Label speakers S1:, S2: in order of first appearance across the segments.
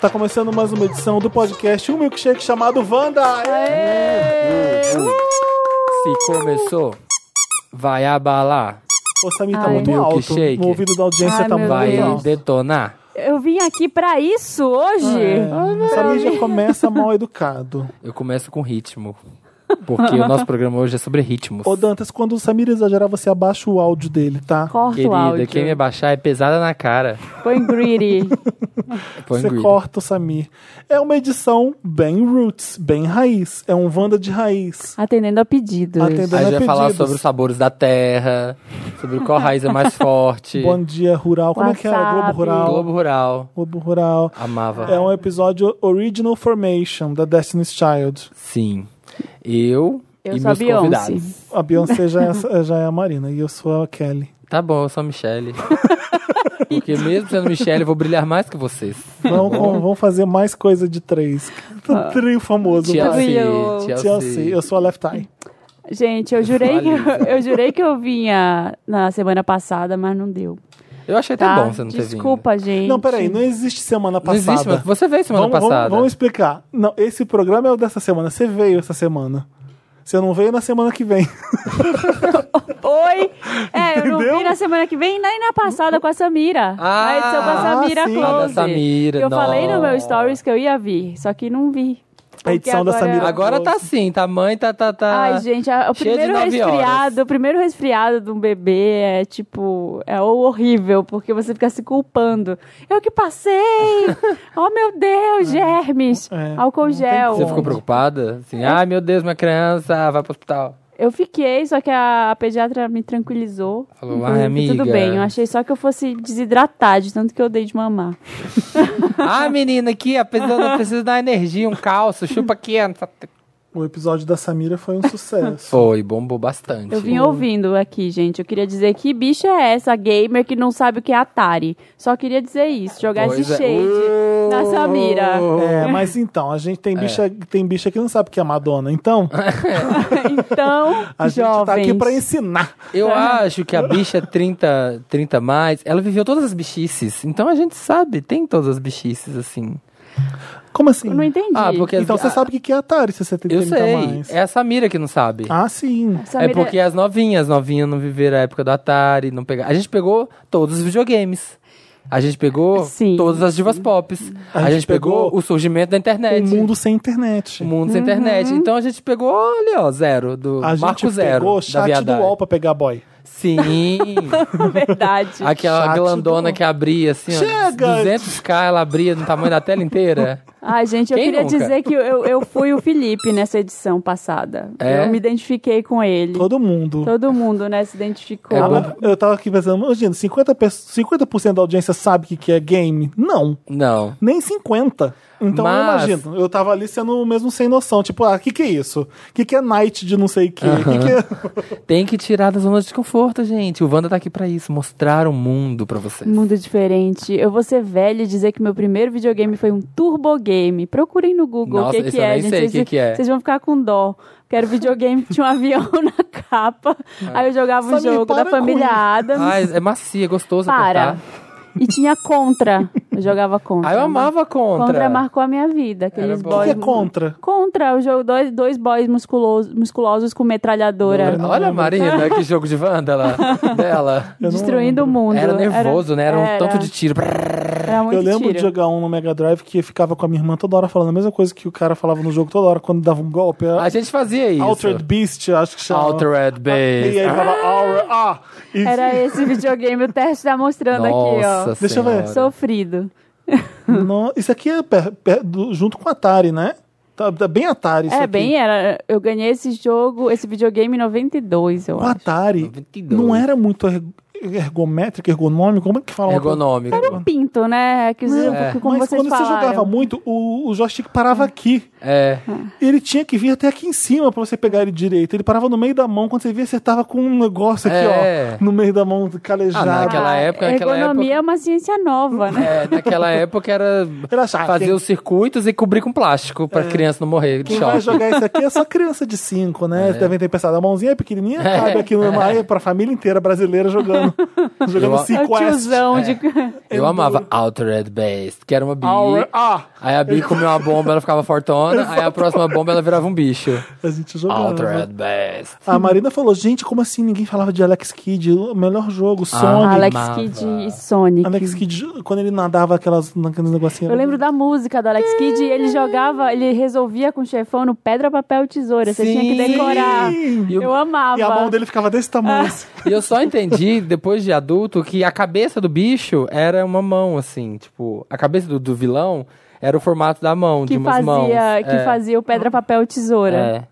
S1: Tá começando mais uma edição do podcast Um Milkshake chamado Wanda.
S2: Se começou, vai abalar,
S1: Ô, Samir, tá
S3: Ai.
S1: muito alto.
S2: Milkshake.
S1: No ouvido da audiência
S3: Ai,
S1: tá
S3: meu
S1: muito
S2: vai
S3: Deus.
S1: alto.
S2: detonar.
S3: Eu vim aqui pra isso hoje.
S1: É. Samir já começa mal educado.
S2: Eu começo com ritmo. Porque o nosso programa hoje é sobre ritmos.
S1: Ô, Dantas, quando o Samir exagerar, você abaixa o áudio dele, tá?
S3: Corta o
S2: Querida,
S3: áudio.
S2: quem me baixar é pesada na cara.
S3: Põe greedy.
S2: Põe um
S1: Você
S2: greedy.
S1: corta o Samir. É uma edição bem roots, bem raiz. É um Wanda de raiz.
S3: Atendendo a pedidos.
S1: Atendendo-
S2: Aí a gente vai falar
S1: pedidos.
S2: sobre os sabores da terra, sobre qual raiz é mais forte.
S1: Bom dia, rural. Como é que é?
S3: Wasabi.
S1: Globo Rural.
S2: Globo Rural.
S1: Globo Rural.
S2: Amava.
S1: É um episódio Original Formation da Destiny's Child.
S2: Sim. Eu,
S3: Eu
S2: e
S3: sou a
S2: meus
S3: Beyoncé.
S2: convidados.
S1: A Beyoncé já é, já é a Marina e eu sou a Kelly.
S2: Tá bom, eu sou a Michelle. Porque mesmo sendo Michelle, eu vou brilhar mais que vocês.
S1: Vamos, vamos- vamos fazer mais coisa de três. Um trio famoso. vai.
S2: Ah. Chelsea,
S3: eu-
S2: Chelsea.
S1: Chelsea, eu sou a Left Eye.
S3: Gente, eu jurei, que
S2: Valeu.
S3: eu, jurei que eu vinha na semana passada, mas não deu.
S2: Eu achei até
S3: Tá?
S2: bom você não ter vindo.
S3: Desculpa, gente.
S1: Não, peraí, não é- existe semana
S2: Não
S1: passada.
S2: existe, mas você veio semana
S1: vamos,
S2: passada.
S1: Vamos, vamos explicar. Não, esse programa é o dessa semana. Você veio essa semana. Você não veio na semana que vem.
S3: Oi! É, eu não
S1: Entendeu?
S3: vim na semana que vem, nem na passada com a Samira.
S2: Ah,
S3: na edição com
S2: ah,
S3: a Samira
S1: sim.
S3: Close.
S2: Ah, da Samira,
S3: eu falei no meu
S2: nossa.
S3: stories que eu ia vir, só que não vi.
S1: A edição da Samira.
S2: Agora tá sim, tá mãe, tá, tá, tá.
S3: Ai, gente, a-
S2: Cheia
S3: o
S2: de
S3: primeiro
S2: nove horas.
S3: resfriado, o primeiro resfriado de um bebê é tipo, é horrível, porque você fica se culpando. Eu que passei! oh meu Deus, germes!
S1: É,
S3: álcool gel.
S2: Você ficou preocupada? Assim,
S3: É.
S2: ai meu Deus, minha criança, vai pro hospital.
S3: Eu fiquei, só que a, a pediatra me tranquilizou.
S2: Falou,
S3: Falou
S2: ai,
S3: que Tudo
S2: amiga.
S3: bem, eu achei só que eu fosse desidratar de tanto que eu dei de mamar.
S2: ah, menina, aqui, apesar de eu preciso dar energia, um calço, chupa aqui. ó, não tá-
S1: O episódio da Samira foi um sucesso.
S2: Foi, bombou bastante.
S3: Eu vim ouvindo aqui, gente. Eu queria dizer que bicha é essa, gamer, que não sabe o que é Atari. Só queria dizer isso, jogar
S2: Pois
S3: esse
S2: é.
S3: shade na Samira.
S1: É, mas então, a gente
S2: É.
S1: tem bicha, tem bicha que não sabe o que é Madonna. Então,
S3: Então,
S1: a gente
S3: jovens,
S1: tá aqui pra ensinar.
S2: Eu acho que a bicha 30, 30 mais, ela viveu todas as bichices. Então a gente sabe, tem todas as bichices, assim.
S1: Como assim?
S3: eu não entendi.
S2: Ah, porque as-
S1: Então você
S2: ah,
S1: sabe o que que é Atari se você tem
S2: Eu
S1: 30
S2: sei,
S1: mais.
S2: é a Samira que não sabe.
S1: Ah, sim.
S3: Samira-
S2: É porque as novinhas, as novinhas não viveram a época do Atari, não pegaram. A gente pegou todos os videogames. A gente pegou
S3: Sim.
S2: todas as divas pop. A,
S1: gente
S2: gente, pegou,
S1: pegou
S2: o surgimento da internet.
S1: Um mundo sem internet.
S2: O mundo sem internet. Então a gente pegou ali, ó, zero. Do
S1: A gente
S2: Marco Zero.
S1: pegou
S2: da
S1: chat do
S2: viadagem.
S1: UOL pra pegar boy.
S2: Sim.
S3: Verdade.
S2: Aquela
S1: Chat
S2: glandona
S1: do-
S2: que abria assim,
S1: Chega!
S2: ó. 200k ela abria no tamanho da tela inteira.
S3: Ai, gente, eu
S2: Quem
S3: queria
S2: nunca?
S3: dizer que eu, eu fui o Felipe nessa edição passada.
S2: É?
S3: Eu me identifiquei com ele. Todo,
S1: Todo mundo.
S3: mundo, né, se identificou.
S2: É
S1: Ah,
S2: bom.
S1: mas Eu tava aqui pensando, imagina, 50%, pe- 50 da audiência sabe o que que é game? Não,
S2: Não.
S1: nem 50. Então eu
S2: Mas-
S1: imagino, eu tava ali sendo mesmo sem noção, tipo, ah, o que que é isso? O que que é night de não sei o quê? Que que é...
S2: Tem que tirar da zona de conforto, gente. O Wanda tá aqui pra isso, mostrar o mundo pra vocês.
S3: Mundo diferente. Eu vou ser velha e dizer que meu primeiro videogame foi um Turbo Game. Procurem no Google o
S2: Nossa,
S3: que,
S2: esse
S3: que
S2: eu
S3: é,
S2: nem
S3: gente.
S2: sei o
S3: Vocês-
S2: que que é.
S3: Vocês vão ficar com dó. Porque era um videogame que tinha um avião na capa. Aí eu jogava um
S1: Samir,
S3: jogo
S1: para
S3: da
S1: com
S3: família
S1: isso.
S3: Adams.
S2: É. Ai, é macia, é gostoso
S3: para.
S2: apertar.
S3: E tinha Contra. Eu jogava Contra.
S2: Ah, eu amava contra.
S3: Contra marcou a minha vida.
S2: Era
S3: Aqueles
S2: bom.
S1: que
S3: boys.
S1: é contra?
S3: Contra o jogo, dois, dois boys musculosos, musculosos com metralhadora.
S2: Olha a Marina, que jogo de vândala dela.
S1: Eu não
S3: Destruindo o mundo.
S2: Era nervoso, né? Era um
S3: era-
S2: tanto de tiro.
S3: Era muito
S1: Eu lembro
S3: tiro.
S1: de jogar um no Mega Drive que ficava com a minha irmã toda hora falando a mesma coisa que o cara falava no jogo toda hora quando dava um golpe. Era
S2: A gente fazia Ah, isso.
S1: Altered Ah, Beast, acho que chama.
S2: Altered
S1: E aí
S2: Base.
S1: falava Aura, ah! E
S3: Era esse videogame, o teste tá mostrando
S2: Nossa
S3: aqui,
S1: Deixa eu
S2: senhora.
S3: ó. É Sofrido. Hum.
S1: No- isso aqui é per- per- do- junto com Atari, né? Tá, tá bem Atari isso
S3: é,
S1: aqui.
S3: bem, era. Eu ganhei esse jogo, esse videogame em 92, eu
S1: O
S3: acho.
S1: Atari
S2: 92.
S1: não é era muito erg- ergométrico, ergonômico, como é que fala?
S2: Ergonômico.
S3: Era um pinto, né? É que os-
S1: Não,
S3: como
S1: Mas
S3: vocês
S1: quando você
S3: falaram.
S1: jogava muito, o, o joystick parava aqui.
S2: É.
S1: Ele tinha que vir até aqui em cima pra você pegar ele direito. Ele parava no meio da mão, quando você via, você tava com um negócio aqui,
S2: É.
S1: ó. No meio da mão, calejado.
S2: Ah, naquela- época,
S3: a
S2: naquela
S3: ergonomia é uma ciência nova, né?
S2: É, naquela época era
S1: Era assim, chato,
S2: fazer
S1: hein?
S2: os circuitos e cobrir com plástico pra criança não morrer de
S1: Quem vai
S2: choque. É.
S1: jogar isso aqui é só criança de 5, né? Vocês devem ter pensado, a mãozinha é pequenininha, cabe aqui no Maia pra família inteira brasileira jogando. jogando
S2: Eu-
S3: É o
S1: Sequest.
S3: tiozão de...
S1: É.
S2: Eu amava Altered Beast, que era uma bi.
S1: Our- Ah,
S2: Aí a bi comia uma bomba, ela ficava fortona. aí a próxima bomba, ela virava um bicho.
S1: a gente jogava.
S2: Altered Beast.
S1: A Marina falou, gente, como assim ninguém falava de Alex Kidd? O melhor
S2: Ah.
S1: jogo, Sonic.
S3: Alex
S2: amava.
S3: Kidd e Sonic.
S1: Alex Kidd, quando ele nadava aquelas, naqueles negocinhos.
S3: Eu lembro da música do Alex Kidd, e ele jogava, ele resolvia com o chefão no pedra, papel, tesoura. Você tinha que Ah,
S2: Sim.
S3: decorar.
S2: E o-
S3: Eu amava.
S1: E a mão dele ficava desse tamanho. assim.
S2: E eu só entendi, depois de adulto, que a cabeça do bicho era uma mão, assim. Tipo, a cabeça do, do vilão era o formato da mão, de
S3: que
S2: umas
S3: fazia,
S2: mãos.
S3: que
S2: É,
S3: fazia o pedra, papel, tesoura.
S2: é.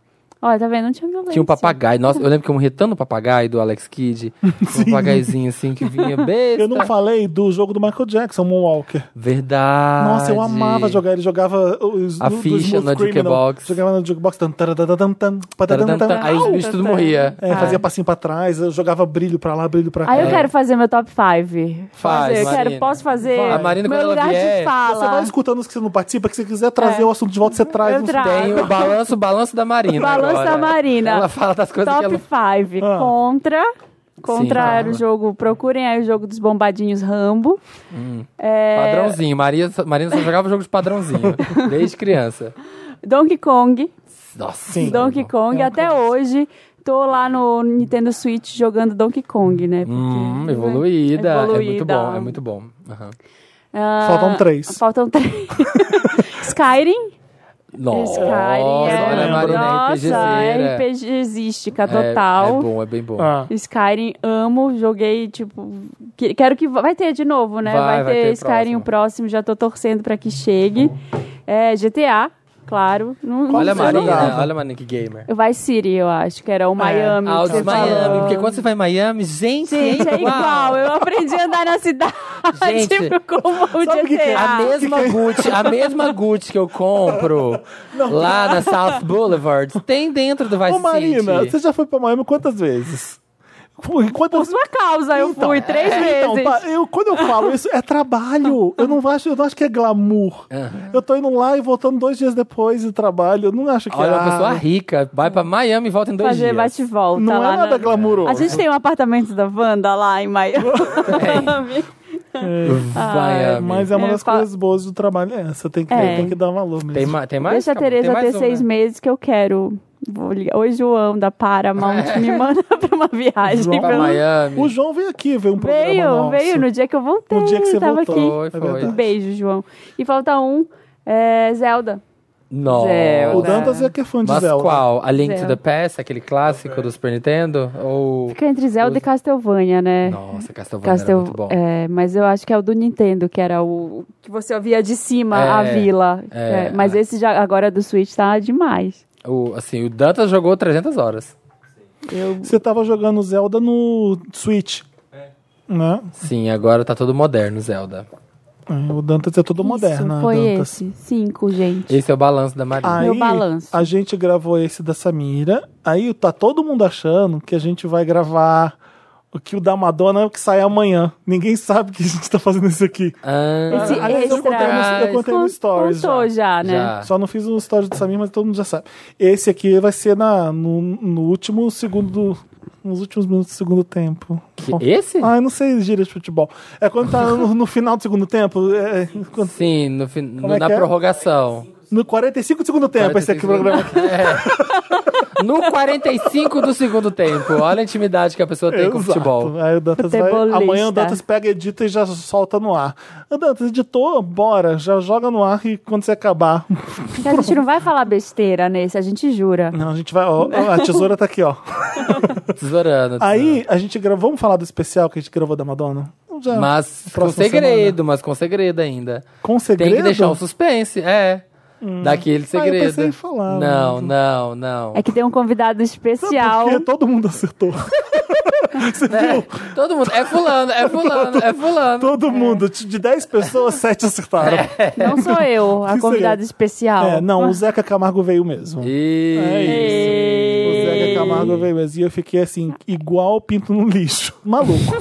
S3: Olha, tá vendo? Não tinha violência.
S2: Tinha um papagaio. Nossa, eu lembro que eu morri tanto no papagaio do Alex Kidd. Um papagaiozinho, assim, que vinha besta.
S1: Eu não falei do jogo do Michael Jackson, Moonwalker.
S2: Verdade.
S1: Nossa, eu amava jogar. Ele jogava os,
S2: Ah, A
S1: do- do
S2: ficha
S1: Smooth
S2: na
S1: Criminal.
S2: jukebox.
S1: Jogava na jukebox. Tan, taradadam, tan, padadam, tan.
S2: Taradam, tan. Ah. Aí os bichos tudo morria.
S1: É, fazia passinho pra trás, eu jogava brilho pra lá, brilho pra cá.
S3: Aí eu quero fazer meu top 5.
S2: Faz,
S3: eu quero,
S2: Marina.
S3: posso fazer
S1: Vai.
S2: A Marina,
S3: meu
S2: quando ela
S3: lugar de
S2: vier,
S3: fala.
S1: Você vai escutando os que você não participa, que se você quiser trazer
S3: É.
S1: o assunto de volta, você traz.
S3: Eu
S1: uns-
S3: trago.
S2: Tem o balanço, o balanço da Marina. agora.
S3: Balanço da Marina.
S2: Ela fala das coisas que
S3: Top
S2: ela.
S3: 5.
S1: Ah.
S3: Contra. Contra
S2: Sim.
S3: era o jogo. Procurem aí o jogo dos bombadinhos Rambo.
S2: Hum.
S3: É,
S2: Padrãozinho. Maria, Marina só jogava jogo de padrãozinho. desde criança.
S3: Donkey Kong.
S2: Nossa.
S1: Sim.
S3: Donkey Kong. até hoje tô lá no Nintendo Switch jogando Donkey Kong, né? Porque-
S2: Hum, evoluída. É muito
S3: Evoluída.
S2: bom, é muito bom. Aham.
S3: Ah,
S1: Faltam três.
S3: Faltam três. Skyrim.
S2: Nossa,
S3: Skyrim é...
S2: olha a Marina,
S3: Nossa,
S2: RPGzeira.
S3: RPGística
S2: né? É, É,
S3: total.
S2: bom, é bem bom.
S1: Ah.
S3: Skyrim, amo, joguei, tipo. que- Quero que. Vai ter de novo, né?
S2: Vai, vai ter o
S3: Skyrim o próximo, já tô torcendo pra que chegue. É, GTA, claro. Não, não
S2: Olha a
S3: sei o nome.
S2: Marina, olha a Marina que gamer.
S3: Vice City, eu acho, que era o Miami.
S2: Ah, o
S3: que
S2: de
S3: você falou.
S2: Miami, porque quando você vai em Miami, gente,
S3: Gente, é igual. Eu aprendi a andar na cidade tipo,
S2: Gente,
S3: como o
S1: sabe o que que é?
S2: A
S3: GTA.
S2: mesma Gucci, a mesma Gucci que eu compro lá na South Boulevard, tem dentro do Vice
S1: Ô, Marina,
S2: City.
S1: você já foi pra Miami quantas vezes? Pô, e
S3: Por
S1: Quantas
S3: sua causa, eu fui três
S1: É,
S3: vezes.
S1: Então, pá, eu, quando eu falo isso, é trabalho. Eu não acho, eu não acho que é glamour.
S2: Ah.
S1: Eu tô indo lá e voltando dois dias depois do trabalho. Eu não acho que
S2: Olha,
S1: é.
S2: uma pessoa rica, vai pra Miami e volta em dois
S3: Fazer
S2: dias.
S3: bate e volta.
S1: Não
S3: Tá lá
S1: é nada
S3: na-
S1: glamouroso. É.
S3: A gente tem um apartamento da Wanda lá em Miami.
S2: Miami.
S1: Mas é uma
S3: É,
S1: das
S3: fa-
S1: coisas boas do trabalho. É, você tem que,
S3: É.
S1: tem que dar valor mesmo.
S2: Tem, ma- tem mais?
S3: Deixa a
S2: Calma,
S3: Tereza
S2: tem mais
S3: ter
S2: um,
S3: seis
S2: né?
S3: meses que eu quero. Vou ligar. Oi, João, da Paramount, me manda pra uma viagem.
S1: É. João,
S2: Pra
S3: pelo-
S2: Miami.
S1: O João veio aqui, veio um programa
S3: Veio,
S1: nosso.
S3: veio no dia que eu voltei.
S1: No dia que você
S3: tava
S1: voltou.
S2: Foi,
S1: É
S2: foi.
S1: verdade.
S3: aqui. Um beijo, João. E falta um, é, Zelda.
S2: Nossa.
S3: Zelda.
S1: O Dantas é que é fã de
S2: Mas
S1: Zelda.
S2: qual? A Link to
S3: Zelda.
S2: the Past, aquele clássico do Super Nintendo? Ou...
S3: Fica entre Zelda e Castlevania,
S1: é.
S3: né?
S2: Nossa, Castlevania
S3: Castel...
S2: era muito bom.
S3: é, mas eu acho que é o do Nintendo, que era o que você via de cima
S2: É,
S3: a vila.
S2: é.
S3: É, mas esse já agora do Switch tá demais.
S1: é.
S2: O, assim, o Dantas jogou 300 horas.
S3: Eu
S1: Você tava jogando Zelda no Switch. Né?
S2: Sim, agora tá todo moderno, Zelda.
S1: É, O Dantas é todo moderno.
S3: Isso,
S1: né,
S3: foi
S1: Dantas.
S3: esse. Cinco, gente.
S2: Esse é o balanço da Marina.
S1: Aí,
S3: Meu balanço.
S1: A gente gravou esse da Samira. Aí tá todo mundo achando que a gente vai gravar o que o da Madonna é o que sai amanhã. Ninguém sabe que a gente tá fazendo isso aqui.
S2: Ah,
S3: Esse
S1: aliás, eu contei
S3: extra.
S1: no- eu contei no
S3: Con-
S1: stories
S3: Contou já, né?
S2: já.
S1: Só não fiz um story do Samir, mas todo mundo já sabe. Esse aqui vai ser na, no, no último segundo. Nos últimos minutos do segundo tempo.
S2: Que- esse?
S1: Ah, eu não sei gíria de futebol. É quando tá no, no final do segundo tempo. é, quando-
S2: Sim, no, fin- no-
S1: é
S2: na
S1: que é?
S2: prorrogação.
S1: no 45 do segundo tempo, esse aqui o programa.
S2: É. No 45 do segundo tempo. Olha a intimidade que a pessoa tem com o
S1: Exato.
S2: futebol.
S1: Aí o Dantas vai-
S3: Futebolista.
S1: amanhã o Dantas pega, edita e já solta no ar. O Dantas editou, bora, já joga no ar e quando você acabar.
S3: Porque a gente não vai falar besteira nesse, a gente jura.
S1: Não, a gente vai. ó, ó, a tesoura tá aqui, ó.
S2: Tesourando.
S1: Aí a gente gravou. Vamos falar do especial que a gente gravou da Madonna? Já.
S2: Mas com
S1: Próxima
S2: segredo, mas com segredo ainda.
S1: Com segredo.
S2: Tem que deixar um suspense, é. Daquele
S1: Ah, eu
S2: segredo.
S1: pensei em falar,
S2: não,
S1: mas-
S2: não, não.
S3: É que tem um convidado especial.
S1: Porque todo mundo acertou. Você viu?
S2: É, todo mundo. É fulano, é fulano, é fulano.
S1: Todo mundo, de 10 pessoas, 7 acertaram. É.
S3: Não sou eu, a
S1: Isso
S3: convidada
S1: aí.
S3: especial.
S1: É, não, o Zeca Camargo veio mesmo.
S2: E...
S1: É isso. O Zeca Camargo veio mesmo. E eu fiquei assim, igual pinto no lixo. Maluco.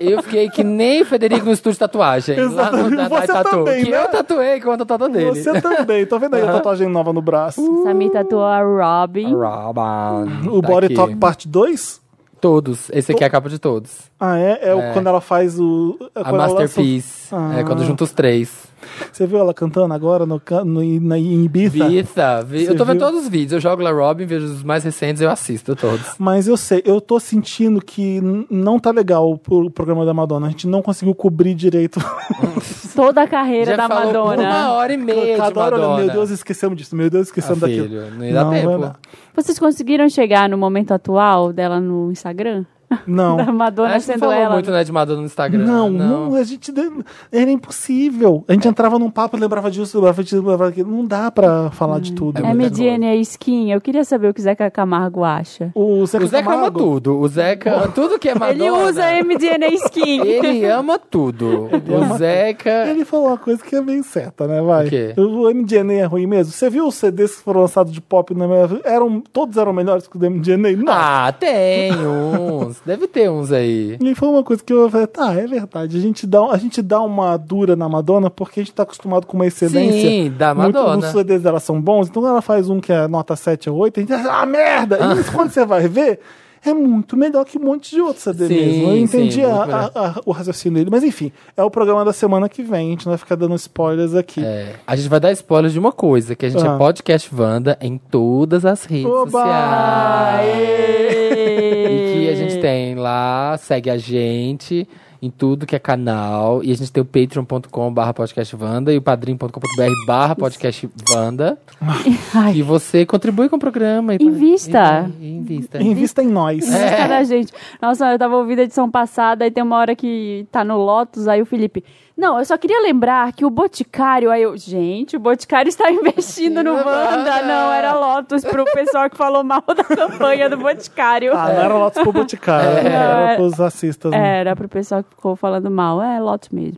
S2: Eu fiquei que nem Federico no estúdio de tatuagem. Lá
S1: Exatamente.
S2: no, na, na
S1: Você
S2: Tatu.
S1: também,
S2: que
S1: né?
S2: eu tatuei com a tatuada dele.
S1: Você também. Tô vendo aí a tatuagem nova no braço.
S3: Samir tatuou a Robin.
S2: Robin.
S1: O
S2: Tá
S1: Body
S2: aqui.
S1: Talk Parte 2?
S2: Todos. Esse aqui é a capa de todos.
S1: Ah, é? É, o-
S2: É.
S1: quando ela faz o. é
S2: A
S1: quando ela lança o-
S2: Masterpiece.
S1: Ah.
S2: É quando junta os três.
S1: Você viu ela cantando agora no, can- no, na, em Ibiza?
S2: Vita, vi-
S1: Você
S2: eu tô vendo
S1: viu?
S2: todos os vídeos. Eu jogo La Robin, vejo os mais recentes, eu assisto todos.
S1: Mas eu sei, eu tô sentindo que n- não tá legal o pro- programa da Madonna. A gente não conseguiu cobrir direito.
S3: Toda a carreira
S2: Já
S3: da
S2: falou uma
S3: Madonna.
S2: hora e meia de
S1: Cada hora,
S2: Madonna.
S1: meu Deus, esquecemos disso, meu Deus,
S2: ah,
S1: esquecemos daquilo.
S2: filho, não ia dar
S1: Não, vai
S2: tempo.
S1: dar.
S3: Vocês conseguiram chegar no momento atual dela no Instagram? Da
S1: Não.
S3: Madonna
S2: Acho que não
S3: sendo
S2: falou
S3: ela.
S2: muito, né, de Madonna no Instagram.
S1: Não, não, a gente. de- Era impossível. A gente
S2: É.
S1: entrava num papo, lembrava disso, lembrava disso, lembrava daquilo. Não dá pra falar de tudo.
S2: É
S3: É
S2: muita
S3: Mediane, é skin. Eu queria saber o que o Zeca Camargo acha.
S1: O Zeca, tá
S2: O Zeca é ama
S1: Camargo,
S2: tudo. O Zeca, tudo que é Madonna.
S3: Ele usa MDNA skin.
S2: Ele ama tudo.
S1: ama
S2: o Zeca.
S1: Ele falou uma coisa que é meio certa, né? Vai.
S2: O quê?
S1: O MDNA é ruim mesmo. Você viu os CDs que foram lançados de pop na minha eram Todos eram melhores que o do MDNA? Não.
S2: Ah, tem uns. Deve ter uns aí.
S1: E foi uma coisa que eu falei, tá, é verdade. A gente dá, a gente dá uma dura na Madonna porque a gente tá acostumado com uma excelência.
S2: Sim, da
S1: Muito-
S2: Madonna.
S1: os CDs dela são bons, então ela faz um que é nota 7 ou 8, a gente ah, merda! E isso, quando você vai ver, é muito melhor que um monte de outros CD
S2: Sim,
S1: mesmo. Eu
S2: sim,
S1: entendi
S2: muito
S1: a-
S2: melhor.
S1: a- a- o raciocínio dele, mas enfim, é o programa da semana que vem, a gente não vai ficar dando spoilers aqui.
S2: É, a gente vai dar spoiler de uma coisa, que a gente
S1: Ah.
S2: é podcast Wanda em todas as redes
S1: Oba!
S2: sociais. E que
S3: que
S2: a gente tem lá, segue a gente em tudo que é canal. E a gente tem o patreon.com barra podcastvanda e o padrim.com.br barra podcastvanda.
S3: Ai,
S2: E você contribui com o programa. E
S3: Invista.
S2: E, e invista.
S1: Invista em nós.
S2: É.
S3: desista da é gente. Nossa, eu tava ouvindo a edição passada, aí tem uma hora que tá no Lotus, aí o Felipe. Não, eu só queria lembrar que o Boticário, aí eu. Gente, o Boticário está investindo no
S2: No
S3: Wanda.
S2: é Wanda.
S3: Não, era Lotus pro pessoal que falou mal da campanha do Boticário.
S1: Ah, não era Lotus pro Boticário,
S2: É.
S1: era pros racistas. né?
S3: Era pro pessoal que ficou falando mal. É, Lotus mesmo.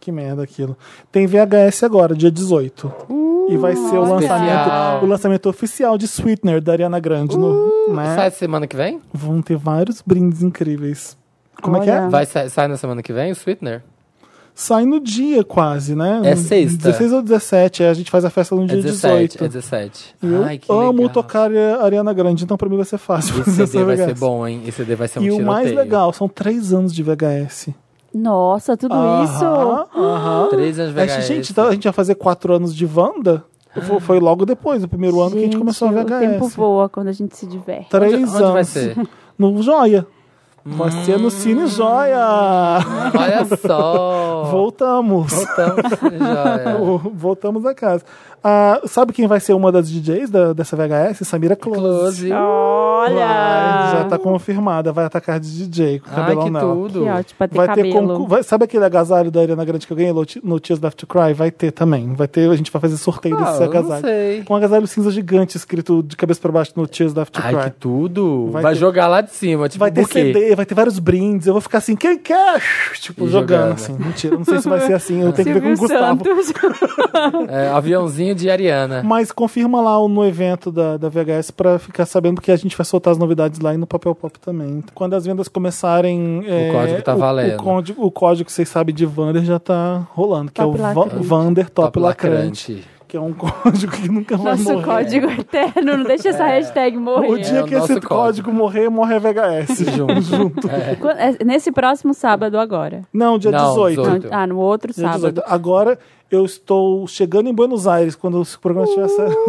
S1: Que merda aquilo. Tem VHS agora, dia 18.
S2: Uh,
S1: e vai ser o
S3: olha.
S1: lançamento, o lançamento oficial de Sweetener da Ariana Grande. no, né?
S2: Uh, Sai semana que vem?
S1: Vão ter vários brindes incríveis. Como é que
S3: Olha.
S1: é?
S2: Vai sa- sai na semana que vem o Sweetener?
S1: Sai no dia quase, né?
S2: É
S1: No
S2: sexta.
S1: 16 ou 17, é, a gente faz a festa no
S2: É
S1: dia
S2: 17.
S1: 18.
S2: É 17.
S1: E eu
S2: Ai, que
S1: amo
S2: legal.
S1: tocar a Ariana Grande, então pra mim vai ser fácil. fazer
S2: Esse CD vai ser
S1: VHS.
S2: bom, hein? Esse CD vai ser um
S1: E o
S2: tiroteio.
S1: mais legal, são três anos de VHS.
S3: Nossa, tudo isso.
S1: Aham, aham.
S2: Três anos de
S1: A gente-
S2: VHS.
S1: gente, então a gente ia fazer quatro anos de Wanda?
S2: Ah.
S1: Foi, foi logo depois, o primeiro ano que a gente começou a
S3: O tempo
S1: VHS.
S3: voa quando a gente se diverte.
S1: Três
S2: Onde- onde
S1: anos.
S2: vai ser? Hum.
S1: No Joia. Vai ser no Cine Joia.
S2: Olha só!
S1: Voltamos.
S2: Voltamos, joia.
S1: O- Voltamos à casa. Ah, sabe quem vai ser uma das DJs da- dessa VHS? Samira Close.
S2: Close.
S3: Olha!
S1: Vai, já tá confirmada, vai atacar de DJ com o
S2: Ai,
S1: Ah, cabelão
S2: que
S1: nela.
S3: Que
S2: tudo.
S3: ótimo, pra ter
S1: Vai ter
S3: cabelo.
S1: concurso. Sabe aquele agasalho da Ariana Grande que eu ganhei, Loti- No Tears Left to Cry? Vai ter também. Vai ter, a gente vai fazer sorteio
S2: Ah,
S1: desse
S2: eu
S1: agasalho.
S2: não sei.
S1: Um agasalho cinza gigante escrito de cabeça pra baixo no Tears Left to
S2: Ai, que
S1: Cry.
S2: tudo.
S1: Vai
S2: Vai,
S1: ter-
S2: jogar lá de cima, tipo
S1: Vai ter
S2: buquê.
S1: CD, vai ter vários brindes. Eu vou ficar assim, quem quer? Tipo,
S2: E
S1: jogando
S2: jogando.
S1: assim. Mentira, não sei se vai ser assim. Eu tenho que ver com o
S3: Silvio
S1: Gustavo.
S3: Santos.
S2: É, aviãozinho de Ariana.
S1: Mas confirma lá o- no evento da, da VHS pra ficar sabendo que a gente vai soltar as novidades lá e no Papel Pop também. Quando as vendas começarem... O
S2: código tá
S1: O,
S2: valendo.
S1: código, o código que vocês sabem de Vander já tá rolando, que
S3: Top
S1: é o Va-
S3: Lacrante.
S1: Vander Top, Lacrante,
S2: lacrante.
S1: que é um código que nunca vai
S3: Nosso
S1: morrer.
S3: código eterno. Não deixa essa hashtag morrer.
S1: O dia
S2: É o
S1: que esse
S2: nosso
S1: código, morrer, morre a VHS.
S2: Junto. É.
S3: Quando- é Nesse próximo sábado agora.
S1: Não, dia
S2: Não,
S1: 18.
S3: Não,
S2: 18.
S3: ah, no outro
S1: Dia
S3: sábado.
S1: 18. Agora eu estou chegando em Buenos Aires quando o programa
S3: Uh!
S1: estiver saindo.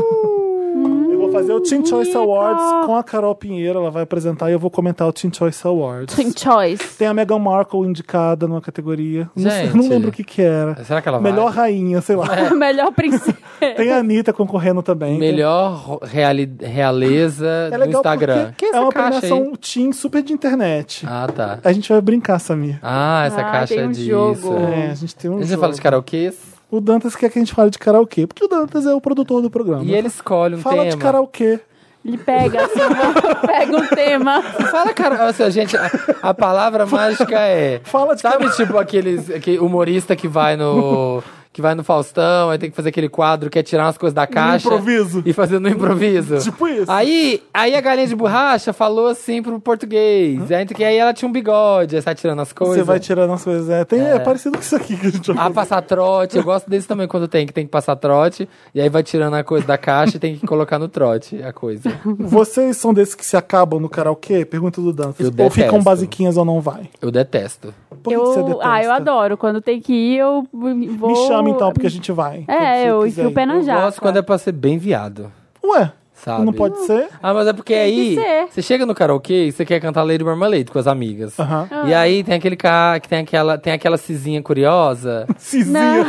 S1: Eu vou fazer o Teen Choice
S3: Rico!
S1: Awards com a Carol Pinheiro. Ela vai apresentar e eu vou comentar o Teen Choice Awards.
S3: Teen Choice.
S1: Tem a Meghan Markle indicada numa categoria. Não, sei-
S2: Gente. é
S1: não lembro o que que era.
S2: Será que ela vai?
S1: Melhor rainha, sei lá.
S3: Melhor princesa.
S1: Tem a Anitta concorrendo também.
S2: Melhor ro- reali- realeza
S1: É
S2: no
S1: legal
S2: Instagram.
S1: porque é uma premiação teen super de internet.
S2: Ah, tá.
S1: A gente vai brincar, Samir.
S2: Ah, essa
S3: Ah,
S2: caixa
S3: tem um
S2: é disso.
S3: jogo.
S1: É, a gente tem um
S2: A gente
S1: jogo.
S2: fala de karaokê
S1: O Dantas quer que a gente fale de karaokê, porque o Dantas é o produtor do programa.
S2: e ele escolhe um
S1: Fala
S2: tema.
S1: de karaokê.
S3: Ele pega, assim, uma- pega um tema.
S2: Fala, cara. Assim, gente, a, a palavra mágica é.
S1: Fala de
S2: Sabe, tipo, aqueles. Aquele humorista que vai no. Que vai no Faustão, aí tem que fazer aquele quadro que é tirar umas coisas da caixa.
S1: improviso.
S2: E fazendo no improviso.
S1: Tipo isso.
S2: Aí, aí a galinha de borracha falou assim pro português. Aí, que aí ela tinha um bigode, aí sai tirando as coisas.
S1: Você vai um tirando as coisas. É, tem, é. parecido com isso aqui que a gente
S2: Ah, passar trote. Eu gosto desse também quando tem, que tem que passar trote. E aí vai tirando a coisa da caixa e tem que colocar no trote a coisa.
S1: Vocês são desses que se acabam no karaokê? Pergunta do Dan.
S2: Eu
S1: ou
S2: detesto.
S1: ficam basiquinhas ou não vai?
S2: Eu detesto.
S1: Por que
S3: eu,
S1: você detesta?
S3: ah, eu adoro. Quando tem que ir, eu vou.
S1: Me chama então, porque a gente vai. quando
S3: É,
S1: você
S3: eu
S1: quiser
S3: enfio o
S1: ir.
S3: pé na
S2: Eu
S3: jaca.
S2: gosto quando é pra ser bem viado,
S1: Ué,
S2: sabe?
S1: não pode ser?
S2: Ah, mas é porque
S3: Tem
S2: aí
S3: que ser.
S2: você chega no karaokê e você quer cantar Lady Marmalade com as amigas.
S3: Ah.
S1: Aham.
S2: E aí tem aquele cara que tem aquela, tem aquela cizinha curiosa.
S1: Cizinha.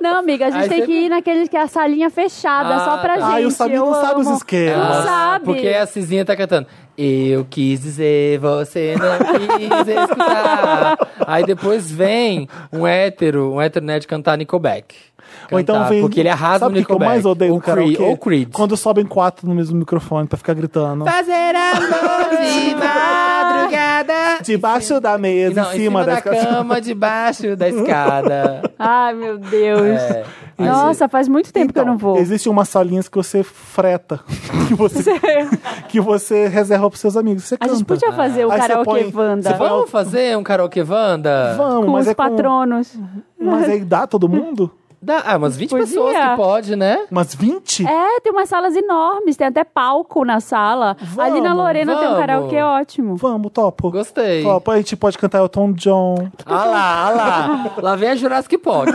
S3: Não, amiga, a gente
S2: Aí
S3: tem
S2: você-
S3: que ir naquele que é a salinha fechada,
S2: Ah,
S3: só pra
S2: tá.
S3: gente.
S1: Ah, e o Samir
S3: eu
S1: não sabe os
S3: amo.
S1: esquemas.
S3: Não sabe.
S2: Porque a cizinha tá cantando. Eu quis dizer, você não quis escutar. aí depois vem um hétero, um hétero nerd cantar Nickelback.
S1: Ou então
S2: Cantar,
S1: vem.
S2: Porque ele arrasa
S1: sabe
S2: no
S1: o que eu
S2: Nickelback.
S1: mais odeio
S2: ou
S1: no karaokê?
S2: Creed, ou Creed.
S1: Quando sobem quatro no mesmo microfone pra ficar gritando.
S3: Tá
S2: Fazer amor de madrugada.
S1: Tá Debaixo da mesa,
S2: Não,
S1: em cima
S2: da
S1: das
S2: cama, debaixo da escada.
S3: Ai, meu Deus.
S2: É. Aí
S3: Nossa, faz muito tempo que eu não vou.
S1: Existem umas salinhas que você freta, que você, que você reserva pros seus amigos. Você
S3: A
S1: canta.
S3: gente
S2: Ah.
S3: podia fazer o
S1: Aí você
S3: karaokê
S1: põe-
S3: Wanda
S1: você põe
S2: Vamos fazer um karaokê Wanda?
S1: Tá Vamos,
S3: com
S1: mas
S3: os
S1: é com...
S3: patronos.
S1: Mas aí dá todo mundo?
S2: Dá, ah, umas 20
S3: Podia.
S2: pessoas que pode, né?
S1: Mas 20?
S3: É, tem umas salas enormes, tem até palco na sala. Ali na
S1: Vamos,
S3: Lorena tem um
S2: vamos.
S3: karaokê ótimo.
S1: Vamos, topo.
S2: Gostei.
S1: Topo, a gente pode cantar Elton John.
S2: Ah lá, ah lá. Lá vem a Jurassic Park.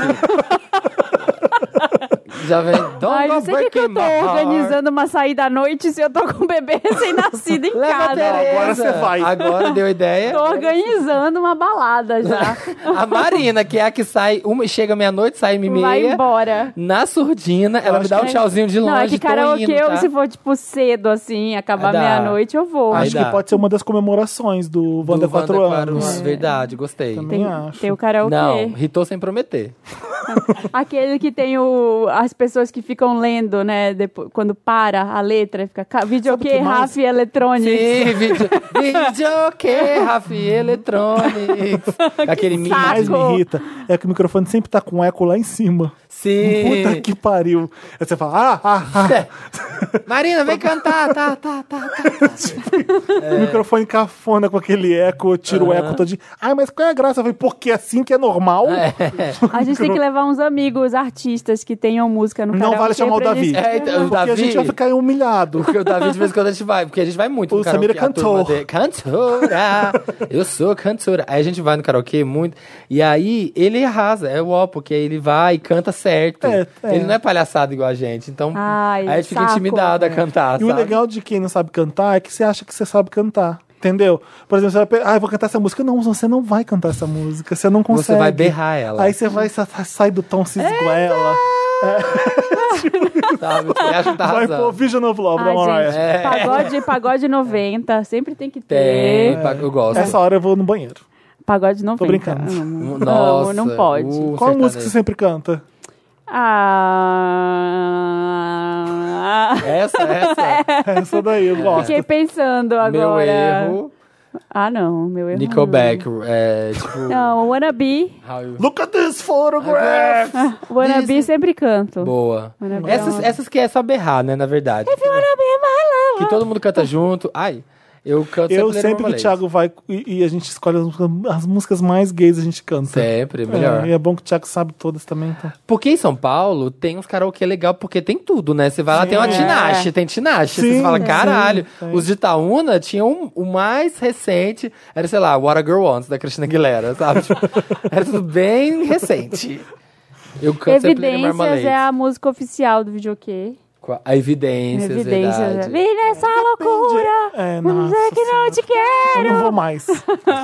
S2: Já vem. Don't
S3: Ai,
S2: go
S3: não sei o que, que eu
S2: breaking
S3: tô
S2: my heart.
S3: organizando uma saída à noite se eu tô com um bebê recém-nascido em
S2: Leva a Tereza.
S3: casa.
S1: Agora você vai.
S2: Agora deu ideia.
S3: Tô organizando uma balada já.
S2: A Marina, que é a que sai, uma, chega meia-noite, sai e
S3: Vai
S2: meia.
S3: embora.
S2: Na surdina, ela me
S1: acho
S2: dá um
S1: que-
S2: tchauzinho de longe.
S3: não, é que
S2: tô
S3: karaokê,
S2: indo, tá?
S3: se for, tipo, cedo, assim, acabar
S2: Ah, dá.
S3: meia-noite, eu vou.
S2: Aí
S1: Acho
S2: dá.
S1: que pode ser uma das comemorações do
S2: Do
S1: Wanda 4
S2: Wanda
S1: anos. É.
S2: Quatro- Verdade, gostei.
S1: Também
S3: tem,
S1: acho.
S3: tem o karaokê.
S2: Não, ritou sem prometer.
S3: Aquele que tem o, as pessoas que ficam lendo, né? Depois, quando para a letra, fica ca-
S1: Sabe
S3: videokê,
S1: o que mais?
S3: Raf e Electronics.
S2: Sim, vídeo, videokê, Rafi Electronics. Aquele
S1: O que mais me
S3: Saco.
S1: irrita é que o microfone sempre tá com eco lá em cima.
S2: Sim. É.
S1: Puta que pariu. Aí você fala, ah, ah, ah.
S2: Marina, vem cantar, tá, tá, tá. É.
S1: O microfone cafona com aquele eco, eu tiro o eco todinho. Ai, mas qual é a graça? Eu falei, porque é assim que é normal.
S2: É.
S3: A gente tem que levar uns amigos artistas que tenham música no
S1: Não
S3: karaokê.
S1: vale chamar o
S3: pra eles-
S1: Davi.
S2: É, então, o
S1: porque a
S2: Davi-
S1: gente vai ficar humilhado.
S2: Porque o Davi de vez em quando a gente vai, porque a gente vai muito no
S1: O Samira
S2: karaokê, a turma
S1: cantou.
S2: dele- Cantora! Eu sou cantora. Aí a gente vai no karaokê muito. E aí ele arrasa, é o ó, porque ele vai e canta certo.
S1: É, é.
S2: Ele não é palhaçado igual a gente. Então aí
S3: Ai,
S2: a gente fica
S3: saco.
S2: intimidado a cantar.
S1: E o
S2: sabe?
S1: legal de quem não sabe cantar é que você acha que você sabe cantar. Entendeu? Por exemplo, você vai pe- ah, eu vou cantar essa música. Não, você não vai cantar essa música. Você não consegue.
S2: Você vai berrar ela.
S1: Aí você vai, sa- sai do tom, se esguela.
S2: sabe? Você acha que tá
S1: Vai
S2: arrasando.
S1: pôr Vision of Love da
S3: Ai,
S1: Mariah.
S3: gente,
S2: É.
S3: pagode, pagode 90, sempre tem que ter.
S2: Tem, pa- eu gosto.
S1: Essa hora eu vou no banheiro.
S3: Pagode 90.
S1: brincando.
S3: Amo,
S2: Nossa, uh.
S3: não
S2: o
S3: pode.
S1: Qual a
S2: sertanejo.
S1: música que você sempre canta?
S3: Ah...
S2: Essa, essa.
S1: Essa daí, eu gosto.
S3: Fiquei pensando agora.
S2: Meu erro.
S3: Ah, não, meu erro.
S2: Nickelback. É, tipo.
S3: Não, não Wannabe. Ah,
S2: How you-
S1: Look at this photograph!
S3: Wannabe
S2: Isso.
S3: sempre canto.
S2: Boa.
S3: Wannabe é
S2: Essas,
S3: uma-
S2: essas que é só berrar, né? Na verdade.
S3: É, Wannabe my love.
S2: Que todo mundo canta junto. Ai, eu canto
S1: Eu
S2: Little
S1: sempre que o
S2: Mermaid.
S1: Thiago vai e, e a gente escolhe as músicas, as músicas mais gays a gente canta.
S2: Sempre, melhor.
S1: É, e é bom que o Thiago sabe todas também, então.
S2: Porque em São Paulo tem uns karaokê legal, porque tem tudo, né? Você vai lá, tem uma
S3: É.
S1: Sim.
S2: tinache, tem tinache.
S1: Sim,
S2: Você fala,
S1: sim,
S2: caralho.
S1: tem.
S2: Os de Itaúna tinham um- o mais recente, era, sei lá, What a Girl Wants, da Cristina Aguilera, sabe? Tipo, era tudo bem recente. Eu canto sempre Little
S3: Evidências
S2: Mermaid.
S3: é a música oficial do videokê.
S2: Qua- a Evidências,
S3: Evidências.
S2: é
S3: é-
S2: verdade.
S3: Vem nessa loucura.
S1: É, nossa.
S3: Dizer que não te
S1: Eu
S3: quero.
S1: não vou mais.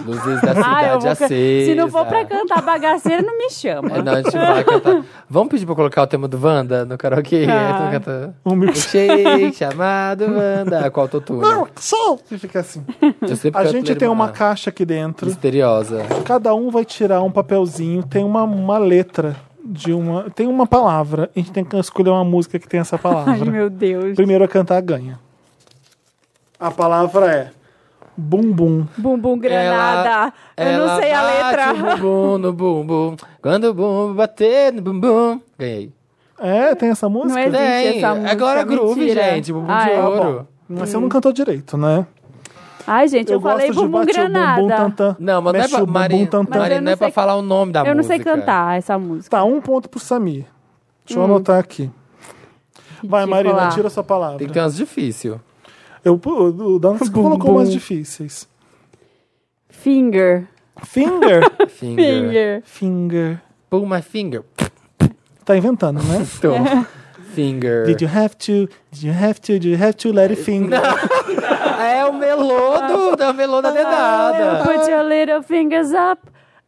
S2: Luzes da
S3: Ah, eu
S2: cidade
S3: vou can-
S2: acesa.
S3: Se não for pra cantar bagaceira, não me
S2: É,
S3: chama.
S2: não, a gente vai cantar. Vamos pedir pra eu colocar o tema do Wanda no karaokê?
S3: Tá.
S2: Aí tu vai cantar.
S1: Um
S2: Um shake chamado Wanda. Qual autotune?
S1: Não, sou! Você fica assim.
S2: Eu sempre
S1: A
S2: canto
S1: gente
S2: Lady
S1: tem uma
S2: Marmalade.
S1: caixa aqui dentro.
S2: Misteriosa.
S1: Cada um vai tirar um papelzinho, tem uma, uma letra de uma. Tem uma palavra. A gente tem que escolher uma música que tem essa
S3: Ai,
S1: palavra.
S3: meu Deus.
S1: Primeiro a cantar ganha. A palavra é bumbum.
S3: Bumbum granada. Eu
S2: Ela
S3: não sei a
S2: bate
S3: letra.
S2: o bumbum no bumbum. Quando o bumbum bater no bumbum. Ganhei.
S1: É, tem essa música?
S3: Não existe
S2: Tem.
S3: essa música. é
S2: Agora groove,
S3: mentira.
S2: gente. Bumbum
S3: Ah,
S2: de
S3: é.
S2: ouro.
S1: Mas você não cantou direito, né?
S3: Ai, gente, eu, falei
S1: gosto de
S3: bumbum
S1: bate o bumbum
S3: granada.
S1: tantã.
S2: Não, mas
S1: mexe
S2: não é
S1: o
S2: pra, Mari,
S1: bumbum tantã.
S2: Mari,
S3: Mas eu
S2: não é
S3: não
S2: pra
S3: sei-
S2: falar o nome da música.
S3: Eu não sei cantar essa música.
S1: Tá, um ponto pro Samir. Deixa eu
S3: Hum.
S1: anotar aqui. Vai,
S3: Ridícula.
S1: Marina, tira a sua palavra.
S2: Tem que ter umas difíceis.
S1: Eu, o Dantas colocou
S3: bum.
S1: umas difíceis.
S3: Finger.
S1: Finger.
S2: Finger.
S3: Finger.
S1: Finger.
S2: Pull my finger.
S1: Tá inventando, né?
S2: Então,
S3: É.
S2: Finger.
S1: Did you have to? Did you have to? Did you have to let it finger?
S2: É o melô do, da melô
S3: Ah,
S2: da dedada.
S3: Oh, Put your little fingers up,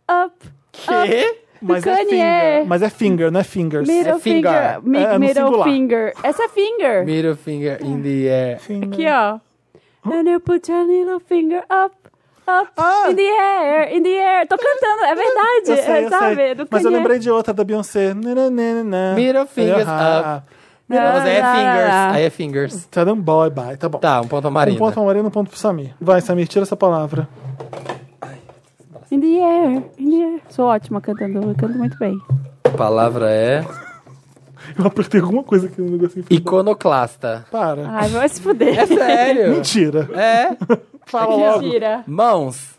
S3: up.
S2: Quê?
S1: Mas é
S3: Kanye.
S1: finger. Mas é finger, não é fingers.
S3: Middle
S2: É
S3: finger.
S2: finger.
S3: mi-
S1: É, no
S3: middle
S1: singular.
S3: finger. Essa é finger.
S2: Middle finger in the air.
S1: Finger.
S3: Aqui, ó. And you put your little finger up, up,
S1: Ah!
S3: in the air, in the air. Tô cantando, é verdade,
S1: Eu sei,
S3: é,
S1: eu
S3: sabe?
S1: sei.
S3: Do
S1: Mas eu
S3: Kanye.
S1: lembrei de outra da Beyoncé. Nananana.
S2: Middle fingers
S1: Ah,
S2: Não, mas aí é
S3: Lá, lá,
S2: fingers.
S3: lá.
S2: Aí é fingers.
S1: Tá dando boy, bye. Tá bom.
S2: Tá, um ponto a
S1: Um
S2: Marina.
S1: ponto pra Marina, um ponto pro Samir. Vai, Samir, tira essa palavra.
S3: In the air, in the air. Sou ótima cantando, eu canto muito bem.
S2: A palavra é
S1: Eu apertei alguma coisa aqui no negocinho. um
S2: iconoclasta.
S1: Para.
S3: Ai, vai se fuder.
S2: É
S3: Ah.
S2: sério?
S1: Mentira.
S2: é.
S1: Fala logo.
S3: Mentira.
S2: Mãos.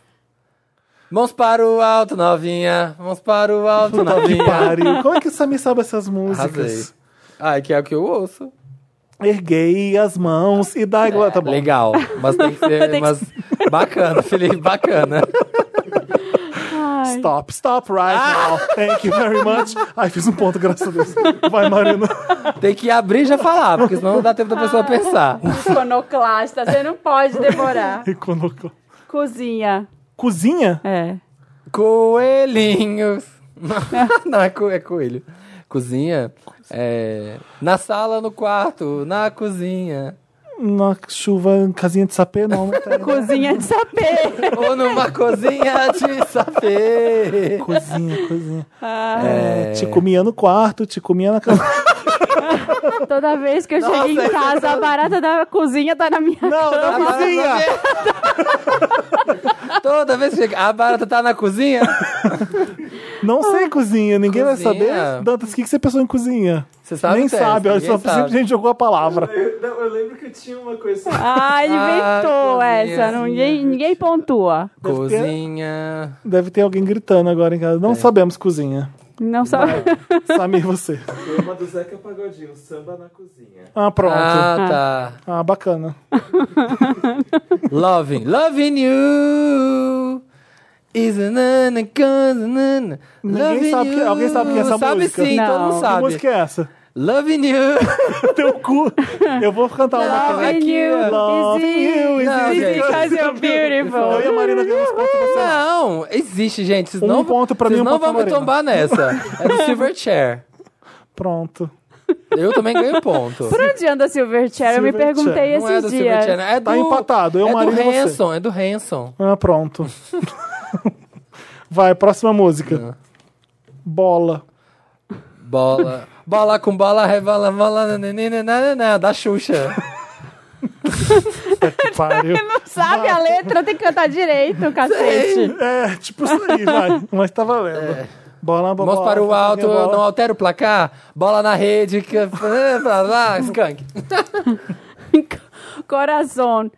S2: Mãos para o alto, novinha. Mãos para o alto,
S1: Puta que
S2: novinha.
S1: pariu. Como é que o Samir sabe essas
S2: Arrasei.
S1: músicas?
S2: Ah, que é o que eu ouço.
S1: Erguei as mãos e
S2: É,
S1: dá igual. tá bom.
S2: Legal. Mas tem que ser.
S3: Tem que-
S2: Mas... Bacana, Felipe, bacana.
S3: Ai.
S1: Stop, stop right
S2: Ah!
S1: now. Thank you very much. Ai, fiz um ponto, graças a Deus. Vai, Marina.
S2: Tem que abrir e já falar, porque senão não dá tempo da pessoa pensar.
S3: Iconoclasta, você não pode demorar.
S1: E colocou.
S3: Cozinha.
S1: Cozinha?
S3: É.
S2: Coelhinhos. Não, é, co- é coelho. Cozinha. é, Na sala, no quarto, na cozinha.
S1: Na chuva, casinha de sapê, não. não tem.
S3: Cozinha de sapê.
S2: Ou numa cozinha de sapê.
S1: Cozinha, cozinha. É, Te comia no quarto, te comia na casa.
S3: Toda vez que eu cheguei
S2: Nossa,
S3: em casa, a barata da cozinha tá na minha
S1: Não,
S3: cama.
S1: da cozinha!
S2: Toda vez que chega, a barata tá na cozinha.
S1: Não sei cozinha, ninguém
S2: Cozinha?
S1: vai saber. Dantas, o que, que você pensou em cozinha?
S2: Você sabe,
S1: Nem
S2: Tess?
S1: sabe, olha,
S2: Ninguém
S1: só
S2: sabe.
S1: simplesmente jogou a palavra.
S4: Eu, não, eu lembro que tinha uma coisa. assim,
S3: Ah, inventou
S2: cozinha.
S3: essa. não- Ninguém, ninguém pontua.
S2: Cozinha.
S1: Deve ter alguém gritando agora em
S2: É.
S1: casa. Não sabemos cozinha.
S3: Não sabe.
S1: Samir, você.
S4: Foi uma do Zeca Pagodinho, um samba na cozinha.
S1: Ah, pronto. Ah,
S2: Ah, tá.
S1: bacana.
S2: Loving. Loving you. Is a nana, cause a nana.
S1: Ninguém
S2: Loving
S1: sabe que-
S2: you.
S1: alguém sabe que é essa
S2: sabe
S1: música?
S2: Sim, todo
S3: Não.
S2: mundo
S3: Que
S1: Que
S2: sabe.
S1: música é essa?
S2: Loving you.
S1: Teu cu. Eu vou cantar uma.
S2: Love
S1: aqui.
S3: Loving
S2: aqui,
S3: you.
S2: ó.
S1: Love you, is
S2: Não,
S1: it
S2: gente.
S3: Because you're
S1: Eu e a
S3: beautiful.
S1: Marina ganhamos ponto pra você.
S2: Não, existe, gente. Vocês
S1: Um
S2: não,
S1: ponto pra
S2: vocês
S1: mim, um
S2: não
S1: ponto pra
S2: vão me
S1: Marina.
S2: tombar nessa. É do Silverchair.
S1: Pronto.
S2: Eu também ganho ponto.
S3: Por onde anda Silverchair? Eu me
S1: Silverchair.
S3: perguntei
S2: Não é do
S3: esses dias.
S2: Silverchair, é do...
S1: Tá empatado, eu,
S2: é do
S1: Marina e você.
S2: Hanson, é do Hanson.
S1: Ah, pronto. Vai, próxima música.
S2: É.
S1: Bola.
S2: Bola. Bola com bola, rebola, bola, né, nananana, da Xuxa. É
S1: Que pariu.
S3: Sabe a letra, tem que cantar direito, cacete.
S1: É, tipo isso aí, vai. Mas tá valendo. Bola, bola.
S2: Mãos para o
S1: bola,
S2: É. alto,
S1: bola.
S2: não altera o placar. Bola na rede, que... blá, blá, skunk.
S3: Coração.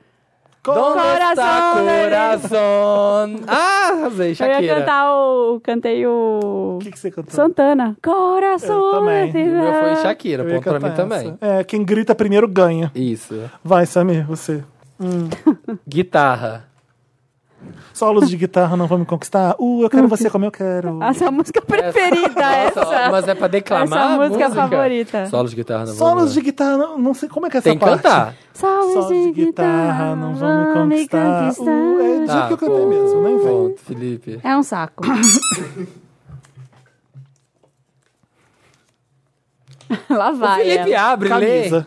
S2: Donde está
S3: Coração, né?
S2: coração? Ah, arrasei,
S3: Eu ia
S2: Shakira.
S3: cantar o. Cantei o.
S1: O que, que você cantou?
S3: Santana. Coração.
S1: Eu também.
S2: O meu foi Shakira,
S1: Eu ia
S2: ponto pra mim
S1: cantar
S2: também.
S1: essa. É, quem grita primeiro ganha.
S2: Isso.
S1: Vai, Samir, você.
S2: Guitarra.
S1: Solos de guitarra não vão me conquistar. Uh, eu quero você como eu quero.
S3: Essa é a música preferida, essa.
S2: Nossa, mas é pra declamar
S3: Essa
S2: a
S3: música favorita.
S2: Solos de guitarra. não,
S1: Solos
S2: vamos
S1: de
S2: lá.
S1: guitarra, não, não sei como é que é essa
S2: Tem que
S1: parte.
S2: cantar.
S3: Solos de guitarra não vão me conquistar.
S1: Uh, é do jeito que eu cantei mesmo, nem vem.
S2: ponto, Ah, Felipe.
S3: É um saco. Lá vai.
S2: Felipe
S3: ela.
S2: abre, lê.
S1: é. Camisa.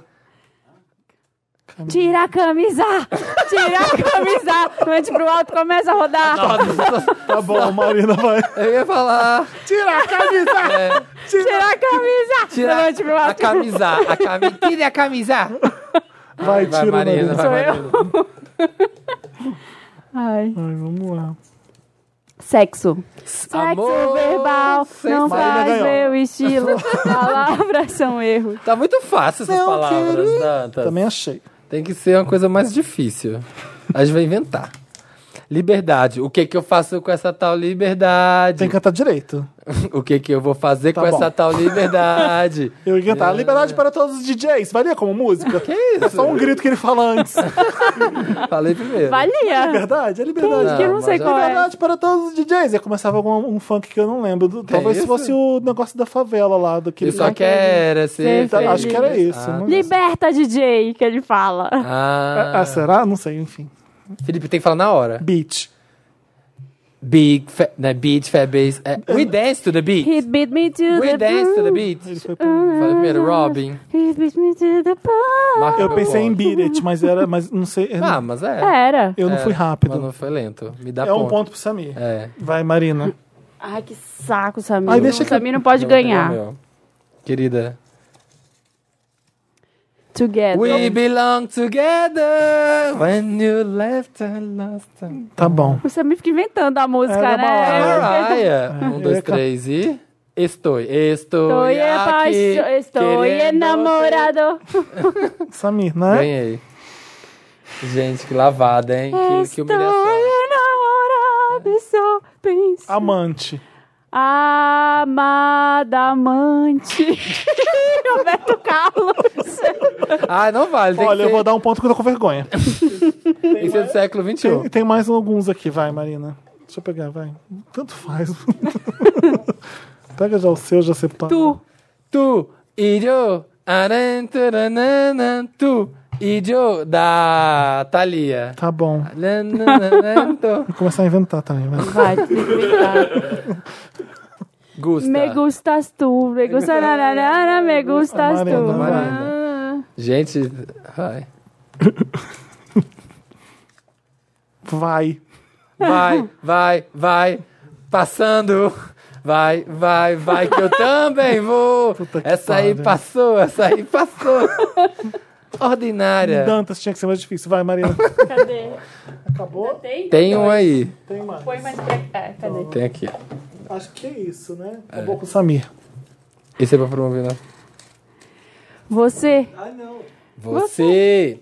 S3: Tira a camisa! tira a camisa, levante pro alto, começa a rodar.
S1: Tá bom, Marina vai.
S2: Eu ia falar.
S1: Tira a camisa!
S2: é,
S3: Tira a camisa,
S2: tira
S3: levante pro alto.
S2: a camisa. A cami... Tire a camisa.
S1: Vai,
S2: Vai,
S1: tira Marina.
S2: Marina. Vai,
S3: Sou eu.
S2: Marina.
S3: Ai.
S1: Ai, vamos lá.
S3: Sexo. Sexo
S2: Amor,
S3: verbal
S2: sexo.
S3: não
S1: Marina
S3: faz
S1: ganhou.
S3: meu estilo. Palavras são erros.
S2: Tá muito fácil essas
S1: Não
S2: palavras,
S1: quero.
S2: Dantas.
S1: Também achei.
S2: Tem que ser uma coisa mais difícil. A gente vai inventar. Liberdade. O que que eu faço com essa tal liberdade?
S1: Tem que cantar direito.
S2: O que que eu vou fazer
S1: Tá
S2: com
S1: bom.
S2: essa tal liberdade?
S1: Eu ia cantar Liberdade para todos os DJs. Valia como música?
S2: que isso?
S1: É só um grito que ele fala antes.
S2: Falei primeiro.
S3: Valia.
S1: Liberdade, é liberdade.
S3: Gente, que eu não
S2: mas
S3: sei
S2: eu-
S3: qual é.
S1: Liberdade para todos os DJs. E começava com um funk que eu não lembro. do- Talvez
S2: isso?
S1: fosse o negócio da favela lá. Do que
S2: Eu só quero é ser
S3: Ser
S2: feliz.
S1: Acho que era isso.
S2: Ah,
S1: não-
S3: Liberta DJ, que ele fala.
S2: Ah.
S1: Ah, será? Não sei, enfim.
S2: Felipe, tem que falar na hora.
S1: Beat.
S2: Big, fa- né? Beat, fat bass. É, we dance to the beat.
S3: He beat me to
S2: We
S3: the
S2: dance to the beat.
S1: Ele
S2: Tipo, Falei
S1: foi pro-
S2: primeiro, Robin.
S3: He beat me to the pub.
S2: Marca
S1: Eu
S2: meu
S1: pensei em
S2: ponto.
S1: Beat It, mas era, mas não sei. eu
S2: Ah,
S1: não-
S2: mas é.
S3: Era.
S1: eu não
S2: é,
S1: fui rápido.
S2: Mas não foi lento. Me dá
S1: é um
S2: ponto.
S1: ponto pro Samir.
S2: É.
S1: Vai, Marina.
S3: Ai, que saco, Samir.
S1: Ai, deixa
S3: o
S1: que-
S3: Samir não pode
S2: Eu vou pegar
S3: ganhar.
S2: o meu. Querida.
S3: Together.
S2: We belong together when you left and lost. and-
S3: É,
S1: Tá bom.
S3: O Samir fica inventando a música,
S1: Era balada.
S3: né?
S2: Mariah. Um, dois,
S1: É.
S2: três e... Estou, estou
S3: Estou
S2: aqui.
S3: apaixo- Estou
S2: querendo
S3: enamorado.
S1: Samir,
S2: te-
S1: né?
S2: Ganhei. Gente, que lavada, hein? Que, que
S3: Estou
S2: humilhação.
S3: enamorado e sou príncipe.
S1: Amante.
S3: Amada amante. Roberto Carlos.
S2: Ah, não vale. Tem
S1: Olha,
S2: que
S1: eu
S2: ser,
S1: vou dar um ponto que eu tô com vergonha.
S2: tem que ser do século um.
S1: Tem,
S2: XXI.
S1: tem mais alguns aqui, vai, Marina. Deixa eu pegar, vai. Tanto faz. Pega já o seu, já separa.
S3: Tu.
S2: Tu e eu, aran, taranana, tu e eu, da Thalia.
S1: Tá bom.
S2: Nananana, tu.
S1: Vou começar a inventar também, vai.
S3: Vai, tem que brincar.
S2: Gusta.
S3: Me gustas tu, me gustas, nananana, me gustas tu.
S2: Marina. Gente, ai.
S1: Vai.
S2: vai, vai, vai, passando. Vai, vai, vai, que eu também vou.
S1: Puta que
S2: Essa aí
S1: pariu.
S2: passou, essa aí passou. Ordinária.
S1: Dantas tinha que ser mais difícil. Vai, Marina.
S3: Ah, Cadê?
S1: Acabou?
S3: Tem?
S2: Tem um aí.
S1: Tem mais.
S3: Põe mais pra cá. é, Cadê?
S2: Tem aqui.
S1: Acho que é isso, né? Acabou com o Samir.
S2: Esse é pra promover, não?
S3: Você.
S4: Ah, não.
S2: Você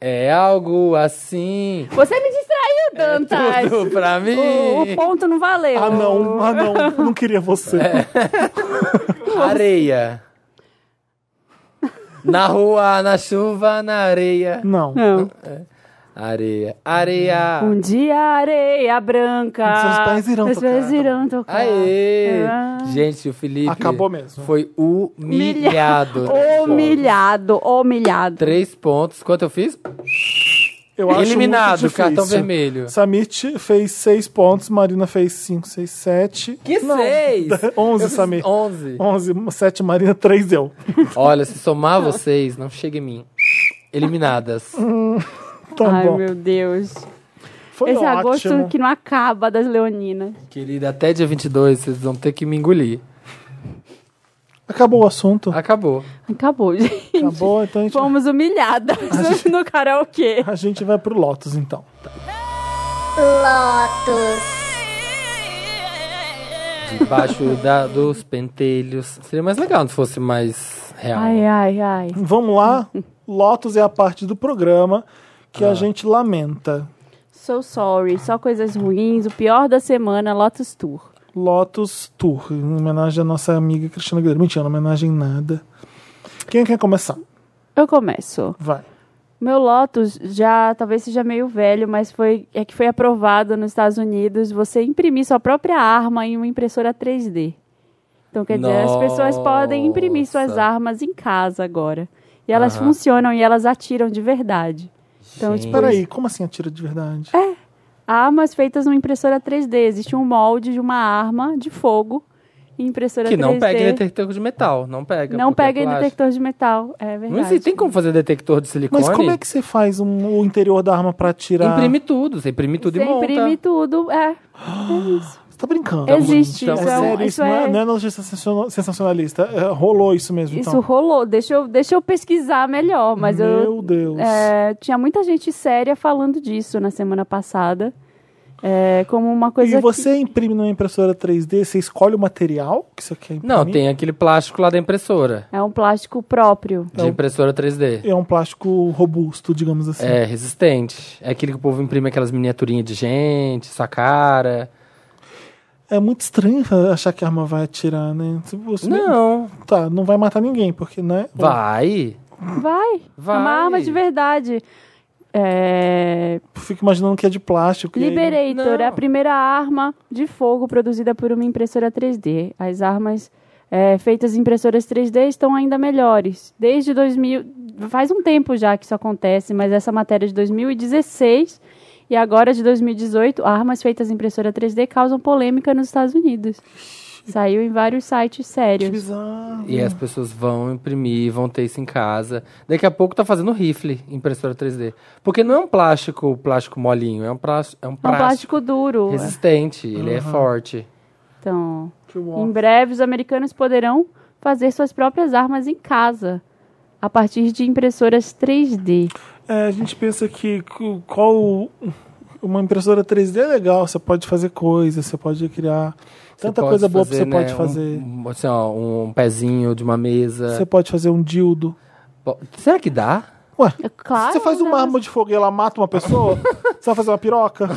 S2: é algo assim.
S3: Você me distraiu, Dantas.
S2: Tudo pra
S3: o, o
S2: mim.
S3: ponto não
S1: É,
S3: valeu.
S1: Ah, não. Ah, não. Eu não queria você.
S2: É. Areia. Na rua, na chuva, na areia.
S1: Não.
S3: Não.
S2: Areia, areia.
S3: Um dia a areia branca.
S1: Seus pés irão
S3: Meus
S1: tocar.
S3: pés irão tocar.
S2: Aê!
S3: Ah.
S2: Gente, o Felipe.
S1: Acabou mesmo.
S2: Foi humilhado.
S3: Humilhado, humilhado.
S2: Três pontos. Quanto eu fiz?
S1: Eu acho
S2: Eliminado,
S1: muito difícil.
S2: cartão vermelho.
S1: Samir te- fez seis pontos, Marina fez cinco, seis, sete.
S2: Que
S1: Não.
S2: seis?
S1: Onze,
S2: Eu fiz
S1: Samir.
S2: Onze.
S1: 11, 7 Marina, 3 eu.
S2: Olha, se somar vocês, não chega em mim. Eliminadas.
S1: Tá
S3: Ai,
S1: bom.
S3: meu Deus.
S1: Foi
S3: Esse
S1: ótimo.
S3: agosto que não acaba das leoninas.
S2: Querida, até dia 22 vocês vão ter que me engolir.
S1: Acabou o assunto.
S2: Acabou.
S3: Acabou, gente.
S1: Acabou, então a gente,
S3: Fomos humilhadas no karaokê.
S1: a gente vai pro Lotus, então.
S5: Lotus.
S2: Debaixo da- dos pentelhos. Seria mais legal se fosse mais real.
S3: Ai, ai, ai.
S1: Vamos lá. Lotus é a parte do programa que
S3: Ah.
S1: a gente lamenta.
S3: So sorry. Só coisas ruins. O pior da semana, Lotus Tour.
S1: Lotus Tour, em homenagem à nossa amiga Cristina Guilherme. Mentira, não é homenagem em nada. Quem quer começar?
S3: Eu começo.
S1: Vai.
S3: Meu Lotus já talvez seja meio velho, mas foi é que foi aprovado nos Estados Unidos você imprimir sua própria arma em uma impressora 3D. Então, quer dizer, as pessoas podem imprimir suas
S2: Nossa.
S3: armas em casa agora. E elas
S2: Aham.
S3: funcionam e elas atiram de verdade. Então,
S2: Gente.
S3: tipo,
S1: Peraí, como assim atira de verdade? É.
S3: armas feitas numa impressora 3D. Existe um molde de uma arma de fogo em impressora
S2: Que
S3: 3D.
S2: não pega em detector de metal. Não pega.
S3: Não
S2: porque é
S3: pega em
S2: plástico.
S3: detector de metal. É verdade.
S2: Não existe. Tem como fazer detector de silicone?
S1: Mas como é que você faz um- o interior da arma pra tirar?
S2: Imprime tudo. Você imprime tudo
S3: Você
S2: e monta.
S3: imprime tudo, é. É isso.
S1: Você tá brincando?
S3: Existe,
S2: então,
S1: É
S3: isso é, um-
S1: sério, isso
S3: isso
S1: não é,
S3: é-
S1: não é notícia sensacional- sensacionalista. É, rolou isso mesmo,
S3: Isso
S1: então.
S3: rolou. Deixa eu, deixa eu pesquisar melhor, mas eu
S1: Meu Deus.
S3: É, tinha muita gente séria falando disso na semana passada. É, como uma coisa
S1: e você imprime numa impressora 3D, você escolhe o material que você quer imprimir?
S2: Não, tem aquele plástico lá da impressora.
S3: que é um plástico próprio.
S2: De impressora 3D.
S1: É um plástico robusto, digamos assim.
S2: É, resistente. É aquele que o povo imprime aquelas miniaturinhas de gente, sua cara.
S1: É muito estranho achar que a arma vai atirar, né? Se você-
S2: Não,
S1: Tá, não vai matar ninguém, porque, né?
S2: vai.
S3: Vai,
S2: Vai.
S3: É uma arma de verdade. É,
S1: Eu fico imaginando que é de plástico. e aí-
S3: Liberator é a
S2: Não.
S3: primeira arma de fogo produzida por uma impressora 3D. As armas é, feitas em impressoras 3D estão ainda melhores. Desde 2000, faz um tempo já que isso acontece, mas essa matéria é de 2016 e agora de 2018, armas feitas em impressora 3D causam polêmica nos Estados Unidos. Saiu em vários sites
S1: Que
S3: sérios.
S1: é
S3: É
S1: bizarro.
S2: E as pessoas vão imprimir, vão ter isso em casa. Daqui a pouco tá fazendo rifle, impressora 3D. Porque não é um plástico, plástico molinho, é um, plástico, é um
S3: É um
S2: plástico,
S3: plástico duro.
S2: resistente, ele é forte.
S3: Então,
S1: Que
S3: Em
S1: uau.
S3: breve, os americanos poderão fazer suas próprias armas em casa, a partir de impressoras 3D.
S1: É, a gente pensa que cu- qual. Uma impressora 3D é legal, você pode fazer coisas, você pode criar
S2: Você
S1: tanta
S2: pode
S1: coisa boa que
S2: fazer,
S1: você
S2: né,
S1: pode
S2: um- É.
S1: fazer.
S2: Um, assim, ó, um pezinho de uma mesa.
S1: Você pode fazer um dildo.
S2: Bo- Será que dá?
S1: Ué,
S3: É claro.
S1: você faz
S3: né?
S1: uma arma de fogo e ela mata uma pessoa? você vai fazer uma piroca?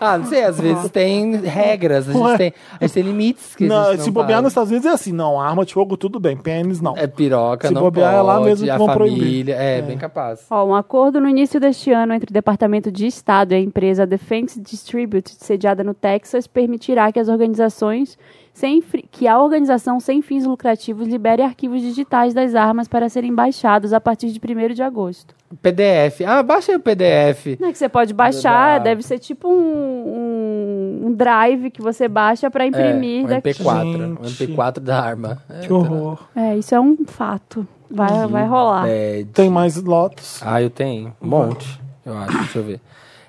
S2: Ah, não sei, às vezes tem regras, a gente,
S1: Ué.
S2: tem, a gente tem limites que a
S1: Não,
S2: gente não
S1: se bobear
S2: faz.
S1: nos Estados Unidos é assim, não, arma de fogo tudo bem, pênis não.
S2: É piroca,
S1: Se
S2: não
S1: bobear,
S2: pode,
S1: é lá mesmo que
S2: a
S1: vão proibir.
S2: família, é, bem capaz.
S3: Ó, um acordo no início deste ano entre o Departamento de Estado e a empresa Defense Distribute, sediada no Texas, permitirá que as organizações sem fri- que a organização sem fins lucrativos libere arquivos digitais das armas para serem baixados a partir de 1 de agosto.
S2: PDF, ah, baixa aí o PDF.
S3: Não é que você pode baixar,
S2: Verdade.
S3: deve ser tipo um, um- um drive que você baixa para imprimir
S2: é, um
S3: daqui.
S2: MP4, um
S1: Gente.
S2: MP4 da arma. É,
S1: Que horror.
S3: É, isso é um fato. Vai, Ah,
S1: Uhum.
S3: vai rolar.
S2: é,
S1: Tem mais lotos.
S2: Ah, eu tenho. Um monte, eu acho. Deixa eu ver.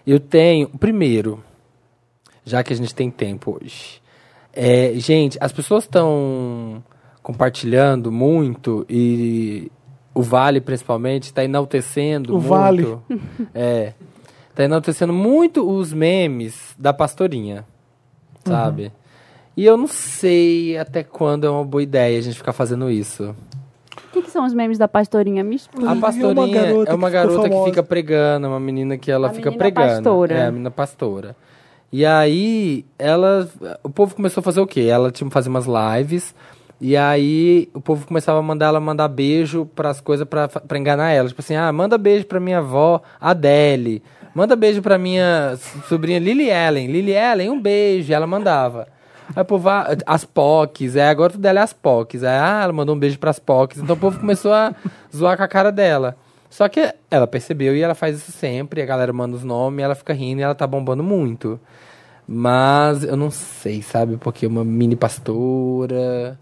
S2: Eu tenho. Primeiro, já que a gente tem tempo hoje. É, gente, as pessoas estão compartilhando muito e o Vale, principalmente, está enaltecendo
S1: O
S2: muito.
S1: Vale.
S2: É. Tá enaltecendo muito os memes da pastorinha. Sabe?
S1: Uhum.
S2: E eu não sei até quando é uma boa ideia a gente ficar fazendo isso.
S3: O que, que são os memes da pastorinha? Me explica.
S2: A
S1: E
S2: pastorinha
S1: é uma garota
S2: é
S1: que
S2: uma
S1: ficou
S2: garota que
S1: famosa.
S2: fica pregando, é uma menina que ela
S3: A
S2: fica
S3: menina
S2: pregando.
S3: pastora.
S2: É, a menina pastora. E aí, ela. O povo começou a fazer o quê? Ela tinha que fazer umas lives. E aí, o povo começava a mandar ela mandar beijo pras coisas pra, pra enganar ela. Tipo assim, ah, manda beijo pra minha avó, Adele. Manda beijo pra minha sobrinha Lily Ellen. Lily Ellen, um beijo. E ela mandava. Aí o povo, ah, as POCs, é, agora tudo dela é as POCs. Aí, ah, ela mandou um beijo pras POCs. Então o povo começou a zoar com a cara dela. Só que ela percebeu e ela faz isso sempre, a galera manda os nomes, ela fica rindo e ela tá bombando muito. Mas eu não sei, sabe? Porque é uma mini pastora.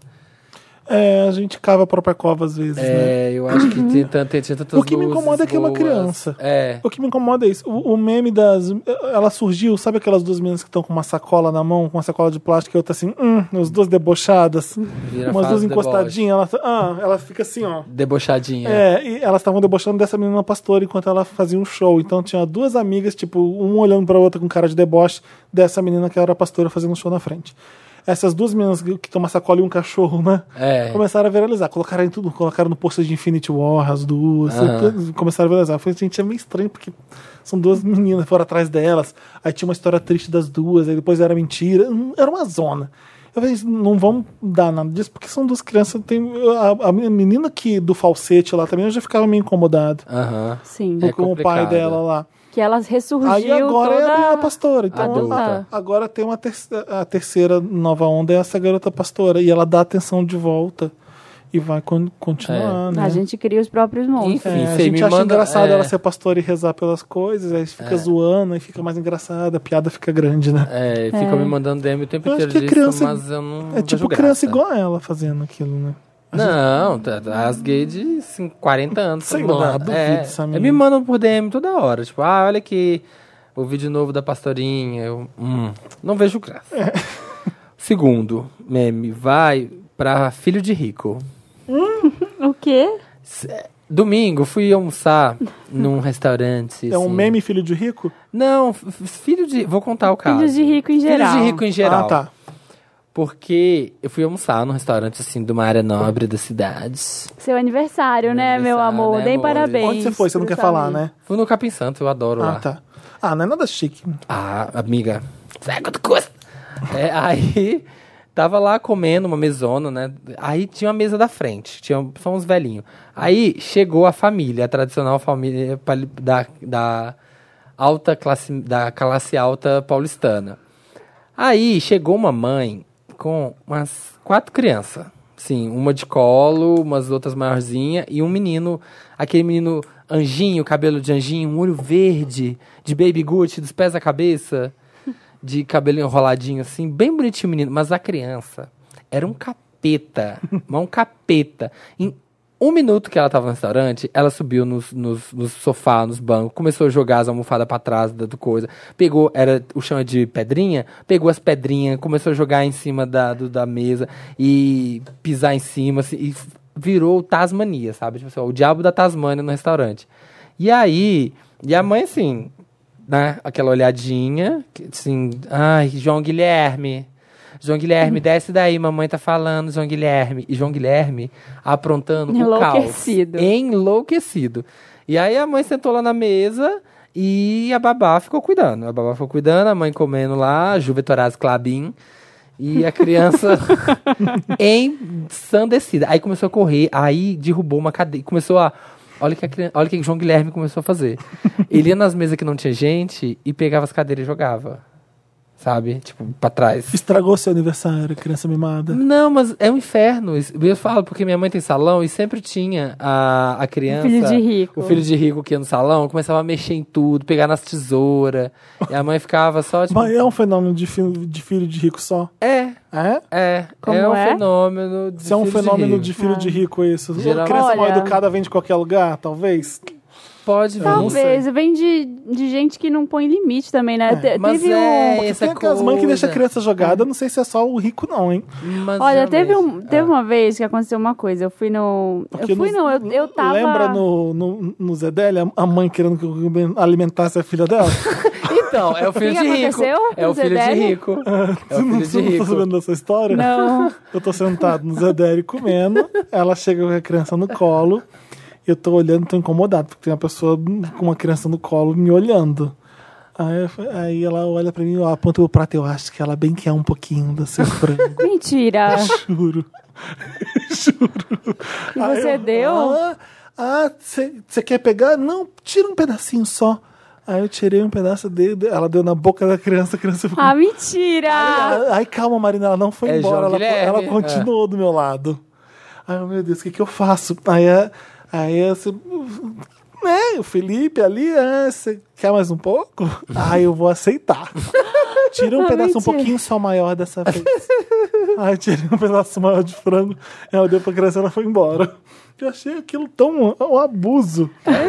S1: É, a gente cava a própria cova às vezes, né?
S2: É, eu acho que tem, tan- tem, tem tantas
S1: O que me
S2: luzes
S1: incomoda é que é uma
S2: boas.
S1: criança.
S2: É.
S1: O que me incomoda é isso. O, o meme das. Ela surgiu, sabe aquelas duas meninas que estão com uma sacola na mão, com uma sacola de plástico e outra assim, hum, as duas debochadas,
S2: Vira
S1: umas
S2: fase
S1: duas
S2: deboche.
S1: encostadinhas, ela, ah, ela fica assim, ó.
S2: Debochadinha.
S1: É, e elas estavam debochando dessa menina pastora enquanto ela fazia um show. Então tinha duas amigas, tipo, um olhando pra outra com cara de deboche dessa menina que era pastora fazendo um show na frente. Essas duas meninas que que tomam sacola e um cachorro, né?
S2: É.
S1: Começaram a viralizar. Colocaram em tudo, colocaram no posto de Infinity War as duas.
S2: Aham.
S1: Começaram a viralizar. Eu Falei, gente, é meio estranho, porque são duas meninas, foram atrás delas. Aí tinha uma história triste das duas, aí depois era mentira. Hum, Era uma zona. Eu falei, não vamos dar nada disso, porque são duas crianças. Tem, a, a menina que do falsete lá também, eu já ficava meio incomodado.
S2: Aham.
S3: Sim.
S2: É.
S1: com o pai
S2: complicado.
S1: dela lá.
S3: Que elas ressurgiu
S1: Aí agora é
S3: toda...
S1: a menina pastora. Então
S2: adulta.
S1: a- agora tem uma terceira, a terceira nova onda é essa garota pastora. E ela dá atenção de volta. e vai con- continuar, né?
S3: É. A gente cria os próprios monstros.
S1: É,
S2: Enfim,
S1: a
S2: você
S1: gente
S2: me
S1: acha
S2: manda-
S1: engraçado
S2: é.
S1: ela ser pastora e rezar pelas coisas, aí fica zoando, aí fica mais engraçada, a piada fica grande, né?
S2: É, fica me mandando DM o tempo
S1: Eu acho
S2: inteiro
S1: que é
S2: disso,
S1: criança-
S2: mas eu não
S1: É tipo
S2: vejo
S1: criança
S2: graça.
S1: igual a ela fazendo aquilo, né?
S2: Não, tá- tá- as gays de assim, 40 anos.
S1: Sei
S2: todo mundo
S1: lá,
S2: lá.
S1: duvido
S2: é,
S1: essa
S2: é,
S1: menina.
S2: Me mandam por DM toda hora. Tipo, ah, olha aqui o vídeo novo da pastorinha. Eu, hum, não vejo graça.
S1: É.
S2: Segundo meme, vai pra Filho de Rico.
S3: O quê?
S2: S- Domingo, fui almoçar num restaurante.
S1: É um
S2: assim.
S1: meme filho de rico?
S2: Não, f- f- filho de. Vou contar o caso.
S3: Filhos de rico em geral.
S2: Filhos de rico em geral.
S1: Ah, tá.
S2: Porque eu fui almoçar num restaurante, assim, de uma área nobre da cidade.
S3: Seu aniversário, né,
S2: Aniversário,
S3: meu amor?
S2: né,
S3: Deem
S2: amor?
S3: parabéns.
S1: Onde você foi? Você não
S3: pro
S1: quer falar,
S3: Samir.
S1: né?
S2: Fui no Capim Santo, eu adoro lá.
S1: Ah, tá. Ah, não é nada chique.
S2: Ah, amiga, sabe quanto custa? É, aí, tava lá comendo uma mesona, né? Aí tinha uma mesa da frente, tinha um, só uns velhinhos. Aí chegou a família, a tradicional família pali- da, da alta classe, da classe alta paulistana. Aí chegou uma mãe com umas quatro crianças. Sim, uma de colo, umas outras maiorzinha e um menino, aquele menino anjinho, cabelo de anjinho, um olho verde, de baby Gucci, dos pés à cabeça, de cabelo enroladinho assim, bem bonitinho o menino, mas a criança era um capeta, mas um capeta. Em um minuto que ela tava no restaurante, ela subiu nos, nos, nos sofá, nos bancos, começou a jogar as almofadas pra trás da do coisa. Pegou, era o chão é de pedrinha, pegou as pedrinhas, começou a jogar em cima da, do- da mesa e pisar em cima, assim, e f- virou Tasmania, sabe? Tipo assim, ó, o diabo da Tasmania no restaurante. E aí, e a mãe assim, né? Aquela olhadinha, que, assim, ai, João Guilherme. João Guilherme, desce daí, mamãe tá falando, João Guilherme. E João Guilherme aprontando o caos.
S3: Enlouquecido.
S2: Enlouquecido. E aí a mãe sentou lá na mesa e a babá ficou cuidando. A babá ficou cuidando, a mãe comendo lá, a Ju Vitoraz Clabin. E a criança ensandecida. Aí começou a correr, aí derrubou uma cadeira. Começou a. Olha que a criança, olha que o João Guilherme começou a fazer. Ele ia nas mesas que não tinha gente e pegava as cadeiras e jogava. Sabe? Tipo, pra trás.
S1: Estragou seu aniversário, criança mimada.
S2: Não, mas é um inferno. isso. Eu falo porque minha mãe tem salão e sempre tinha a, a criança.
S3: Filho de rico.
S2: O filho de rico que ia no salão começava a mexer em tudo, pegar nas tesouras. e a mãe ficava só tipo.
S1: Mas é um fenômeno de, fi- de filho de rico só.
S2: É,
S1: É?
S2: é.
S3: Como
S2: é um
S3: é?
S2: fenômeno. De
S1: Se é um
S2: filho
S1: fenômeno
S2: rico. É.
S1: de filho de rico é isso.
S2: Geralmente-
S1: Criança mal
S3: Olha.
S1: educada vem de qualquer lugar, talvez.
S2: Pode vir.
S3: Talvez, vem de, de gente que não põe limite também, né? Te-
S2: Mas
S3: teve
S2: é
S3: um.
S2: essa
S1: Tem aquelas mães que deixam a criança jogada, não sei se é só o rico, não, hein?
S2: Mas
S3: Olha,
S2: realmente,
S3: teve, um,
S2: é.
S3: teve uma vez que aconteceu uma coisa. Eu fui no.
S1: Porque
S3: eu fui
S1: no-
S3: não, eu, eu tava.
S1: Lembra no, no, no Zé Deli, a- a mãe querendo que o- alimentasse a filha dela?
S2: Então, é o filho
S3: O que
S2: de rico.
S3: aconteceu
S2: É o
S3: com o
S2: filho de
S3: Zedélio?
S2: rico. É
S1: Você
S2: o
S1: não,
S2: filho
S1: você
S2: de
S1: não tá sabendo
S2: rico.
S1: dessa história?
S3: Não.
S1: Eu tô sentado no Zedério comendo, ela chega com a criança no colo, eu tô olhando, tô incomodado, porque tem uma pessoa com uma criança no colo me olhando. Aí, eu fa- aí ela olha pra mim, ó, aponta o prato, eu acho que ela bem quer um pouquinho do seu frango,
S3: Mentira.
S1: juro.
S3: E você
S1: eu,
S3: deu?
S1: Ah, você quer pegar? Não, tira um pedacinho só. Aí eu tirei um pedaço dele, ela deu na boca da criança, a criança ficou
S3: Ah, mentira!
S1: Ai, calma, Marina, ela não foi
S2: É
S1: embora.
S2: João
S1: Ela, ela
S2: Guilherme.
S1: continuou do meu lado. Ai, meu Deus, o que, que eu faço? Aí, é- aí é assim, né, o Felipe ali, é, você quer mais um pouco? Ai, eu vou aceitar. Tira um
S3: Ah,
S1: pedaço um
S3: mentira.
S1: pouquinho só maior dessa vez. Ai, tirei um pedaço maior de frango. Ela deu pra criança e ela foi embora. Eu achei aquilo tão um abuso.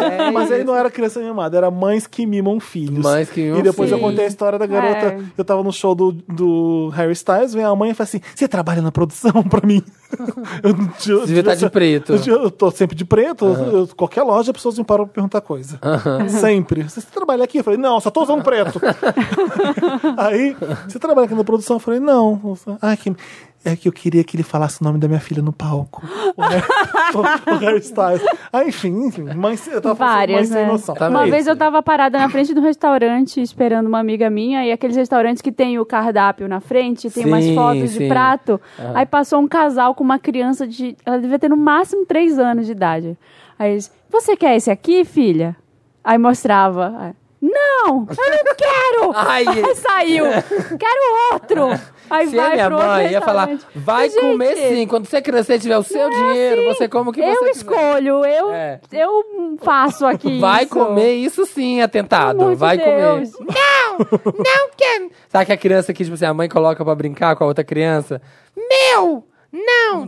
S2: É,
S1: Mas aí não era criança mimada, era mães que mimam filhos.
S2: Mães que mimam
S1: E depois eu
S3: filhos.
S1: contei a história da garota.
S3: É.
S1: Eu tava no show do, do Harry Styles, vem a mãe e fala assim: Você trabalha na produção pra mim? eu não tinha-
S2: Devia estar de preto.
S1: Eu, tinha- eu tô sempre de preto. eu- qualquer loja, as pessoas me param pra perguntar coisa. Sempre. Você trabalha aqui? Eu falei: Não, só tô usando preto. aí, você trabalha aqui na produção? Eu falei: Não. Ah, que. É que eu queria que ele falasse o nome da minha filha no palco. O Harry, o Harry Styles. Ah, enfim, enfim. Mãe, eu tava falando sobre
S3: Várias,
S1: mãe sem
S3: né?
S1: noção.
S2: Tá
S3: Uma
S2: Isso.
S3: vez eu tava parada na frente do restaurante esperando uma amiga minha, e aqueles restaurantes que tem o cardápio na frente, tem umas
S2: Sim,
S3: fotos de
S2: sim.
S3: prato. Aí passou um casal com uma criança de. Ela devia ter no máximo três anos de idade. Aí eles, você quer esse aqui, filha? Aí mostrava. Aí, Não! Eu não quero!
S2: Ai,
S3: Aí saiu! Quero outro! Aí
S2: Se
S3: vai
S2: a minha
S3: pro outro
S2: mãe ia falar,
S3: restaurante.
S2: vai
S3: Gente,
S2: comer sim, quando você crescer e tiver o seu dinheiro, você come o que
S3: eu
S2: você quiser.
S3: escolho, eu,
S2: É.
S3: eu faço aqui.
S2: Vai
S3: isso.
S2: comer isso sim, atentado.
S3: Pelo amor de
S2: vai comer.
S3: Deus.
S2: Não quero. Sabe que a criança que, tipo assim, a mãe coloca pra brincar com a outra criança? Meu! Não!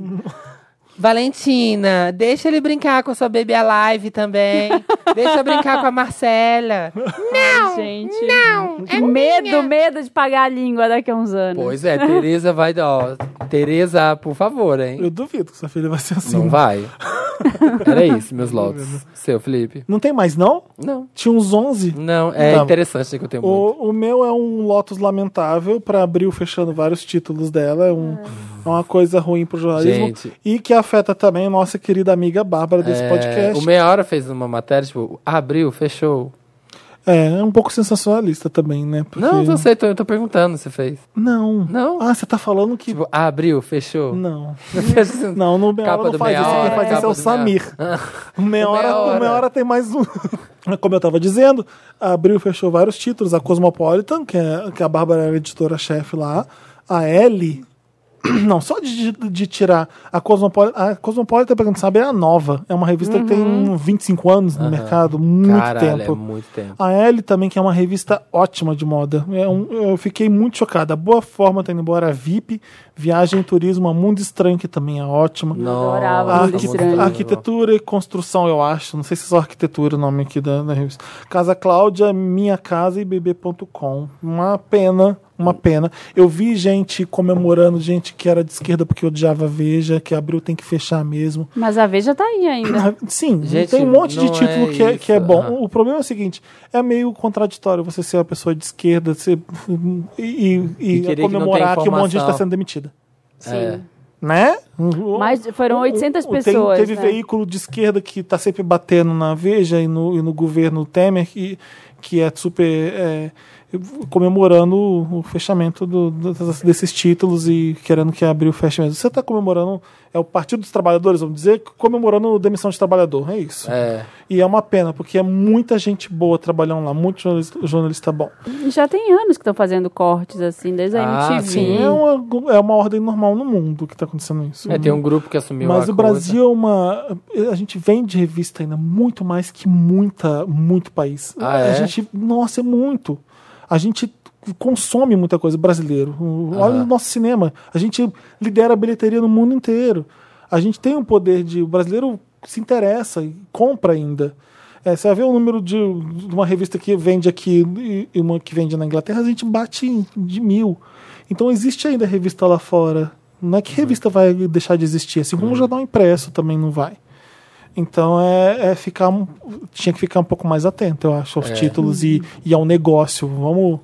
S2: Valentina, deixa ele brincar com a sua Baby Alive também. deixa eu brincar com a Marcela.
S3: Não, gente. Não, é medo, medo de pagar a língua daqui a uns anos.
S2: Pois é, Tereza vai dar. ó, Tereza, por favor, hein?
S1: Eu duvido que sua filha vai ser assim.
S2: Não vai. Era isso, meus lotes. Seu, Felipe?
S1: Não tem mais, não?
S2: Não.
S1: Tinha uns 11.
S2: Não, é
S1: Tá.
S2: interessante né, que eu tenho muito.
S1: O, o meu é um Lotus lamentável pra abril fechando vários títulos dela. É, um- é uma coisa ruim pro jornalismo.
S2: Gente.
S1: E que afeta também nossa querida amiga Bárbara desse
S2: É,
S1: podcast.
S2: O Meia Hora fez uma matéria, tipo, abriu, fechou.
S1: É, é um pouco sensacionalista também, né? Porque-
S2: Não, não sei, tô, eu tô perguntando se fez.
S1: Não.
S2: Não.
S1: Ah, você tá falando que.
S2: Tipo, abriu, fechou. assim,
S1: Não. Não, no Meia
S2: Capa
S1: Hora não
S2: do
S1: faz
S2: Meia
S1: isso.
S2: Hora,
S1: Quem faz
S2: capa
S1: isso é o
S2: do Meia
S1: Samir. O Meia
S2: O Meia
S1: Hora, o
S2: Hora.
S1: meia hora tem mais um. Como eu tava dizendo, abriu e fechou vários títulos. A Cosmopolitan, que, é, que a Bárbara era editora-chefe lá. A L. Não, só de, de- de tirar. A Cosmopolitan, a Cosmopolitan, pra quem não sabe, é a nova. É uma revista que tem 25 anos no mercado. Muito
S2: Uhum. Caralho,
S1: tempo.
S2: é muito tempo.
S1: A Elle também, que é uma revista ótima de moda. É um- eu fiquei muito chocada. Boa forma tá indo embora. A VIP, Viagem e Turismo, a Mundo Estranho, que também é ótima.
S3: adorava
S1: A
S2: tá
S3: Mundo
S1: arqui-
S3: Estranho.
S1: arquitetura e construção, eu acho. Não sei se é só arquitetura o nome aqui da, da revista. Casa Cláudia, Minha Casa e BB.com. Uma pena, uma pena. Eu vi gente comemorando, gente que era de esquerda porque odiava a Veja, que abriu tem que fechar mesmo.
S3: Mas a Veja tá aí
S1: Ah,
S3: ainda.
S1: Sim,
S2: Gente,
S1: tem um monte de
S2: não
S1: título
S2: é
S1: que, é, que é
S2: isso.
S1: bom.
S2: Aham.
S1: O problema é o seguinte: é meio contraditório você ser uma pessoa de esquerda ser- e, e- e
S2: E querer que não
S1: comemorar
S2: tenha
S1: que, um monte de gente
S2: informação.
S1: está sendo demitida.
S3: Sim.
S2: É,
S1: Né?
S3: Mas foram
S1: O- o-
S3: 800
S1: o- tem-
S3: pessoas,
S1: Teve
S3: né?
S1: veículo de esquerda que está sempre batendo na Veja e no, e no governo Temer, que, que é super. é, comemorando o o fechamento do- dessas- desses títulos e querendo que abriu o feche mesmo. Você está comemorando, é o Partido dos Trabalhadores, vamos dizer, comemorando a demissão de trabalhador, é isso.
S2: É.
S1: E é uma pena, porque é muita gente boa trabalhando lá, muito jornalista, jornalista bom.
S3: E Já tem anos que estão fazendo cortes, assim, desde a
S2: Ah,
S3: MTV.
S2: sim.
S1: É uma, é uma ordem normal no mundo que está acontecendo isso.
S2: É, tem um grupo que assumiu
S1: Mas
S2: a
S1: o
S2: coisa.
S1: Brasil é uma. A gente vende revista ainda muito mais que muita, muito país.
S2: Ah, é?
S1: A gente. Nossa, é muito. A gente consome muita coisa brasileiro. O- Olha
S2: Aham.
S1: o nosso cinema. A gente lidera a bilheteria no mundo inteiro. A gente tem um poder de. O brasileiro se interessa e compra ainda. É, você vai ver o número de, de uma revista que vende aqui e- e uma que vende na Inglaterra, a gente bate em- de mil. Então existe ainda revista lá fora. Não é que revista vai deixar de existir, assim como o jornal impresso também não vai. Então é, é ficar. um- Tinha que ficar um pouco mais atento, eu acho, aos
S2: É.
S1: títulos e, e ao negócio. Vamos.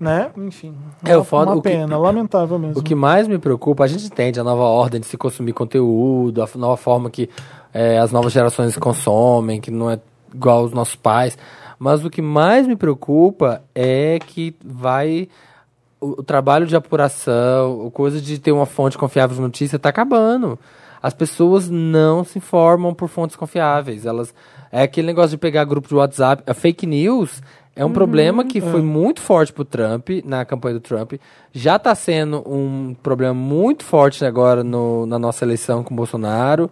S1: Né? Enfim.
S2: É, o
S1: uma,
S2: foda-
S1: uma
S2: o que-
S1: pena, lamentável mesmo.
S2: O que mais me preocupa, a gente entende a nova ordem de se consumir conteúdo, a f- nova forma que eh, as novas gerações consomem, que não é igual aos nossos pais. Mas o que mais me preocupa é que vai. O, o trabalho de apuração, a coisa de ter uma fonte confiável de notícia, tá acabando. As pessoas não se informam por fontes confiáveis. Elas. É aquele negócio de pegar grupo de WhatsApp. A fake news é um problema que foi muito forte pro Trump, na campanha do Trump. Já está sendo um problema muito forte agora no- na nossa eleição com o Bolsonaro.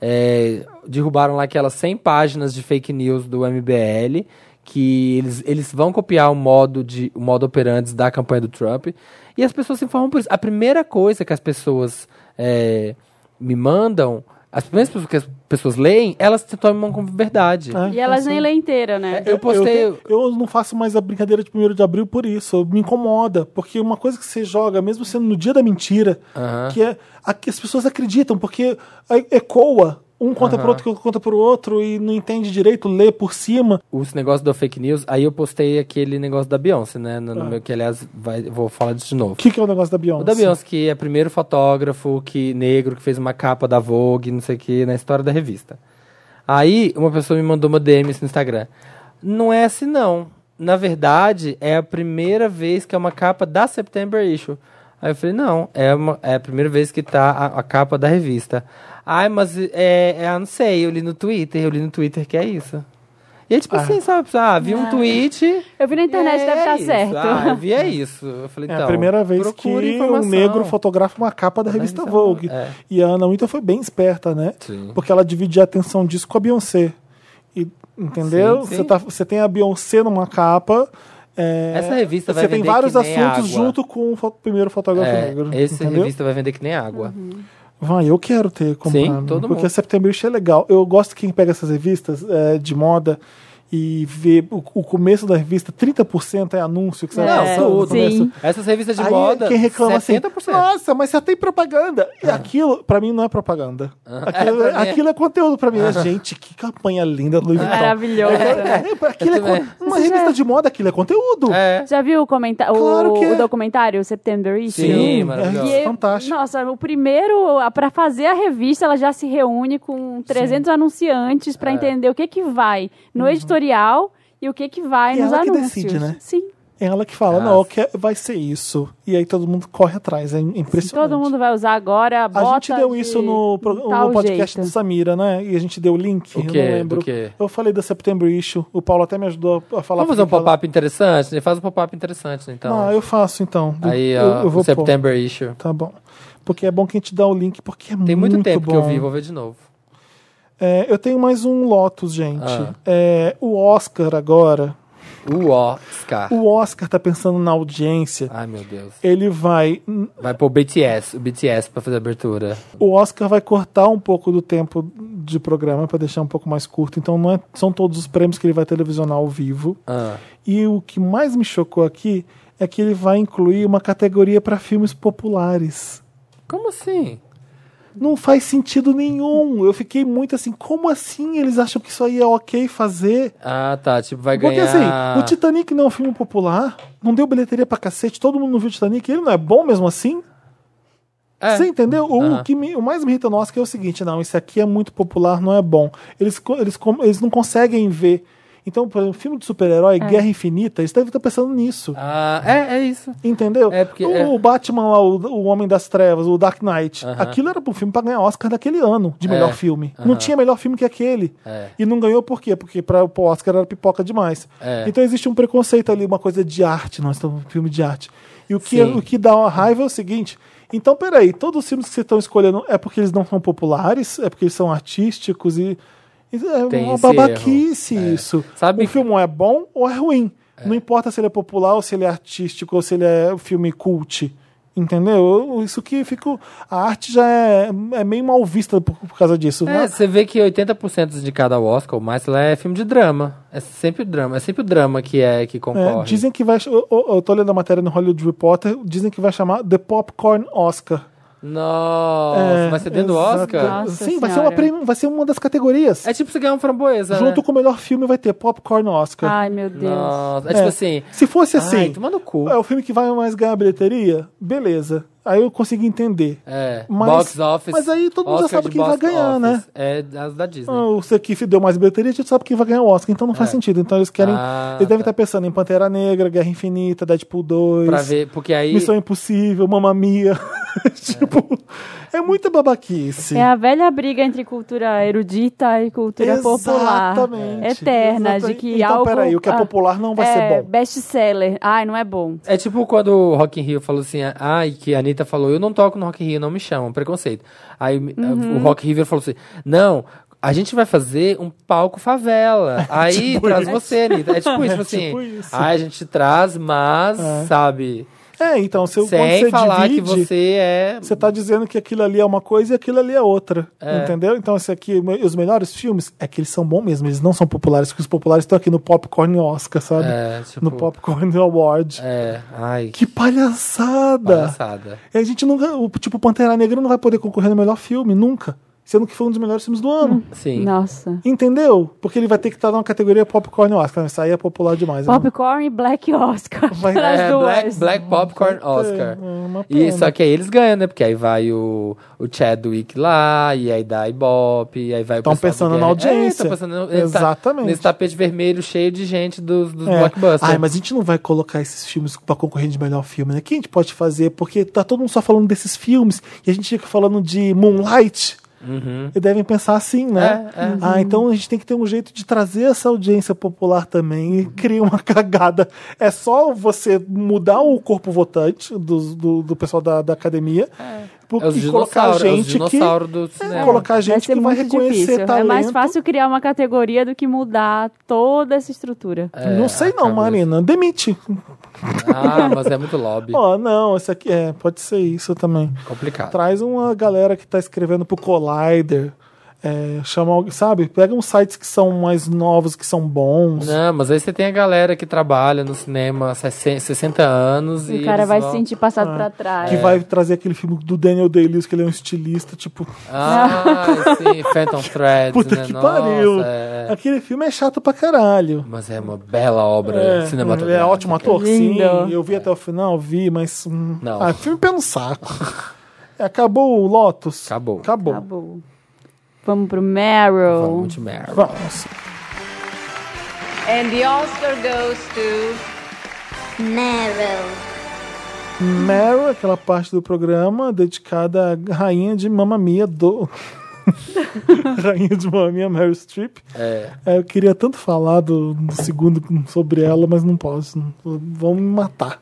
S2: É, derrubaram lá aquelas 100 páginas de fake news do MBL, que eles, eles vão copiar o modo, de, o modo operantes da campanha do Trump. E as pessoas se informam por isso. A primeira coisa que as pessoas é, me mandam, as primeiras pessoas que as pessoas leem, elas se tomam como verdade.
S1: É,
S3: E elas
S1: é
S3: nem
S1: assim.
S3: lêem inteira, né?
S2: Eu postei.
S1: Eu, te- eu não faço mais a brincadeira de 1 de abril por isso. Me incomoda. Porque uma coisa que você joga, mesmo sendo no dia da mentira,
S2: Aham.
S1: que é a que as pessoas acreditam, porque aí ecoa. Um conta pro outro, que outro conta pro outro e não entende direito, lê por cima.
S2: os negócios da fake news, aí eu postei aquele negócio da Beyoncé, né? No, no meu, que aliás, vai, vou falar disso de novo.
S1: O que, que é o negócio da Beyoncé?
S2: O da Beyoncé, que é primeiro fotógrafo que negro que fez uma capa da Vogue, não sei o que, na história da revista. Aí uma pessoa me mandou uma DM assim no Instagram. Não é assim não. Na verdade, é a primeira vez que é uma capa da September Issue. Aí eu falei, não, é, uma- é a primeira vez que tá a, a capa da revista. Ai, mas é, é, ah, não sei, eu li no Twitter, eu li no Twitter que é isso. E é tipo
S1: Ah.
S2: assim, sabe? Ah, vi um tweet.
S3: Eu vi na internet,
S2: é
S3: deve estar
S2: isso.
S3: certo.
S2: Ah, eu vi é isso. Eu falei,
S1: É
S2: então,
S1: a primeira vez que
S2: procure
S1: um
S2: informação. Tá
S1: negro fotografa uma capa da revista
S2: revista Vogue,
S1: Vogue.
S2: é.
S1: E a Ana Winter foi bem esperta, né?
S2: Sim.
S1: Porque ela dividia a atenção disso com a Beyoncé. E, entendeu?
S2: Sim, sim.
S1: Você tá- você tem a Beyoncé numa capa. é,
S2: Essa revista vai
S1: Você tem
S2: vender
S1: vários
S2: que nem
S1: assuntos
S2: água.
S1: junto com o fo- primeiro fotógrafo
S2: É,
S1: negro.
S2: essa
S1: entendeu? Uhum.
S2: revista vai vender que nem água.
S1: Vai, eu quero ter comprado.
S2: Sim, todo
S1: porque
S2: mundo.
S1: September é legal. Eu gosto que quem pega essas revistas é, de moda e vê o, o começo da revista, 30% é anúncio que você
S3: É,
S1: vai passando no
S2: tudo.
S1: começo.
S3: Sim.
S2: Essas revistas de
S1: Aí
S2: moda,
S1: quem reclama
S2: 70%.
S1: assim, nossa, mas só tem propaganda. E aquilo, pra mim, não é propaganda. Aquilo
S2: Ah. É, pra mim é.
S1: aquilo é conteúdo pra mim. Gente, que campanha linda do Louis Vuitton.
S3: Maravilhosa.
S1: É, pra- aquilo é
S2: também.
S1: con- Uma revista de moda, aquilo é conteúdo.
S2: É.
S3: Já viu o, comenta o,
S1: Claro que é.
S3: o documentário, o September Issue?
S2: Sim,
S1: maravilhoso.
S3: E é eu-
S1: Fantástico.
S3: Nossa, o primeiro, a- pra fazer a revista, ela já se reúne com 300 anunciantes
S1: É.
S3: pra entender o que que vai no editorial e o que que vai
S1: Uhum. E
S3: nos
S1: ela que
S3: anúncios.
S1: decide, né?
S3: Sim,
S1: Ela que fala,
S2: Nossa.
S1: não, que é, vai ser isso. E aí todo mundo corre atrás. É impressionante.
S3: todo mundo vai usar agora, a bota
S1: A gente deu
S3: de
S1: isso no, pro-
S3: tal
S1: no podcast
S3: jeito.
S1: do Samira, né? E a gente deu o link,
S2: O
S1: eu
S2: quê?
S1: não lembro.
S2: Do quê?
S1: Eu falei da September Issue, o Paulo até me ajudou a falar.
S2: Vamos fazer um
S1: porque-
S2: pop-up interessante? né? Faz um pop-up interessante, né, então.
S1: Ah, eu faço então.
S2: Aí,
S1: eu,
S2: ó,
S1: eu vou
S2: o
S1: pôr.
S2: September Issue.
S1: Tá bom. Porque é bom que a gente dá o link, porque é
S2: Tem muito, tempo
S1: bom.
S2: que eu vi, vou ver de novo.
S1: É, eu tenho mais um Lotus, gente.
S2: Ah.
S1: É, o Oscar agora.
S2: O Oscar.
S1: O Oscar tá pensando na audiência.
S2: Ai, meu Deus.
S1: Ele vai.
S2: Vai pôr o BTS, o BTS pra fazer a abertura.
S1: O Oscar vai cortar um pouco do tempo de programa pra deixar um pouco mais curto. Então não é- são todos os prêmios que ele vai televisionar ao vivo.
S2: Ah.
S1: E o que mais me chocou aqui é que ele vai incluir uma categoria pra filmes populares.
S2: Como assim?
S1: Não faz sentido nenhum. Eu fiquei muito assim, como assim eles acham que isso aí é ok fazer?
S2: Ah, tá. Tipo, vai
S1: Porque
S2: ganhar...
S1: assim, o Titanic não é um filme popular, não deu bilheteria pra cacete, todo mundo não viu o Titanic, ele não é bom mesmo assim?
S2: É.
S1: Você entendeu? O,
S2: Aham.
S1: que me- o mais me irrita no Oscar é o seguinte, não, esse aqui é muito popular, não é bom. Eles, co- eles, com- eles não conseguem ver. Então, por exemplo, filme de super-herói, Guerra Infinita, eles devem estar pensando nisso.
S2: Ah, é, é isso.
S1: Entendeu?
S2: É, porque-
S1: o,
S2: é.
S1: o Batman lá, o, o Homem das Trevas, o Dark Knight,
S2: Aham.
S1: aquilo era pra um filme pra ganhar Oscar daquele ano de
S2: É.
S1: melhor filme.
S2: Aham.
S1: Não tinha melhor filme que aquele.
S2: É.
S1: E não ganhou por quê? Porque pra, pro Oscar era pipoca demais.
S2: É.
S1: Então existe um preconceito ali, uma coisa de arte, nós estamos um filme de arte. E o que,
S2: Sim.
S1: o que dá uma raiva é o seguinte. Então, peraí, todos os filmes que vocês estão escolhendo é porque eles não são populares, é porque eles são artísticos e. e É
S2: Tem
S1: uma
S2: esse
S1: babaquice
S2: erro. É.
S1: isso.
S2: Sabe
S1: O filme filme ou é bom ou é ruim. Não importa se ele é popular ou se ele é artístico ou se ele é filme cult. Entendeu? Eu- Isso que fico. A arte já é, é meio mal vista por, por causa disso.
S2: É,
S1: né?
S2: você vê que 80% dos indicados ao Oscar, ou mais, lá é filme de drama. É sempre o drama. É sempre o drama que é que concorre.
S1: É, dizem que vai. Eu, eu- eu tô lendo a matéria no Hollywood Reporter, dizem que vai chamar The Popcorn Oscar.
S2: Nossa,
S1: É,
S2: vai ser dentro do
S1: exato.
S2: Oscar?
S3: Nossa
S1: Sim, vai ser, uma
S3: Senhora.
S1: prêmio- vai ser uma das categorias.
S2: É tipo você ganhar um framboesa, né?
S1: Junto com o melhor filme vai ter Popcorn Oscar.
S3: Ai, meu Deus.
S2: Nossa, é tipo
S1: É.
S2: assim...
S1: Se fosse assim.
S2: Ai, toma no cu.
S1: É o filme que vai mais ganhar bilheteria? Beleza. Aí eu consegui entender.
S2: É,
S1: Mas-
S2: box office.
S1: mas aí todo mundo já
S2: Oscar
S1: sabe
S2: de
S1: quem vai
S2: box
S1: ganhar,
S2: office.
S1: né?
S2: É, as da Disney.
S1: Ah, o Sequi deu mais bilheteria, a gente sabe quem vai ganhar o Oscar, então não faz sentido. Então eles querem.
S2: É. Ah,
S1: eles devem
S2: tá.
S1: estar pensando em Pantera Negra, Guerra Infinita, Deadpool 2.
S2: Pra ver, porque aí...
S1: Missão Impossível, Mamma Mia. tipo, é muita babaquice.
S3: É a velha briga entre cultura erudita e cultura popular.
S1: Exatamente.
S3: Eterna, de
S1: Exatamente.
S3: que
S1: então,
S3: algo-
S1: peraí, o que é
S3: ah,
S1: popular não vai
S3: é,
S1: ser bom.
S3: best-seller. Ai, não é bom.
S2: É tipo quando o Rock in Rio falou assim, ai, que a Anitta falou, eu não toco no Rock in Rio, não me chamam, preconceito. Aí eh,
S1: Uhum.
S2: o Rock in Rio falou assim, não, a gente vai fazer um palco favela. Aí traz você, Anitta. É tipo isso, tipo assim,
S1: tipo isso.
S2: ai, a gente te traz, mas, sabe,
S1: É, então, se, quando
S2: sem
S1: você
S2: falar
S1: divide,
S2: que você é...
S1: Você tá dizendo que aquilo ali é uma coisa e aquilo ali é outra. Entendeu? Então, esse aqui, me- os melhores filmes é que eles são bons mesmo, eles não são populares, porque os populares estão aqui no Popcorn Oscar, sabe?
S2: É, tipo-
S1: No Popcorn Award.
S2: É, ai, que
S1: Que palhaçada!
S2: palhaçada.
S1: E A gente nunca. O, tipo, Pantera Negra não vai poder concorrer no melhor filme, nunca. Sendo que foi um dos melhores filmes do ano.
S2: Sim.
S3: Nossa.
S1: Entendeu? Porque ele vai ter que estar numa categoria Popcorn Oscar. Isso aí é popular demais. né?
S3: Popcorn e Black Oscar.
S1: Vai-
S3: As
S2: É,
S3: duas.
S2: Black, Black Popcorn
S1: Vai ter,
S2: Oscar.
S1: é uma
S2: E
S1: pena.
S2: só que aí eles ganham, né? Porque aí vai o, o Chadwick lá, e aí dá Ibope, e aí vai o
S1: Tão
S2: pessoal do
S1: pensando na
S2: Guerra- É,
S1: audiência.
S2: tão pensando no- nesse ta-
S1: Exatamente.
S2: Nesse tapete vermelho cheio de gente dos, dos
S1: É.
S2: blockbusters.
S1: Ai, mas a gente não vai colocar esses filmes pra concorrer de melhor filme, né? O que a gente pode fazer? Porque tá todo mundo só falando desses filmes e a gente fica falando de Moonlight. E devem pensar assim, né?
S2: Uhum. É, é.
S1: Ah, então a gente tem que ter um jeito de trazer essa audiência popular também e
S2: Uhum.
S1: cria uma cagada. É só você mudar o corpo votante dos- do, do, pessoal da, da academia porque
S2: É os
S1: colocar
S2: dinossauros, é os
S1: gente que.
S2: dinossauros né? do
S1: É,
S2: cinema.
S1: colocar
S3: Vai
S1: gente
S3: ser
S1: que vai
S3: muito
S1: reconhecer
S3: difícil.
S1: talento.
S3: É mais fácil criar uma categoria do que mudar toda essa estrutura.
S2: É,
S1: não sei não,
S2: acabou.
S1: Marina. Demite.
S2: Ah, mas é muito lobby.
S1: Ó, não, isso aqui é, pode ser isso também.
S2: Complicado.
S1: Traz uma galera que tá escrevendo pro Collider. É, chama, alguém- sabe? Pega uns sites que são mais novos, que são bons.
S2: Não, mas aí você tem a galera que trabalha no cinema há 60, 60 anos e.
S3: E o cara
S2: eles
S3: vai
S2: vão-
S3: se sentir passado pra trás.
S1: Que
S2: É.
S1: vai trazer aquele filme do Daniel Day-Lewis, que ele é um estilista, tipo,
S2: Ah, sim, Phantom Threads.
S1: puta
S2: né?
S1: que
S2: Nossa,
S1: pariu.
S2: é.
S1: Aquele filme é chato pra caralho.
S2: Mas é uma bela obra
S1: ele
S2: cinematográfica.
S1: é ótimo ator, sim.
S3: Lindo.
S1: Eu vi até o final, vi, mas. hum,
S2: Não.
S1: Ah, filme pé no saco. É, Acabou o Lotus?
S2: Acabou.
S1: Acabou.
S3: Tá bom. Vamos pro Meryl.
S2: Vamos, muito merda.
S1: Vamos.
S5: And the Oscar goes to.
S6: Meryl.
S1: Meryl, aquela parte do programa dedicada à rainha de Mamma Mia do. rainha de Mamma Mia, Meryl Streep.
S2: É.
S1: É, eu queria tanto falar do, do segundo sobre ela, mas não posso. não- Vão me matar.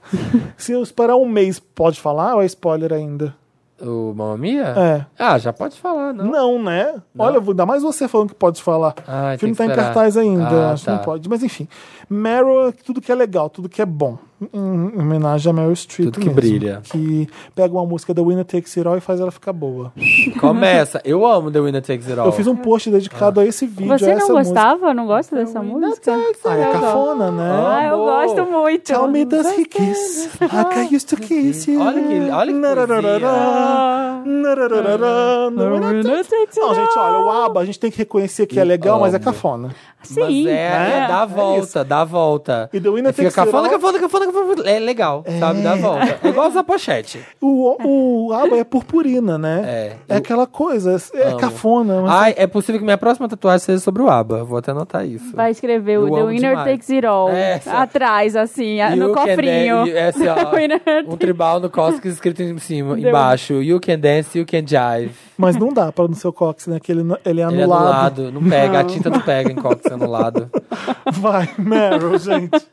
S1: Se eu esperar um mês, pode falar ou é spoiler ainda?
S2: O Mamma Mia?
S1: É.
S2: Ah, já pode falar, não?
S1: Não, né? Olha, vou dar mais você falando que pode falar.
S2: Ah,
S1: o filme
S2: tem
S1: tá
S2: que
S1: em
S2: esperar.
S1: cartaz ainda,
S2: Ah,
S1: acho
S2: tá.
S1: que não pode. Mas enfim. Meryl é tudo que é legal, tudo que é bom. Em homenagem a Meryl Streep.
S2: Tudo que
S1: mesmo,
S2: brilha.
S1: Que pega uma música da Winner Takes It All e faz ela ficar boa.
S2: Começa. Eu amo The Winner Takes It All.
S1: Eu fiz um post dedicado a esse vídeo. a
S3: Você não
S1: essa música.
S3: gostava? Não gosta dessa música?
S1: Ah, é cafona, né?
S3: Ah, eu
S2: Amor.
S3: gosto muito.
S1: Tell me does he kiss? Like I used to kiss you.
S2: Olha que- olha que
S3: é.
S1: Narararará, narararará, nararará.
S3: é.
S1: Não, gente, olha, o ABBA a gente tem que reconhecer que é
S2: Eu
S1: legal, mas é
S2: amo.
S1: cafona.
S3: Sim.
S2: Mas é,
S1: né?
S2: é, dá a
S1: É
S2: volta, dá a volta. É,
S1: E The Winner
S2: Fica
S1: Takes It
S2: cafona,
S1: All.
S2: cafona, cafona, cafona. É legal, sabe? Dá a volta. É igual essa pochete.
S1: O, o ABBA é purpurina, né?
S2: É.
S1: É aquela coisa, é
S2: Amo.
S1: cafona. mas-
S2: Ai, é possível que minha próxima tatuagem seja sobre o ABBA. Vou até anotar isso.
S3: Vai escrever
S2: Eu
S3: o The
S2: amo
S3: Winner
S2: demais. É,
S3: Takes It All.
S2: Essa.
S3: Atrás, assim, a- no
S2: You can
S3: cofrinho.
S2: dan- é assim, ó,
S3: Winner
S2: um
S3: Takes-
S2: tribal no cosque escrito em cima,
S3: Deu.
S2: embaixo. You can dance, you can jive.
S1: Mas não dá para no seu cox, né? Que ele, ele é
S2: Ele é
S1: anulado.
S2: anulado. Não pega, a tinta não pega em cóccix anulado.
S1: Vai, Meryl, gente.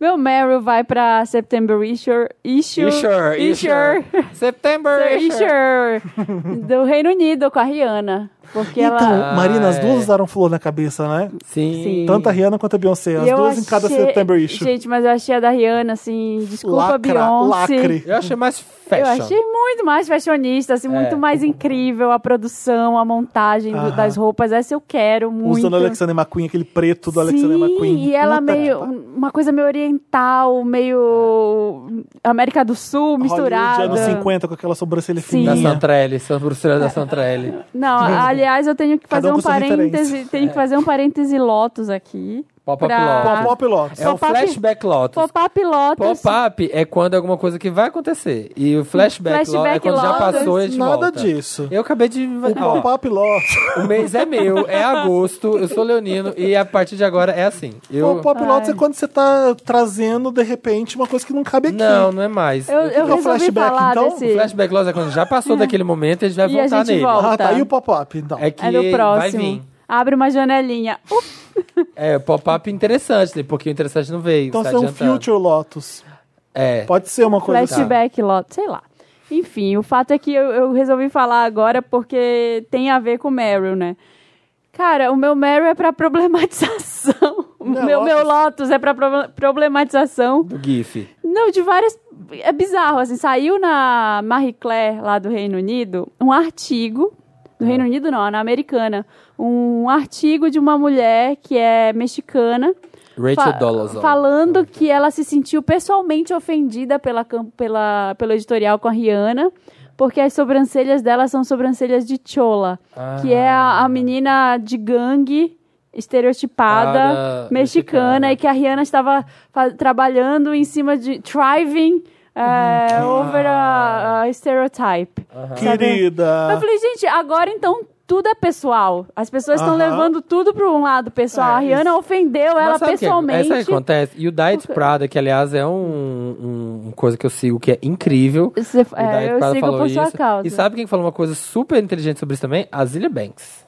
S3: Meu Meryl vai pra September Issue. Issue.
S2: Isher, Isher. September, Isher.
S3: Issue. Do Reino Unido com a Rihanna. Porque ela.
S1: Então, Marina, as
S2: Ah,
S1: duas
S2: é.
S1: usaram flor na cabeça, né?
S2: Sim.
S3: Sim.
S1: Tanto a Rihanna quanto a Beyoncé. As
S3: E eu
S1: duas em cada
S3: achei-
S1: September issue.
S3: Gente, mas eu achei a da Rihanna, assim, desculpa,
S1: Lacra,
S3: Beyoncé.
S1: lacre.
S2: Eu achei mais
S3: Eu
S2: fashion.
S3: achei muito mais fashionista, assim, muito mais incrível a produção, a montagem do-
S1: É. Aham.
S3: das roupas. Essa eu quero muito.
S1: Usando o Alexander McQueen, aquele preto do Alexander
S3: Sim,
S1: McQueen.
S3: E ela
S1: Puta que
S3: meio.
S1: pariu.
S3: Uma coisa meio oriental, meio. América do Sul misturada.
S1: Hollywood, anos 50, com aquela sobrancelha
S3: Sim.
S2: Da
S1: fininha.
S2: Santrelli, Santa Bruxelas da Santrelli.
S3: Não, aliás, eu tenho que
S1: Cada
S3: fazer
S1: um
S3: um,
S1: com sua
S3: parêntese.
S1: referência.
S3: Tenho que fazer um parêntese Lotus aqui.
S2: Pop-up
S3: Pra-
S2: Lotus.
S1: Pop Lotus.
S2: É um
S3: Pop-up-
S2: flashback Lotus.
S3: Pop-up Lotus.
S2: Pop-up é quando é alguma coisa que vai acontecer. E o flashback,
S3: Flashback
S2: Lotus é quando já
S3: Lotus.
S2: passou e a gente
S1: Nada
S2: volta.
S1: disso.
S2: Eu acabei de...
S1: O
S2: Ó,
S1: Pop Lotus.
S2: O mês é meu, é agosto, eu sou leonino e a partir de agora é assim. Eu...
S1: O Pop Lotus é quando você tá trazendo, de repente, uma coisa que não cabe aqui.
S2: Não, não é mais.
S3: Eu, eu
S1: É o
S3: resolvi
S1: flashback,
S3: falar
S1: então?
S2: O
S3: desse.
S2: flashback loss é quando já passou daquele momento e a gente vai
S3: E a
S2: voltar
S3: gente
S2: nele.
S3: volta.
S1: Ah, tá. E o pop-up, então?
S2: É que
S3: É no
S2: vai
S3: próximo.
S2: vir.
S3: Abre uma janelinha. Ups,
S2: É, pop-up interessante, né? Porque o interessante não veio.
S1: então
S2: tá
S1: isso é um
S2: adiantando.
S1: Future Lotus.
S2: É.
S1: Pode ser uma coisa assim.
S3: flashback Lotus, sei lá. Enfim, o fato é que eu, eu resolvi falar agora porque tem a ver com Meryl, né? Cara, o meu Meryl é pra problematização. O
S1: Não,
S3: meu, meu
S1: Lotus.
S3: Lotus é pra pro- problematização.
S2: Do GIF.
S3: Não, de várias. É bizarro, assim. Saiu na Marie Claire, lá do Reino Unido, um artigo. Do Reino Unido, não, na americana. Um artigo de uma mulher que é mexicana.
S2: Rachel
S3: fa-
S2: Dolezal.
S3: Falando que ela se sentiu pessoalmente ofendida pela, cam- pela, pelo editorial com a Rihanna. Porque as sobrancelhas dela são sobrancelhas de chola.
S2: Ah.
S3: Que é a, a menina de gangue estereotipada
S2: Para-
S3: mexicana,
S2: mexicana.
S3: e que a Rihanna estava fa- trabalhando em cima de thriving
S2: Uhum. Ah.
S3: eh, over a, a stereotype.
S1: Querida.
S3: tá Eu falei, gente, agora então tudo é pessoal. As pessoas estão
S1: Aham.
S3: levando tudo para um lado pessoal.
S1: É,
S3: a Rihanna
S1: isso.
S3: ofendeu ela
S2: Mas sabe o que é-
S3: pessoalmente.
S2: É isso que acontece. E o Diet Prada, que aliás é um, um- uma coisa que eu sigo que é incrível.
S3: Você-
S2: O
S3: é,
S2: Diet
S3: eu
S2: Prada
S3: sigo
S2: falou
S3: por sua
S2: isso.
S3: causa.
S2: E sabe quem falou uma coisa super inteligente sobre isso também? A Zilia Banks.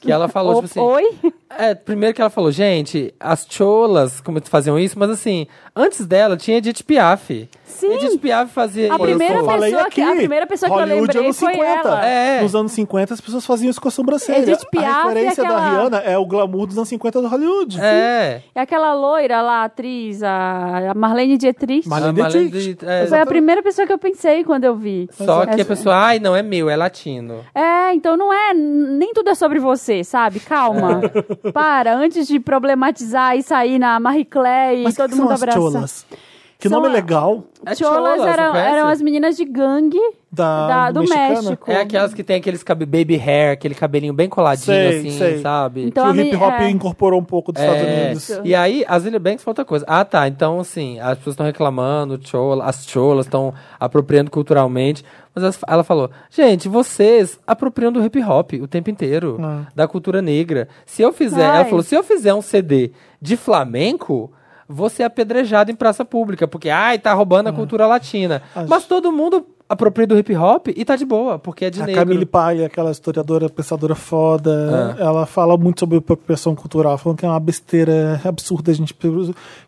S2: Que ela falou,
S3: O-
S2: tipo assim.
S3: Oi?
S2: É, primeiro que ela falou, gente, as cholas como faziam isso, mas assim, antes dela tinha Edith Piaf.
S3: Sim.
S2: Edith Piaf fazia
S3: A
S2: isso.
S3: primeira
S1: Eu falei
S3: pessoa que-
S1: aqui.
S3: a primeira pessoa que eu
S1: Hollywood
S3: lembrei
S1: anos
S3: foi
S1: 50.
S3: ela.
S2: É.
S1: Nos anos 50 as pessoas faziam isso com a sobrancelha.
S3: Edith Piaf
S1: a referência
S3: e aquela-
S1: da Rihanna é o glamour dos anos 50 do Hollywood.
S2: É.
S3: É aquela loira lá, a atriz, a a Marlene Dietrich.
S1: Marlene
S2: A Marlene
S1: Dietrich.
S2: Dietrich, é,
S3: Foi a primeira pessoa que eu pensei quando eu vi.
S2: Só que a
S3: Essa-
S2: pessoa, ai, não é meu, é latino.
S3: É, então não é. Nem tudo é sobre você, sabe? Calma. Para, antes de problematizar e sair na Marie Claire e
S1: Mas o que
S3: todo
S1: que são
S3: mundo
S1: as
S3: abraçar.
S1: cholas? Que
S3: São
S1: nome
S3: a-
S1: legal
S2: É cholas,
S3: Cholas
S2: não
S3: eram,
S2: conhece?
S3: eram as meninas de gangue
S1: da,
S3: da- do
S1: mexicano.
S3: México.
S2: É aquelas que tem aqueles cabe baby hair, aquele cabelinho bem coladinho,
S1: Sei,
S2: assim,
S1: sei.
S2: sabe?
S3: Então,
S1: que
S3: a
S1: o hip
S3: mi-
S1: hop
S3: é.
S1: incorporou um pouco dos Estados
S2: É,
S1: Unidos.
S3: Isso.
S2: E aí, as Ilha Banks foi outra coisa. Ah, tá. Então, assim, as pessoas estão reclamando, chola, as cholas estão apropriando culturalmente. Mas as- ela falou, gente, vocês apropriam do hip hop o tempo inteiro,
S1: Ah.
S2: da cultura negra. Se eu fizer, ela
S3: Ai.
S2: falou, se eu fizer um CD de flamenco, você é apedrejado em praça pública, porque, ai, tá roubando a cultura latina.
S1: Ah. Acho-
S2: Mas todo mundo apropria do hip hop e tá de boa, porque é de
S1: a
S2: negro. É.
S1: Camille Palha, aquela historiadora, pensadora foda, ela fala muito sobre apropriação cultural, falando que é uma besteira absurda a gente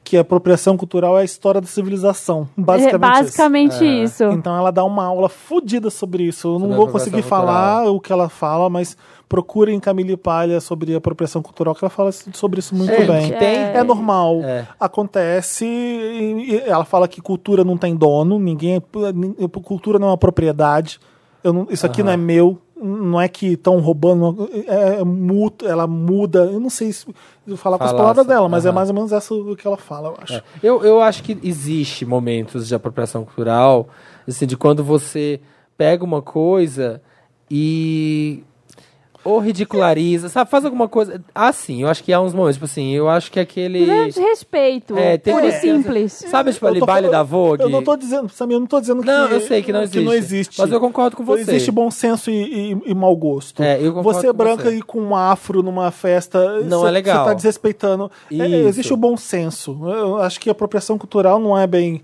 S1: que a apropriação cultural é a história da civilização,
S3: É
S1: basicamente. isso.
S3: basicamente
S2: É.
S3: isso.
S1: Então ela dá uma aula fodida sobre isso. Eu não
S2: Sobre
S1: vou
S2: apropriação
S1: conseguir
S2: cultural.
S1: falar o que ela fala, mas procurem Camille Palha sobre apropriação cultural, que ela fala sobre isso muito
S2: Gente,
S1: bem.
S2: tem-
S1: É normal,
S2: É.
S1: acontece. e- e Ela fela que cultura não tem dono, ninguém, é- cultura não é uma propriedade. Eu não- isso aqui não é meu. Não é que estão roubando, é, é mútuo, ela muda. Eu não sei se eu falar com as
S2: Falácia,
S1: palavras dela, mas é
S2: aham. É.
S1: mais ou menos essa o que ela fala, eu acho.
S2: Eu, eu acho que existe momentos de apropriação cultural, assim, de quando você pega uma coisa e ou ridiculariza, sabe? Faz alguma coisa. Ah, sim, eu acho que há uns momentos, tipo assim, eu acho que aquele.
S3: Grande respeito.
S2: É, tem-
S3: puro
S2: é.
S3: e simples.
S2: Sabe, tipo,
S1: Eu
S2: ali,
S1: tô
S2: baile
S1: falando-
S2: da Vogue.
S1: Eu não tô dizendo, Samir, eu não tô dizendo
S2: Não,
S1: é que
S2: eu sei que não existe.
S1: existe.
S2: Mas eu concordo com você.
S1: Então Existe bom senso e, e- e mau gosto.
S2: É, eu concordo
S1: você
S2: com
S1: branca
S2: você.
S1: e com um afro numa festa,
S2: Não
S1: cê-
S2: é legal.
S1: Você tá desrespeitando. É, é,
S2: Isso.
S1: existe o bom senso. Eu acho que a apropriação cultural não é bem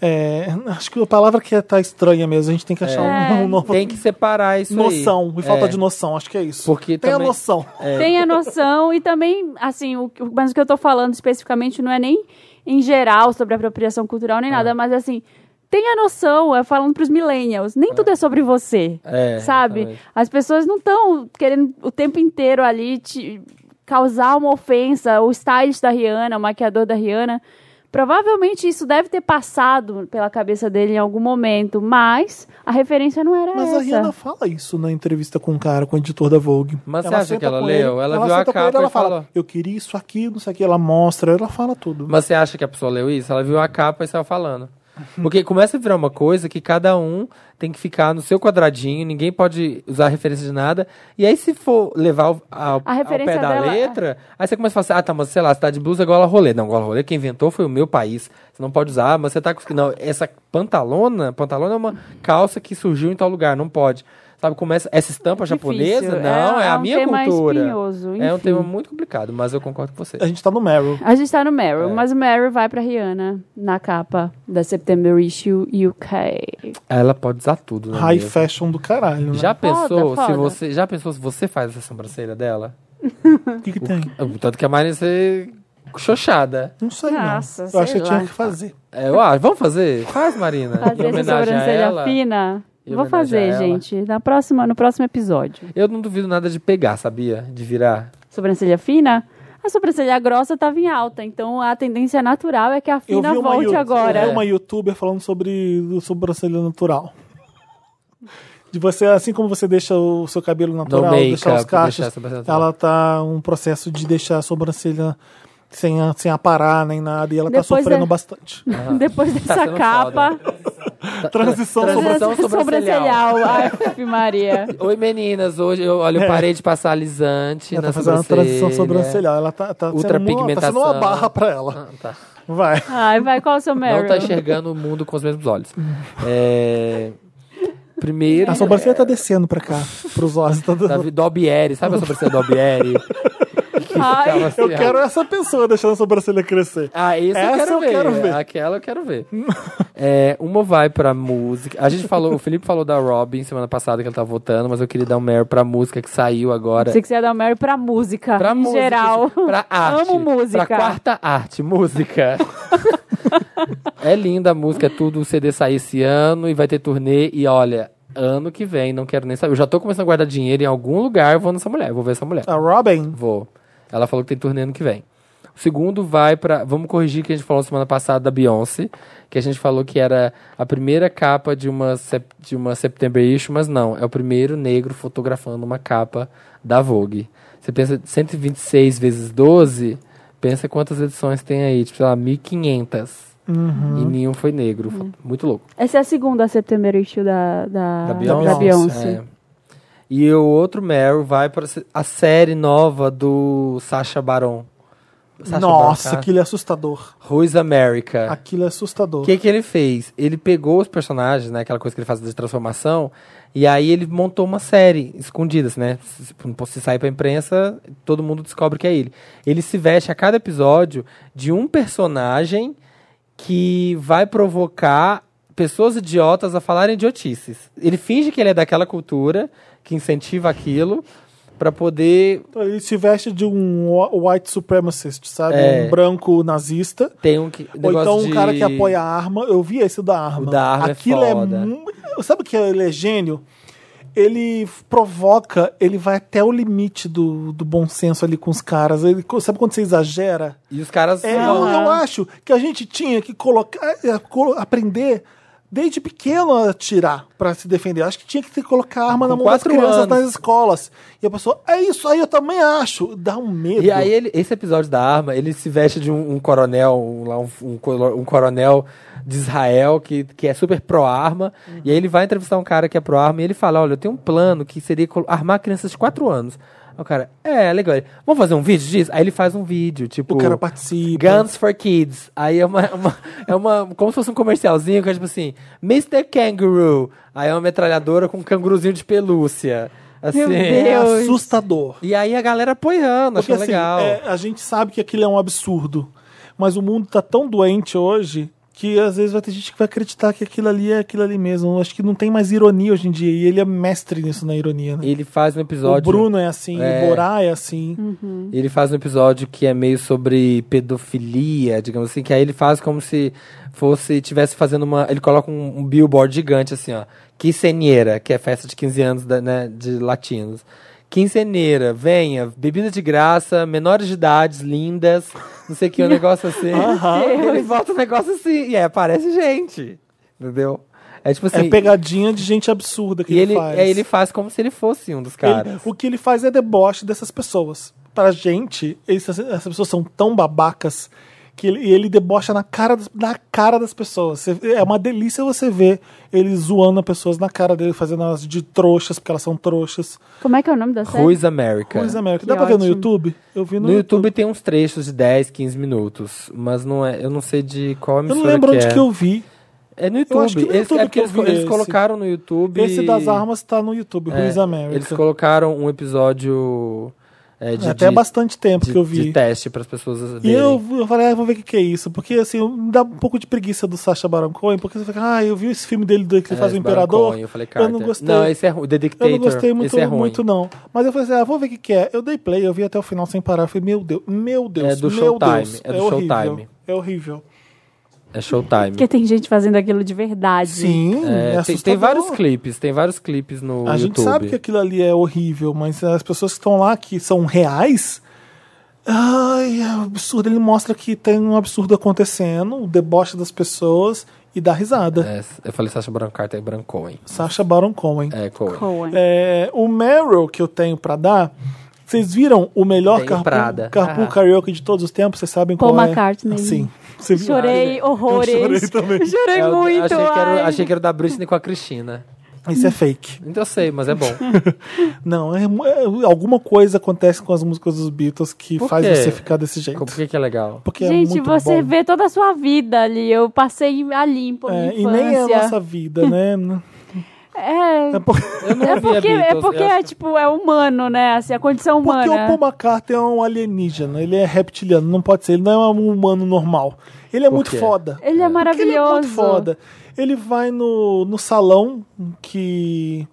S1: é, acho que a palavra que tá estranha mesmo, a gente tem que achar
S3: É.
S1: um, um novo
S2: Tem que separar isso aí.
S1: noção e falta
S2: É.
S1: de noção, acho que é isso.
S2: Porque
S1: tem a
S2: também-
S1: noção.
S3: Tenha noção e também, assim, o, o- mas o que eu tô falando especificamente não é nem em geral sobre apropriação cultural
S2: É.
S3: nem nada, mas assim, tenha noção, é falando pros millennials, nem tudo é sobre você.
S2: É,
S3: sabe?
S2: exatamente.
S3: As pessoas não estão querendo o tempo inteiro ali te causar uma ofensa. O stylist da Rihanna, o maquiador da Rihanna. Provavelmente isso deve ter passado pela cabeça dele em algum momento, mas a referência não era
S1: Mas
S3: essa.
S1: a Rihanna fala isso na entrevista com o cara, com o editor da Vogue.
S2: Mas você acha
S1: senta
S2: que ela
S1: com
S2: leu?
S1: ele,
S2: Ela viu a
S1: senta com ele,
S2: capa
S1: ela
S2: e
S1: fala,
S2: falou.
S1: eu queria isso aqui, não sei o que, ela mostra, ela fala tudo.
S2: Mas você acha que a pessoa leu isso? Ela viu a capa e saiu falando. Porque começa a virar uma coisa que cada um tem que ficar no seu quadradinho, ninguém pode usar referência de nada. E aí, se for levar o- ao,
S3: A
S2: ao
S3: referência
S2: pé da
S3: dela- é-
S2: letra, aí você começa a falar assim: ah, tá, mas sei lá, você tá de blusa gola rolê. Não, gola rolê, quem inventou foi o meu país. Você não pode usar, mas você tá com. Não, essa pantalona, pantalona é uma calça que surgiu em tal lugar, não pode. Sabe, começa essa estampa japonesa?
S3: Difícil.
S2: Não, é,
S3: É- é
S2: a
S3: um
S2: minha
S3: tema
S2: cultura.
S3: espinhoso,
S2: é um
S3: enfim.
S2: tema muito complicado, mas eu concordo com você.
S1: A gente tá no Meryl.
S3: A gente tá no
S2: É.
S3: Meryl, mas o Meryl vai pra Rihanna na capa da September Issue UK.
S2: Ela pode usar tudo, né?
S1: High
S2: mesmo?
S1: fashion do caralho, né?
S2: Já pensou
S3: foda.
S2: se você já pensou se você faz essa sobrancelha dela?
S1: O que, que tem?
S2: O Tanto que a Marina ser xoxada.
S1: Não sei,
S3: Nossa,
S1: não.
S3: sei
S1: Eu acho que eu
S3: lá.
S1: tinha que fazer.
S2: É, eu acho, vamos fazer? Faz, Marina.
S3: Fazer
S2: Em
S3: essa
S2: homenagem a
S3: sobrancelha
S2: ela.
S3: fina.
S2: em
S3: Vou
S2: homenagem
S3: fazer,
S2: a ela.
S3: gente. Na próxima, no próximo episódio.
S2: Eu não duvido nada de pegar, sabia? De virar.
S3: Sobrancelha fina? A sobrancelha grossa estava em alta, então a tendência natural é que a
S1: Eu
S3: fina
S1: vi, uma
S3: volte
S1: you-
S2: É.
S1: eu vi
S3: agora.
S1: uma youtuber falando sobre o sobrancelha natural. De você, assim como você deixa o seu cabelo natural,
S2: make-up,
S1: deixar os
S2: deixar a
S1: cachos,
S2: sobrancelha natural.
S1: ela tá um processo de deixar a sobrancelha sem, a- sem aparar nem nada, e ela tá
S3: Depois
S1: sofrendo
S3: é-
S1: bastante.
S3: Depois dessa
S2: Tá sendo
S3: capa.
S2: Tá,
S1: Transição
S2: Transição.
S1: sobrancelha.
S2: sobrancelhal.
S3: Ai, Maria.
S2: Oi, meninas. Hoje eu, olha, eu parei de passar alisante
S1: É. Ela tá
S2: na
S1: fazendo uma transição sobrancelhar. Ela tá, tá, sendo uma, tá sendo
S2: né? Ultrapigmentação.
S1: uma barra pra ela.
S2: Ah, tá.
S1: Vai.
S3: Ai, vai, qual é o seu Meryl? Uhum.
S2: Não tá enxergando o mundo com os mesmos olhos. É, Primeiro.
S1: A sobrancelha tá descendo pra cá, pros olhos. Tá
S2: da
S1: dando...
S2: Vi- Dobieri, sabe a sobrancelha Dobieri?
S3: Ai,
S2: Tava assim,
S1: Eu
S2: ah,
S1: quero essa pessoa deixando a sobrancelha crescer.
S2: Ah, esse
S1: Essa eu
S2: eu, quero, ver.
S1: quero ver.
S2: Aquela eu quero ver. É, uma vai pra música. A gente falou, o Felipe falou da Robin semana passada que ela tá votando, mas eu queria dar um Mary pra música que saiu agora.
S3: Pensei que você ia dar o Mary pra música.
S2: Pra
S3: em
S2: música,
S3: geral.
S2: gente, pra arte.
S3: Amo música.
S2: Pra quarta arte, música. é linda a música, é tudo. O CD sai esse ano e vai ter turnê. E olha, ano que vem, não quero nem saber. Eu já tô começando a guardar dinheiro em algum lugar, eu vou nessa mulher, eu vou ver essa mulher.
S1: A Robin.
S2: Vou. Ela falou que tem turnê ano que vem. O segundo vai pra. Vamos corrigir o que a gente falou semana passada da Beyoncé, que a gente falou que era a primeira capa de uma, sep- de uma September issue, mas não, é o primeiro negro fotografando uma capa da Vogue. Você pensa 126 vezes 12, pensa quantas edições tem aí, tipo, sei lá, 1500. E nenhum foi negro. Foi Muito louco.
S3: Essa é a segunda September issue da, da,
S2: Da Beyoncé.
S1: Da Beyoncé.
S2: É. E o outro Meryl vai para a série nova do Sacha Baron. Sacha
S1: Nossa,
S2: Baron Cohen.
S1: aquilo é assustador.
S2: Who's America.
S1: Aquilo é assustador.
S2: O que, que ele fez? Ele pegou os personagens, né? Aquela coisa que ele faz de transformação. E aí ele montou uma série escondida, assim, né? Se, se sair pra imprensa, todo mundo descobre que é ele. Ele se veste a cada episódio de um personagem que vai provocar pessoas idiotas a falarem idiotices. Ele finge que ele é daquela cultura, que incentiva aquilo, pra poder
S1: Então, Ele se veste de um wh- white supremacist, sabe?
S2: É.
S1: Um branco nazista.
S2: ter um que,
S1: Ou
S2: negócio
S1: então um
S2: de-
S1: cara que apoia a arma. Eu vi esse da arma.
S2: O da arma é
S1: Aquilo é,
S2: foda.
S1: mu- Sabe o que ele é gênio? Ele f- provoca, ele vai até o limite do, do bom senso ali com os caras. Ele, co- sabe quando você exagera?
S2: E os caras...
S1: É,
S2: vão-
S1: eu, eu acho que a gente tinha que colocar, eh, colo- aprender desde pequeno a atirar pra se defender. Eu Acho que tinha que ter que colocar arma
S2: Com
S1: na mão das
S2: quatro
S1: crianças
S2: anos.
S1: nas escolas. E a pessoa, é isso aí, eu também acho. Dá um medo.
S2: E aí, ele- esse episódio da arma, ele se veste de um, um coronel, um, lá, um- um colo- um coronel de Israel que, que é super pró-arma. E aí ele vai entrevistar um cara que é pró-arma e ele fala: Olha, eu tenho um plano que seria colo- armar crianças de 4 anos. Aí o cara, é, legal. Ele, Vamos fazer um vídeo disso? Aí ele faz um vídeo, tipo.
S1: o cara participa.
S2: Guns for Kids. Aí é uma, é uma, é uma- Como se fosse um comercialzinho que é tipo assim: Mr. Kangaroo. Aí é uma metralhadora com um canguruzinho de pelúcia. Assim.
S1: É
S3: Deus.
S1: assustador.
S2: E aí a galera apoiando,
S1: Porque
S2: achando
S1: assim,
S2: legal.
S1: é, a gente sabe que aquilo é um absurdo. Mas o mundo tá tão doente hoje que às vezes vai ter gente que vai acreditar que aquilo ali é aquilo ali mesmo. Eu Acho que não tem mais ironia hoje em dia. E ele é mestre nisso na ironia, né?
S2: Ele faz um
S1: O
S2: episódio.
S1: Bruno é assim,
S2: É.
S1: o Borá é assim.
S3: Uhum.
S2: Ele faz um episódio que é meio sobre pedofilia, digamos assim, que aí ele faz como se fosse tivesse fazendo uma, ele coloca um, um billboard gigante assim, ó, quinceneira, que é festa de 15 anos da- né, de latinos. Quinceneira, venha, bebida de graça, menores de idades, lindas, não sei o que, um negócio assim. Ele volta um negócio assim, e aí aparece gente, entendeu? É tipo assim,
S1: É pegadinha de gente absurda que
S2: e ele,
S1: faz.
S2: é, ele faz como se ele fosse um dos caras.
S1: Ele- o que ele faz é deboche dessas pessoas. Pra gente, esses- essas pessoas são tão babacas que ele, e ele debocha na cara, das- na cara das pessoas. Você- é uma delícia você ver ele zoando as pessoas na cara dele, fazendo elas de trouxas, porque elas são trouxas.
S3: Como é que é o nome da série?
S2: Ruiz America.
S1: Coisa América.
S3: Que
S1: Dá pra ver no
S3: ótimo.
S1: YouTube? Eu vi no,
S2: No YouTube tem uns trechos de 10, 15 minutos, mas não é, eu não sei de qual
S1: Eu
S2: emissora
S1: não lembro onde
S2: é.
S1: que eu vi.
S2: É no
S1: acho
S2: YouTube.
S1: que no
S2: Eles,
S1: YouTube
S2: é porque
S1: que eu
S2: eles, co-
S1: vi
S2: eles
S1: esse.
S2: colocaram no YouTube.
S1: Esse das armas tá no YouTube,
S2: é,
S1: Ruiz América.
S2: Eles colocaram um episódio é, de,
S1: Até há
S2: de-
S1: bastante tempo
S2: de-
S1: que eu vi.
S2: de teste para as pessoas
S1: E
S2: verem.
S1: eu, eu falei, ah, vou ver o que, que é isso. Porque, assim, me dá um pouco de preguiça do Sacha Baron Cohen, porque você fica, ah, eu vi esse filme dele do que
S2: É,
S1: ele faz o
S2: esse
S1: um Imperador.
S2: Baron Cohen, eu falei,
S1: eu não
S2: Carter.
S1: gostei.
S2: Não, esse é ruim. The Dictator.
S1: eu não gostei muito,
S2: esse é ruim.
S1: muito, não. Mas eu falei assim, ah, vou ver o que, que é. Eu dei play, eu vi até o final sem parar. Eu falei, meu Deus, meu Deus,
S2: É do
S1: meu
S2: Showtime,
S1: Deus.
S2: é do
S1: horrível,
S2: Showtime.
S1: É horrível.
S2: É Showtime.
S3: Porque tem gente fazendo aquilo de verdade.
S1: Sim, é,
S2: É, tem,
S1: assustador.
S2: tem vários clipes, tem vários clipes no
S1: A
S2: YouTube.
S1: gente sabe que aquilo ali é horrível, mas as pessoas que estão lá, que são reais... Ai, é um absurdo. Ele mostra que tem um absurdo acontecendo, o deboche das pessoas e dá risada.
S2: É, eu falei Sacha Baron Carter e Baron Cohen.
S1: Sacha Baron Cohen.
S2: É, Cohen.
S3: Cohen.
S1: É, o Meryl que eu tenho pra dar, vocês viram o melhor
S2: Tenho
S1: carpool,
S2: Prada.
S1: carpool
S2: Ah.
S1: karaoke de todos os tempos? Vocês sabem
S3: Paul
S1: qual é?
S3: McCartney.
S1: Sim. Você viu?
S3: Chorei horrores.
S1: né? Eu chorei também.
S3: Chorei
S2: É, eu
S3: muito.
S2: Achei que,
S3: ai.
S2: era, achei que era o da Britney com a Cristina.
S1: Isso é fake.
S2: Então eu sei, mas é bom.
S1: Não, é, é- alguma coisa acontece com as músicas dos Beatles que
S2: Por
S1: faz
S2: quê?
S1: você ficar desse jeito.
S2: Por que, que é legal?
S1: Porque é
S3: Gente,
S1: muito
S3: você
S1: bom.
S3: vê toda a sua vida ali. Eu passei a limpo a
S1: É,
S3: minha
S1: e nem é a
S3: infância.
S1: nossa vida, né?
S3: É,
S1: É por-
S2: Eu não
S3: é
S2: vi
S3: porque,
S2: a Beatles.
S3: é, porque
S2: eu
S3: é,
S2: acho que-
S3: tipo, é humano, né? Assim, a condição
S1: então, Porque o
S3: humana.
S1: Paul McCartney é um alienígena, ele é reptiliano, não pode ser, ele não é um humano normal. Ele é
S2: Por
S1: muito
S2: quê?
S1: foda.
S3: Ele é
S1: Porque
S3: maravilhoso.
S1: Ele é muito foda. Ele vai no, no salão que.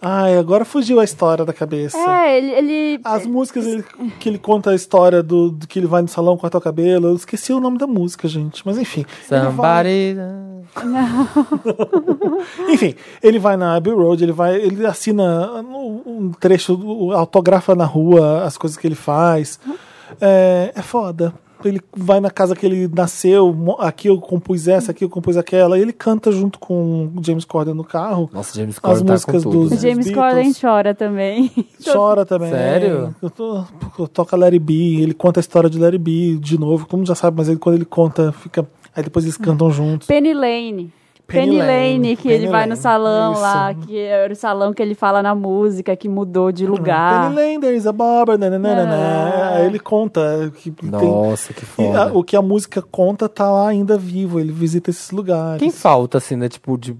S1: Ai, agora fugiu a história da cabeça.
S3: É, ele. ele-
S1: As músicas ele- que ele conta a história do, do que ele vai no salão, corta o cabelo. Eu esqueci o nome da música, gente. Mas enfim. ele vai-
S2: Somebody...
S1: Enfim, ele vai na Abbey Road, ele vai, ele assina um um trecho, do- autografa na rua as coisas que ele faz. É, é foda. Ele vai na casa que ele nasceu, mo- aqui eu compus essa, aqui eu compus aquela, e ele canta junto com o James Corden no carro.
S2: Nossa, James
S1: As
S2: Corden tá com
S1: músicas
S2: tudo.
S1: dos-
S3: O
S2: né?
S3: James
S1: Beatles.
S3: Corden chora também.
S1: Chora também.
S2: Sério?
S1: Eu tô- eu toca Larry B, ele conta a história de Larry B de novo, como já sabe, mas ele, quando ele conta, fica. Aí depois eles cantam juntos.
S3: Penny Lane.
S1: Penny
S3: Penny, Lane,
S1: Lane,
S3: que
S1: Penny
S3: ele vai no
S1: Lane,
S3: salão
S1: isso.
S3: lá, que era o salão que ele fala na música, que mudou de lugar.
S1: Ah, Penny Lane, there is a né, barber, nananana.
S3: Ah.
S1: Aí ele conta que tem
S2: Nossa, que
S1: E a-
S2: foda.
S1: o que a música conta tá lá ainda vivo, ele visita esses lugares.
S2: Quem falta, assim, né? Tipo, de...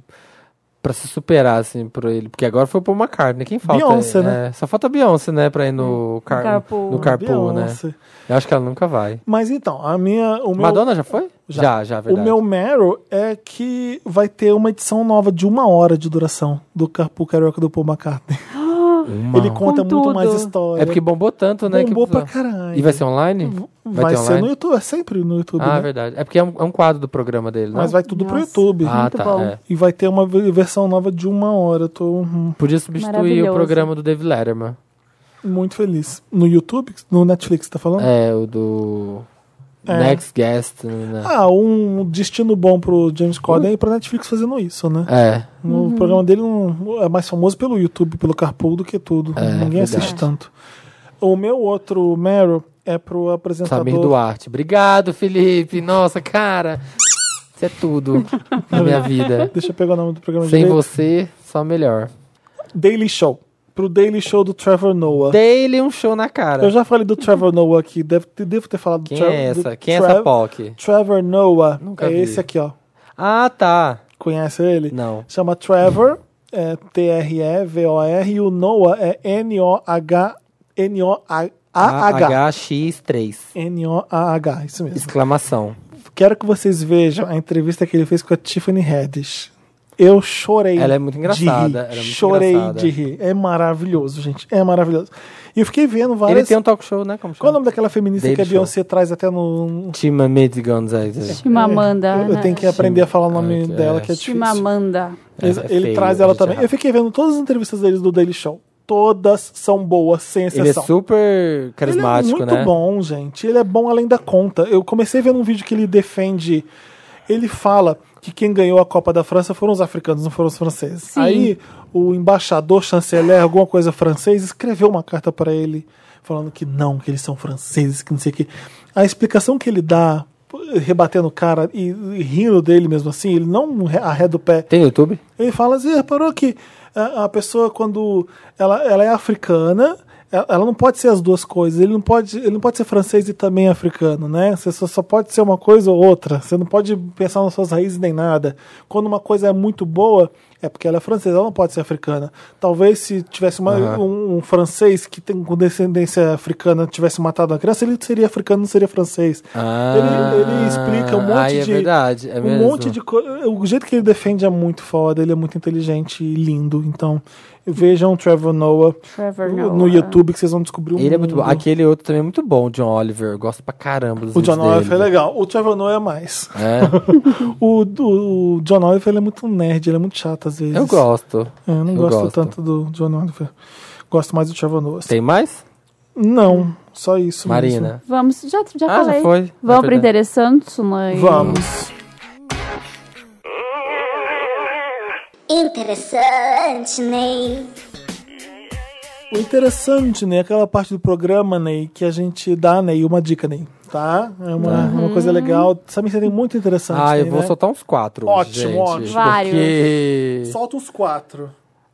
S2: Pra se superar, assim, pra ele. Porque agora foi o Paul McCartney. Quem falta?
S1: Beyoncé, né? Hum,
S2: É, Só falta a Beyoncé, né? Pra ir no, car...
S3: Carpool.
S2: no Carpool, né?
S1: Beyoncé.
S2: Eu acho que ela nunca vai.
S1: Mas então, a minha. O meu,
S2: Madonna já foi?
S1: Já.
S2: já, já
S1: o
S2: verdade.
S1: meu Meryl é que vai ter uma edição nova de uma hora de duração do Carpool Carioca do Paul McCartney.
S2: Uma-
S1: Ele conta
S3: Com
S1: muito
S3: tudo.
S1: mais história.
S2: É porque bombou tanto, né?
S1: bombou
S2: que...
S1: pra
S2: precisava.
S1: caralho.
S2: E vai ser online?
S1: Vai,
S2: ter
S1: ser no YouTube, é sempre no YouTube,
S2: Ah,
S1: né?
S2: verdade. É porque é um, é um quadro do programa dele, né?
S1: Mas vai tudo pro
S3: Nossa.
S1: YouTube.
S2: Ah,
S3: muito
S2: tá.
S3: bom.
S2: é.
S1: E vai ter uma versão nova de uma hora. Eu tô uhum,
S2: Podia substituir o
S3: Maravilhoso.
S2: programa do David Letterman.
S1: muito feliz. No YouTube? No Netflix, tá falando?
S2: É, o do...
S1: É.
S2: Next Guest, né?
S1: Ah, um destino bom pro James Corden e pra Netflix fazendo isso, né?
S2: É.
S1: No programa dele um, é mais famoso pelo YouTube, pelo Carpool do que tudo.
S2: É,
S1: Ninguém
S2: verdade.
S1: assiste tanto. O meu outro Meryl é pro apresentador.
S2: Samir Duarte. Obrigado, Felipe. Nossa, cara. Você é tudo na minha vida.
S1: Deixa eu pegar o nome do programa
S2: Sem
S1: direito.
S2: você, só melhor.
S1: Daily Show. Pro Daily Show do Trevor Noah.
S2: Dei-lhe um show na cara.
S1: Eu já falei do Trevor Noah aqui. Deve, ter- devo ter falado
S2: Quem
S1: do Trevor
S2: é essa?
S1: do
S2: Quem é
S1: Tre-
S2: essa POC?
S1: Trevor Noah.
S2: Nunca
S1: é
S2: vi.
S1: esse aqui, ó.
S2: Ah, tá.
S1: Conhece ele?
S2: Não.
S1: Chama Trevor, é T-R-E-V-O-R, e o Noah é N-O-H. N-O-A-H.
S2: HX3.
S1: N-O-A-H, isso mesmo.
S2: Exclamação.
S1: Quero que vocês vejam a entrevista que ele fez com a Tiffany Haddish. Eu chorei.
S2: Ela é muito engraçada,
S1: De rir.
S2: ela é muito
S1: chorei
S2: engraçada.
S1: de rir. É maravilhoso, gente. É maravilhoso. E eu fiquei vendo
S2: Ele
S1: várias.
S2: tem um talk show, né?
S1: Qual é
S2: Como
S1: o
S2: chama?
S1: nome daquela feminista
S2: Daily
S1: que a Beyoncé traz até no.
S2: Chimamanda Gonzalez.
S3: Chimamanda.
S1: Eu, eu tenho que
S3: né?
S1: aprender a falar o nome
S2: Ah, que
S1: dela,
S2: é.
S1: que é difícil.
S3: Chimamanda.
S1: Ele,
S2: É, é
S1: ele
S2: feio,
S1: traz ela
S2: gente,
S1: também.
S2: é
S1: Eu fiquei vendo todas as entrevistas deles do Daily Show. Todas são boas, sem exceção.
S2: Ele é super carismático,
S1: ele é muito
S2: né?
S1: bom, gente. Ele é bom além da conta. Eu comecei vendo um vídeo que ele defende. Ele fala que quem ganhou a Copa da França foram os africanos, não foram os franceses. Aí o embaixador, chanceler, alguma coisa francês, escreveu uma carta para ele falando que não, que eles são franceses, que não sei o quê. A explicação que ele dá, rebatendo o cara e, e rindo dele mesmo assim, ele não re- arreda o pé.
S2: Tem no YouTube?
S1: Ele fala, você reparou que eh, a, a pessoa quando ela, ela é africana, ela, ela não pode ser as duas coisas. Ele não pode, ele não pode ser francês e também africano, né? Você só, só pode ser uma coisa ou outra. Você não pode pensar nas suas raízes nem nada. Quando uma coisa é muito boa, é porque ela é francesa, ela não pode ser africana. Talvez se tivesse uma- um, um francês que tem com descendência africana tivesse matado a criança, ele seria africano, não seria francês.
S2: Ah,
S1: ele, ele explica um monte
S2: aí é
S1: de
S2: verdade, é
S1: um
S2: mesmo.
S1: monte de coisa. O jeito que ele defende é muito foda, ele é muito inteligente e lindo. Então, vejam Trevor Noah,
S3: Trevor
S1: no-
S3: Noah.
S1: no YouTube que vocês vão descobrir o
S2: Ele é muito bom.
S1: mundo.
S2: Aquele outro também é muito bom, o John Oliver. Eu gosto pra caramba dos
S1: O John
S2: vídeos
S1: Oliver é
S2: dele.
S1: legal. O Trevor Noah é mais.
S2: É,
S1: O, o- o John Oliver ele é muito nerd, ele é muito chato às vezes.
S2: eu gosto.
S1: É, eu não
S2: Eu
S1: gosto,
S2: gosto.
S1: tanto do John Oliver. Gosto mais do Trevor Noah.
S2: Tem mais?
S1: Não, só isso. mesmo.
S2: Marina.
S3: Vamos, já, já
S2: Ah, já
S3: falei.
S2: foi. Já
S3: Vamos pro
S2: foi, né?
S3: interessante, mãe.
S1: Vamos.
S6: Interessante, Ney.
S1: O É interessante, né? Aquela parte do programa, Ney, que a gente dá, Ney, uma dica, Ney. Tá? É uma, uma coisa legal. Sabe, você tem muito interessante.
S2: Ah, eu
S1: Ney,
S2: vou
S1: né?
S2: soltar uns quatro.
S1: Ótimo,
S2: gente,
S1: ótimo.
S3: Vários.
S2: Porque...
S1: Solta uns quatro.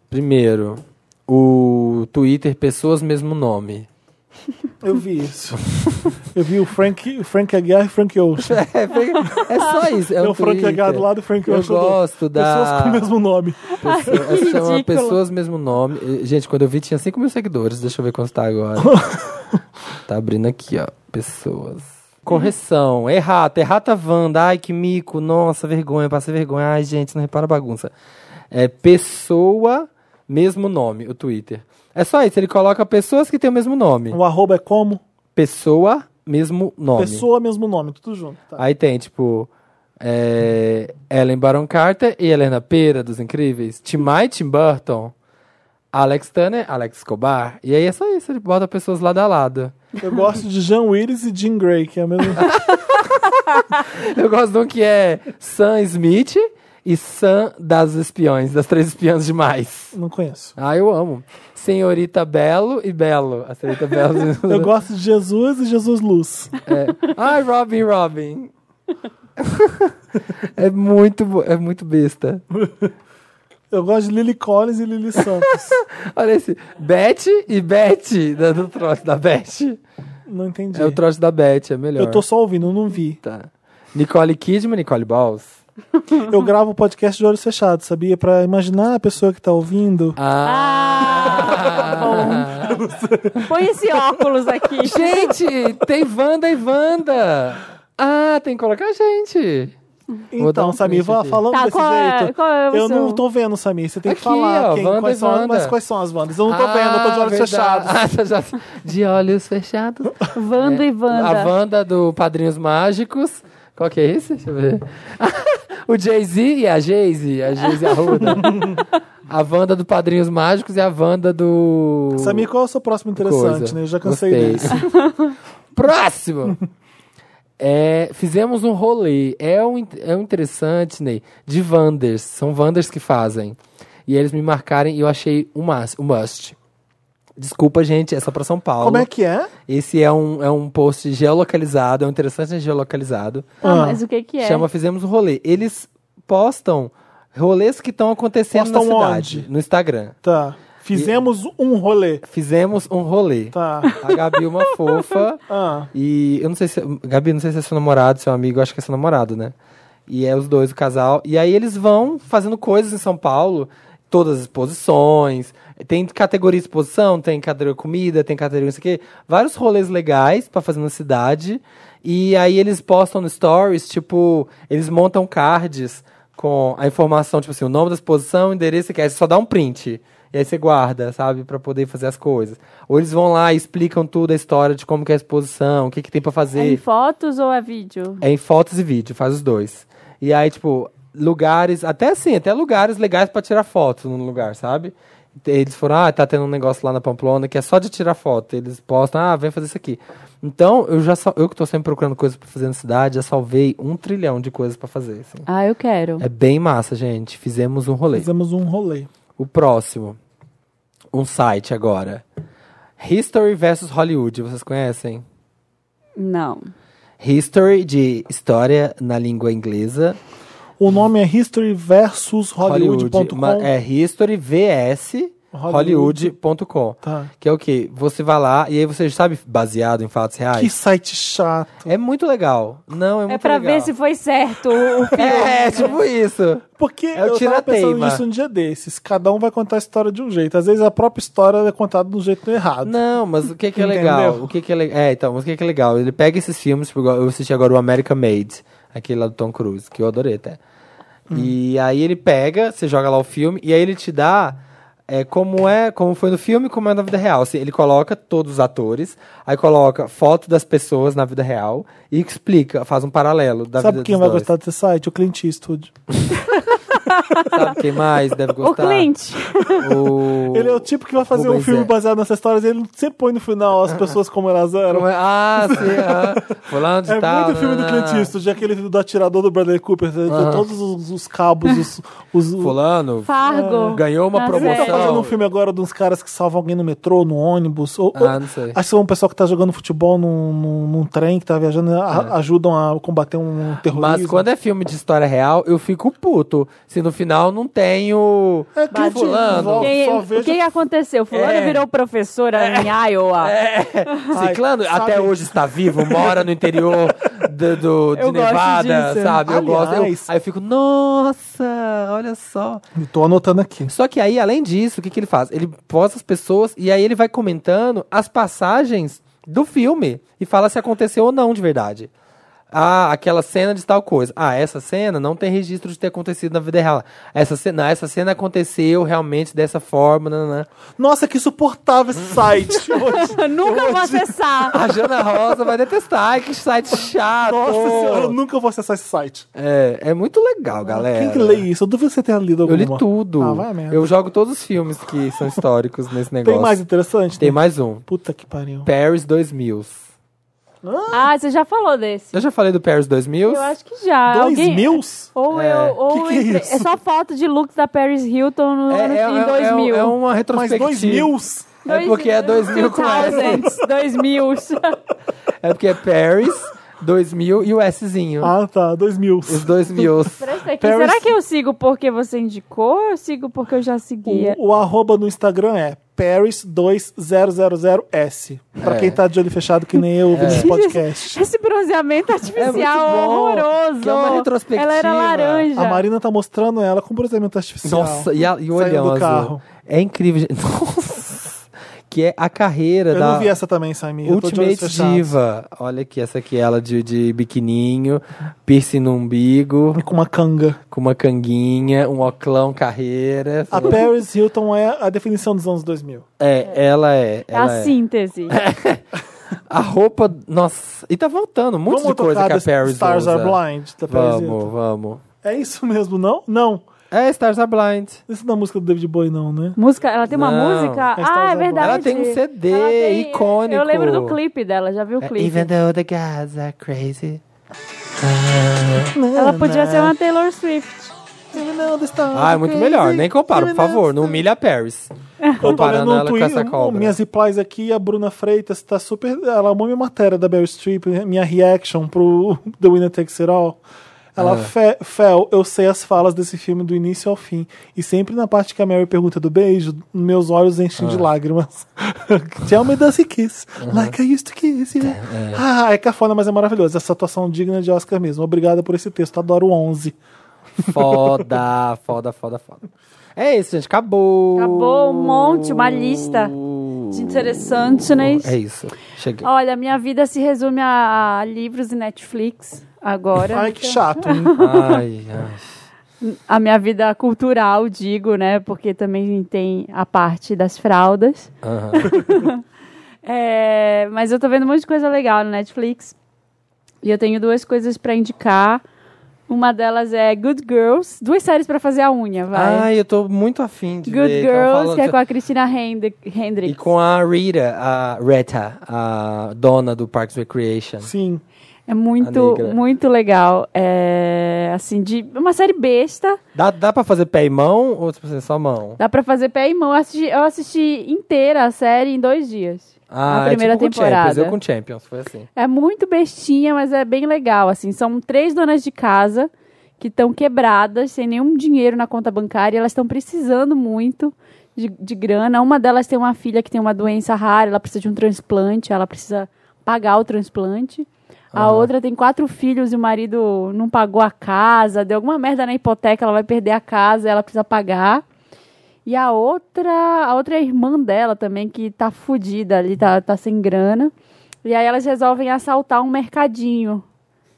S2: Primeiro, o Twitter Pessoas Mesmo Nome.
S1: Eu vi isso. Eu vi o Frank, o Frank Aguiar e Frank Ocean.
S2: É, é só isso. É
S1: É
S2: um
S1: o Frank
S2: Twitter.
S1: Aguiar do lado, o Frank
S2: Eu
S1: Ocean do outro.
S2: gosto da-
S1: Pessoas com o mesmo nome.
S2: Pessoa-
S3: Ai, que
S2: se chama
S3: ridículo.
S2: pessoas mesmo nome. Eh, Gente, quando eu vi tinha 5 mil seguidores. Deixa eu ver quanto tá agora. tá abrindo aqui, ó. Pessoas. Correção. Errata. Errata Wanda. Ai, que mico. Nossa, vergonha. Passei vergonha. Ai, gente, não repara a bagunça. É pessoa mesmo nome, o Twitter. É só isso. Ele coloca pessoas que têm o mesmo nome.
S1: O arroba é como?
S2: Pessoa mesmo nome.
S1: Pessoa, mesmo nome, tudo junto. tá.
S2: Aí tem, tipo, é, Ellen Baron Carter e Helena Pera, dos Incríveis. Timai Tim Burton. Alex Turner, Alex Escobar. E aí é só isso, ele bota pessoas lado a lado.
S1: Eu gosto de Jean Willis e Jean Grey, que é a mesma.
S2: Eu gosto de um que é Sam Smith e Sam das Espiões, das Três Espiãs Demais.
S1: Não conheço.
S2: Ah, eu amo. Senhorita Belo e Belo. A Senhorita Belo. é,
S1: Eu gosto de Jesus e Jesus Luz.
S2: Ai, Robin, Robin. é muito, bo- é muito besta.
S1: Eu gosto de Lily Collins e Lily Santos.
S2: Olha esse. Beth e Beth, da, do trote da Beth.
S1: Não entendi.
S2: É o trote da Beth, é melhor.
S1: Eu tô só ouvindo, eu não vi.
S2: Tá. Nicole Kidman, Nicole Balls.
S1: Eu gravo podcast de olhos fechados, sabia? Pra imaginar a pessoa que tá ouvindo.
S3: Ah.
S2: Ah!
S3: Põe esse óculos aqui.
S2: gente, tem Wanda e Wanda! Ah, tem que colocar a gente. Vou dar
S1: Então,
S2: um
S1: Samir,
S2: print aqui.
S1: falando
S3: Tá,
S1: desse
S3: qual é-
S1: jeito.
S3: qual é o
S1: eu
S3: seu?
S1: não tô vendo, Samir. Você tem que
S2: Aqui,
S1: falar
S2: ó,
S1: quem,
S2: Wanda
S1: quais
S2: e
S1: são as,
S2: Wanda.
S1: mas quais são as bandas. Eu não tô
S2: Ah,
S1: vendo, eu tô de olhos
S2: verdade.
S1: fechados.
S2: Ah, tá já- de olhos fechados.
S3: Wanda e
S2: É, A
S3: Wanda.
S2: Wanda do Padrinhos Mágicos. Qual que é esse? Deixa eu ver. o Jay-Z e a Jay-Z. A Jay-Z Arruda. a Wanda do Padrinhos Mágicos e a Wanda do...
S1: Samir, qual é o seu próximo interessante,
S2: Coisa.
S1: né? Eu já cansei
S2: Gostei.
S1: desse.
S2: Próximo! É, fizemos um rolê. É um, in- é um interessante, Ney, de Wanders. São Wanders que fazem. E eles me marcarem e eu achei um must. Um must. Desculpa, gente, é só pra São Paulo.
S1: Como é que é?
S2: Esse é um, é um post geolocalizado, é um interessante geolocalizado.
S3: Ah, mas o que que é?
S2: Chama Fizemos um Rolê. Eles postam rolês que estão acontecendo
S1: Postam
S2: na cidade,
S1: onde?
S2: no Instagram.
S1: Tá. Fizemos um rolê.
S2: Fizemos um rolê.
S1: Tá.
S2: A Gabi, é uma fofa.
S1: Ah.
S2: E eu não sei se. Gabi, não sei se é seu namorado, seu amigo, eu acho que é seu namorado, né? E é os dois, o casal. E aí eles vão fazendo coisas em São Paulo, todas as exposições. Tem categoria exposição, tem categoria comida, tem categoria isso aqui. Vários rolês legais pra fazer na cidade. E aí eles postam no stories, tipo, eles montam cards com a informação, tipo assim, o nome da exposição, o endereço, que aí você só dá um print. E aí você guarda, sabe, Pra poder fazer as coisas. Ou eles vão lá e explicam tudo a história de como que é a exposição, o que, que tem pra
S3: É em
S2: fazer.
S3: fotos ou é vídeo?
S2: É em fotos e vídeo, faz os dois. E aí, tipo, lugares, até assim, até lugares legais pra tirar foto num lugar, sabe? Eles foram, ah, tá tendo um negócio lá na Pamplona que é só de tirar foto. Eles postam, ah, vem fazer isso aqui. Então, eu já sal- eu que tô sempre procurando coisas pra fazer na cidade, já salvei um trilhão de coisas pra fazer, assim.
S3: Ah, eu quero.
S2: É bem massa, gente. Fizemos um rolê.
S1: Fizemos um rolê.
S2: O próximo. Um site agora. History versus Hollywood, vocês conhecem?
S3: Não.
S2: History de história na língua inglesa.
S1: O nome é History versus
S2: Hollywood.
S1: Hollywood.com.
S2: ma- é History vs
S1: Hollywood.
S2: Hollywood.com.
S1: Tá.
S2: Que é o quê? Você vai lá e aí você sabe baseado em fatos
S1: Que
S2: reais.
S1: site chato.
S2: É muito legal. Não, é muito
S3: É pra
S2: legal.
S3: ver se foi certo o o filme.
S2: É, tipo isso.
S1: Porque
S2: É o
S1: eu tava pensando
S2: tirateima.
S1: nisso um dia desses. Cada um vai contar a história de um jeito. Às vezes a própria história é contada de um jeito errado.
S2: Não, mas o que que é
S1: Entendeu?
S2: legal? O que que é, le- é, então, mas o que que é legal? Ele pega esses filmes, tipo, igual- eu assisti agora o America Made, aquele lá do Tom Cruise, que eu adorei até.
S1: Hum.
S2: E aí ele pega, você joga lá o filme, e aí ele te dá é, como é, como foi no filme, como é na vida real. Assim, ele coloca todos os atores, aí coloca foto das pessoas na vida real e explica, faz um paralelo da
S1: Sabe
S2: vida
S1: quem
S2: dos
S1: vai
S2: dois.
S1: gostar desse site? O Clint Eastwood.
S2: Sabe quem mais deve
S3: O
S2: gostar?
S3: Clint.
S2: O-
S1: Ele é o tipo que vai fazer um
S2: Rubens
S1: filme
S2: é.
S1: baseado nessas histórias e ele sempre põe no final as pessoas como elas
S2: Como né?
S1: eram.
S2: é- Ah, sim, ah, fulano de
S1: É
S2: tal.
S1: muito filme do Clint
S2: nananã.
S1: Eastwood, é aquele filme do atirador do Bradley Cooper, né? todos os, os cabos, os, os,
S2: Fulano
S3: Fargo.
S2: É. ganhou uma
S3: Tá
S1: Ele tá
S3: Promoção.
S1: fazendo um filme agora de uns caras que salvam alguém no metrô, no ônibus. Ou, ou-
S2: Ah, não sei.
S1: acho que é um pessoal que tá jogando futebol num, num- num trem que tá viajando,
S2: É.
S1: a- ajudam a combater um terrorismo.
S2: Mas quando é filme de história real, eu fico puto. Se no final não tem o.
S1: É que eu te-
S2: Fulano.
S1: só-
S3: Quem-
S1: só
S3: o
S1: vejo-
S3: que aconteceu? Fulano
S2: É.
S3: virou professora em Iowa.
S2: É,
S1: Ai,
S2: Ciclano,
S1: sabe-
S2: até hoje está vivo, mora no interior do, do- de
S3: Eu gosto
S2: Nevada,
S3: disso.
S2: sabe? eu gosto. eu-
S1: Aliás-
S2: aí eu fico, nossa, olha só.
S1: Eu Tô anotando aqui.
S2: Só que aí, além disso, o que, que ele faz? Ele posta as pessoas e aí ele vai comentando as passagens do filme e fala se aconteceu ou não de verdade. Ah, aquela cena de tal coisa. Ah, essa cena não tem registro de ter acontecido na vida real. Essa cena, não, essa cena aconteceu realmente dessa forma. né, Nananã.
S1: Nossa, que insuportável esse site.
S2: É.
S3: Eu Nunca vou acessar.
S2: A Jana Rosa vai detestar. Ai, que site chato.
S1: Nossa senhora, eu nunca vou acessar esse site.
S2: É, é muito legal, galera.
S1: Quem que lê isso? Eu duvido que você tenha lido
S2: Eu
S1: alguma.
S2: li tudo.
S1: Ah, vai mesmo.
S2: eu jogo todos os filmes que são históricos nesse negócio.
S1: Tem mais um. interessante?
S2: Tem mais um.
S1: Puta que pariu.
S2: Paris 2000.
S3: Ah, você já falou desse.
S2: Eu já falei do Paris 2000?
S3: Eu acho que já.
S1: Dois
S3: Alguém...
S1: mil?
S3: Ou
S2: É.
S3: eu. Ou
S1: Que que é
S3: entre-
S1: isso?
S3: só foto de looks da Paris Hilton no
S2: É,
S3: ano
S2: é,
S3: em
S2: é-
S3: 2000.
S2: é uma
S1: Mais
S2: retrospectiva.
S1: dois mil?
S2: É porque é 2000 com S.
S3: 2000.
S2: É porque é Paris, 2000 e o Szinho.
S1: Ah, tá. Dois mil.
S2: Os dois mil.
S3: Presta aqui.
S1: Paris-
S3: Será que eu sigo porque você indicou ou eu sigo porque eu já seguia?
S1: O, o arroba no Instagram é paris2000s. Pra
S2: É.
S1: quem tá de olho fechado, que nem eu ouvindo esse podcast.
S3: Esse bronzeamento artificial
S2: Uh. É bom,
S3: horroroso.
S2: que é uma retrospectiva.
S3: Ela era laranja.
S1: A Marina tá mostrando ela com bronzeamento artificial.
S2: Nossa, e, a, e o
S1: Saindo do
S2: olhão azul.
S1: carro.
S2: É incrível, gente. Nossa. Que é a carreira
S1: Eu
S2: da...
S1: não vi essa também, Samir. Eu tô de olhos
S2: Ultimate
S1: fechados.
S2: Diva. Olha aqui, essa aqui é ela de, de biquininho, piercing no umbigo,
S1: Com uma canga.
S2: com uma canguinha, um oclão carreira.
S1: A Paris Hilton é a definição dos anos 2000.
S2: É, ela é.
S3: É a
S2: ela é.
S3: síntese.
S2: A roupa, nossa. E tá voltando, muito de coisa que a
S1: desse
S2: Paris
S1: Stars
S2: usa.
S1: Are Blind, da Paris
S2: Vamos,
S1: Hilton.
S2: vamos.
S1: É isso mesmo, não? Não.
S2: É, Stars Are Blind.
S1: Isso não é música do David Bowie, não, né?
S3: Música, ela tem uma
S2: Não.
S3: música.
S1: Essa
S3: Ah,
S1: tá
S3: é
S1: usando.
S3: verdade.
S2: Ela tem um CD
S3: Ela tem-
S2: icônico. É,
S3: Eu lembro do clipe dela, já vi o clipe.
S2: Even though the gods are crazy.
S3: Ela podia ser uma Taylor Swift.
S2: Ah, é muito melhor. Nem compara, por favor. Não humilha a Paris. Comparando ela com essa cobra.
S1: Minhas replies aqui, a Bruna Freitas tá super. Ela amou minha matéria da Barry Streep, minha reaction pro The Winner Takes It All. Ela,
S2: Ah.
S1: "Fe- Fel, eu sei as falas desse filme do início ao fim. E sempre na parte que a Mary pergunta do beijo, meus olhos enchem
S2: Ah.
S1: de lágrimas. Tell me does he kiss, like I used to kiss you. Ah, é cafona, mas é maravilhoso. Essa atuação digna de Oscar mesmo. Obrigada por esse texto, adoro o 11.
S2: Foda, foda, foda, foda. É isso, gente. Acabou.
S3: Acabou um monte, uma lista de interessante, né?
S2: É isso. Cheguei.
S3: Olha, minha vida se resume a livros e Netflix agora.
S1: Ai, que chato, hein?
S2: Ai, ai.
S3: A minha vida cultural, digo, né? Porque também tem a parte das fraldas.
S2: Aham.
S3: É, mas eu tô vendo um monte de coisa legal no Netflix. E eu tenho duas coisas pra indicar. Uma delas é Good Girls, duas séries pra fazer a unha, vai.
S2: Ai, eu tô muito afim de
S3: Good
S2: ver. Tão
S3: Girls,
S2: falando-
S3: que é com a Christina Hend- Hendricks.
S2: E com a Rita, a Retta, a dona do Parks and Recreation.
S1: Sim.
S3: É
S2: A
S3: muito,
S2: negra.
S3: muito legal. É, assim, de uma série besta.
S2: Dá, dá pra fazer pé e mão ou se você só mão?
S3: Dá pra fazer pé e mão. Eu assisti, eu assisti inteira a série em dois dias.
S2: Ah,
S3: a primeira
S2: é tipo com
S3: temporada.
S2: Champions, eu com Champions, foi assim.
S3: É muito bestinha, mas é bem legal, assim. São três donas de casa que estão quebradas, sem nenhum dinheiro na conta bancária. Elas estão precisando muito de, de grana. Uma delas tem uma filha que tem uma doença rara, ela precisa de um transplante, ela precisa pagar o transplante. A
S2: Aham.
S3: outra tem quatro filhos e o marido não pagou a casa, deu alguma merda na hipoteca, ela vai perder a casa, ela precisa pagar. E a outra, a outra é a irmã dela também, que tá fudida ali, tá, tá sem grana. E aí elas resolvem assaltar um mercadinho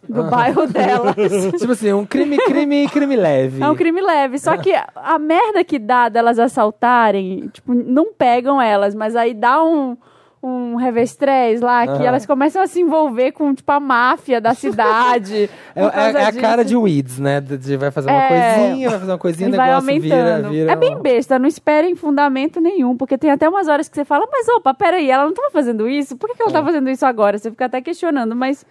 S3: do bairro delas.
S2: tipo assim, um crime, crime, crime leve.
S3: É um crime leve. Só que a merda que dá delas assaltarem, tipo, não pegam elas, mas aí dá um, um revestrez lá que
S2: Aham.
S3: elas começam a se envolver com, tipo, a máfia da cidade.
S2: É,
S3: por
S2: é-
S3: causa
S2: é a cara
S3: disso.
S2: de Weeds, né? De, de vai fazer uma
S3: É.
S2: coisinha, vai fazer uma coisinha,
S3: E
S2: o
S3: vai
S2: negócio vira,
S3: aumentando.
S2: vira. um
S3: é bem besta, não esperem fundamento nenhum, porque tem até umas horas que você fala, mas opa, peraí, ela não tava fazendo isso? Por que, que ela
S2: É.
S3: tá fazendo isso agora? Você fica até questionando, mas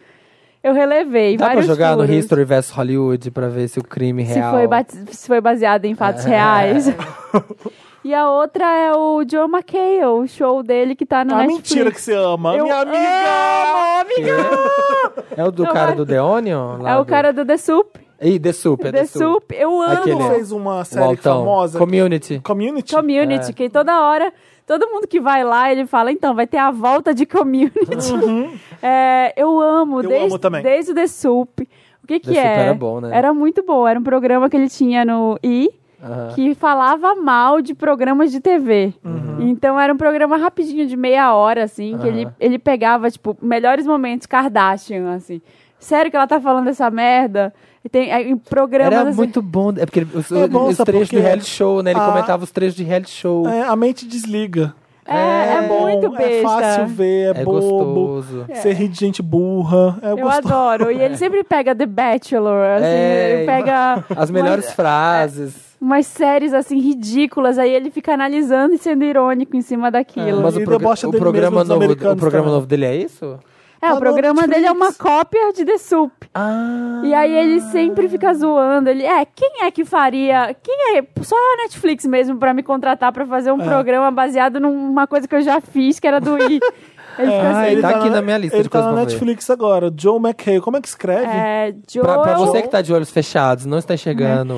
S3: eu relevei.
S2: Dá pra
S3: vários
S2: jogar no
S3: furos.
S2: History vs Hollywood pra ver se o crime
S3: se
S2: real... É.
S3: foi, bate- se foi baseado em fatos reais. e a outra é o Joe McHale, o show dele que tá no
S1: Ah,
S3: Netflix.
S1: mentira que você ama.
S3: Eu
S1: Minha amiga!
S3: amo, amiga!
S2: É o do
S3: Não,
S2: cara
S3: mas-
S2: do The Onion? lá
S3: É o
S2: do-
S3: cara do The Soup.
S2: Ih, The Soup, é tá The,
S3: The
S2: Soup.
S3: Soup, eu amo.
S1: Ele
S2: Aquele- é tipo, Ele-
S1: fez uma
S2: O
S1: série
S2: Altão.
S1: famosa.
S2: Community.
S1: Community?
S2: é.
S3: Community, que toda hora, todo mundo que vai lá, ele fala, então, vai ter a volta de community.
S2: Uhum.
S3: É, eu amo,
S1: Eu
S3: desde,
S1: amo também.
S3: desde o The Soup. O
S2: The
S3: que que
S2: Soup
S3: é?
S2: era bom, né?
S3: Era muito bom, era um programa que ele tinha no I,
S2: Aham.
S3: que falava mal de programas de TV. Então era um programa rapidinho, de meia hora, assim, que ele,
S2: Aham.
S3: ele pegava, tipo, melhores momentos Kardashian, assim. Sério que ela tá falando essa merda? E Tem aí, em programas
S2: Era
S3: assim,
S2: muito bom. É porque ele- os,
S1: É bom,
S2: os
S1: sabe
S2: trechos
S1: por
S2: do
S1: quê?
S2: reality show, né? Ele
S1: Ah.
S2: comentava os trechos de reality show.
S1: É, a mente desliga.
S3: É, é, muito besta.
S1: É fácil ver, é,
S2: É
S1: bobo.
S2: gostoso.
S1: Você ri de gente burra. É
S3: Eu
S1: gostoso.
S3: adoro. E ele sempre pega The Bachelor, assim,
S2: É,
S3: ele pega
S2: As melhores
S1: é,
S2: frases.
S3: umas séries assim ridículas, aí ele fica analisando e sendo irônico em cima daquilo. É,
S2: Mas o,
S1: E
S2: progra-
S1: debocha
S2: o
S1: dele
S2: programa,
S1: mesmo dos
S2: novo, o
S1: americanos
S2: programa
S1: também.
S2: novo dele é isso?
S1: Tá
S3: o programa
S1: no
S3: dele é uma
S1: Netflix.
S3: cópia de The Soup.
S2: Ah.
S3: E aí ele sempre fica zoando. Ele, é, quem é que faria? Quem é? Só a Netflix mesmo pra me contratar pra fazer
S2: É.
S3: um programa baseado numa coisa que eu já fiz, que era do I. Ele fica
S2: Ai,
S3: assim.
S2: tá aqui na minha
S1: Ah,
S2: lista
S1: Ele
S2: de
S1: tá
S2: coisas
S1: na
S2: pra ver.
S1: Netflix agora. Joe McHale. Como é que escreve?
S3: É, Joel,
S2: Pra, pra você que tá de olhos fechados, não está enxergando.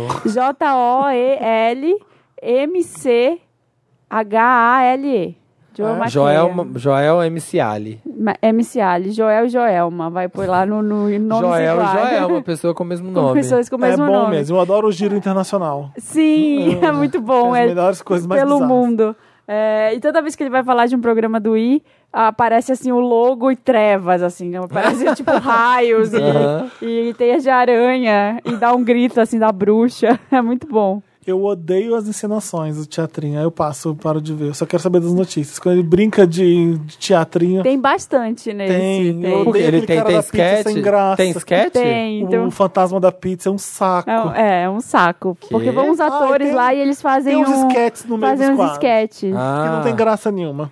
S3: J-O-E-L-M-C-H-A-L-E. Joel é.
S2: Joel, Joel MC Ali.
S3: MC Ali. Joel e Joelma. Vai pôr lá no, no nome
S2: Joel e Joel, é uma pessoa com o mesmo
S3: Com
S2: nome.
S3: pessoas com o
S1: É
S3: mesmo
S1: bom
S3: nome.
S1: mesmo. Eu adoro o giro internacional.
S3: Sim, é muito bom.
S1: Uhum. As
S3: é
S1: melhores coisas mais
S3: pelo
S1: bizarras.
S3: mundo. É, e toda vez que ele vai falar de um programa do I, aparece assim o logo e trevas, assim. Aparece tipo raios e,
S1: Uhum.
S2: Aham.
S3: e teias de aranha. E dá um grito assim da bruxa. É muito bom.
S1: Eu odeio as encenações do teatrinho. Aí eu passo, eu paro de ver. Eu só quero saber das notícias. Quando ele brinca de, de teatrinho,
S3: Tem bastante nesse.
S1: Tem, eu
S2: Porque
S1: odeio
S2: ele
S1: aquele
S2: tem,
S1: cara
S2: tem
S1: da pizza
S2: sketch?
S1: sem graça.
S2: Tem sketch?
S3: Tem, então.
S1: o fantasma da pizza é um saco.
S3: É, um- é um saco. Porque vão uns
S1: Ah,
S3: atores
S1: tem-
S3: lá e eles fazem
S1: tem uns
S3: um,
S1: esquetes no meio
S3: fazem
S1: dos
S3: uns
S1: quadros. Ah.
S3: esquetes.
S2: Ah.
S1: Que não tem graça nenhuma.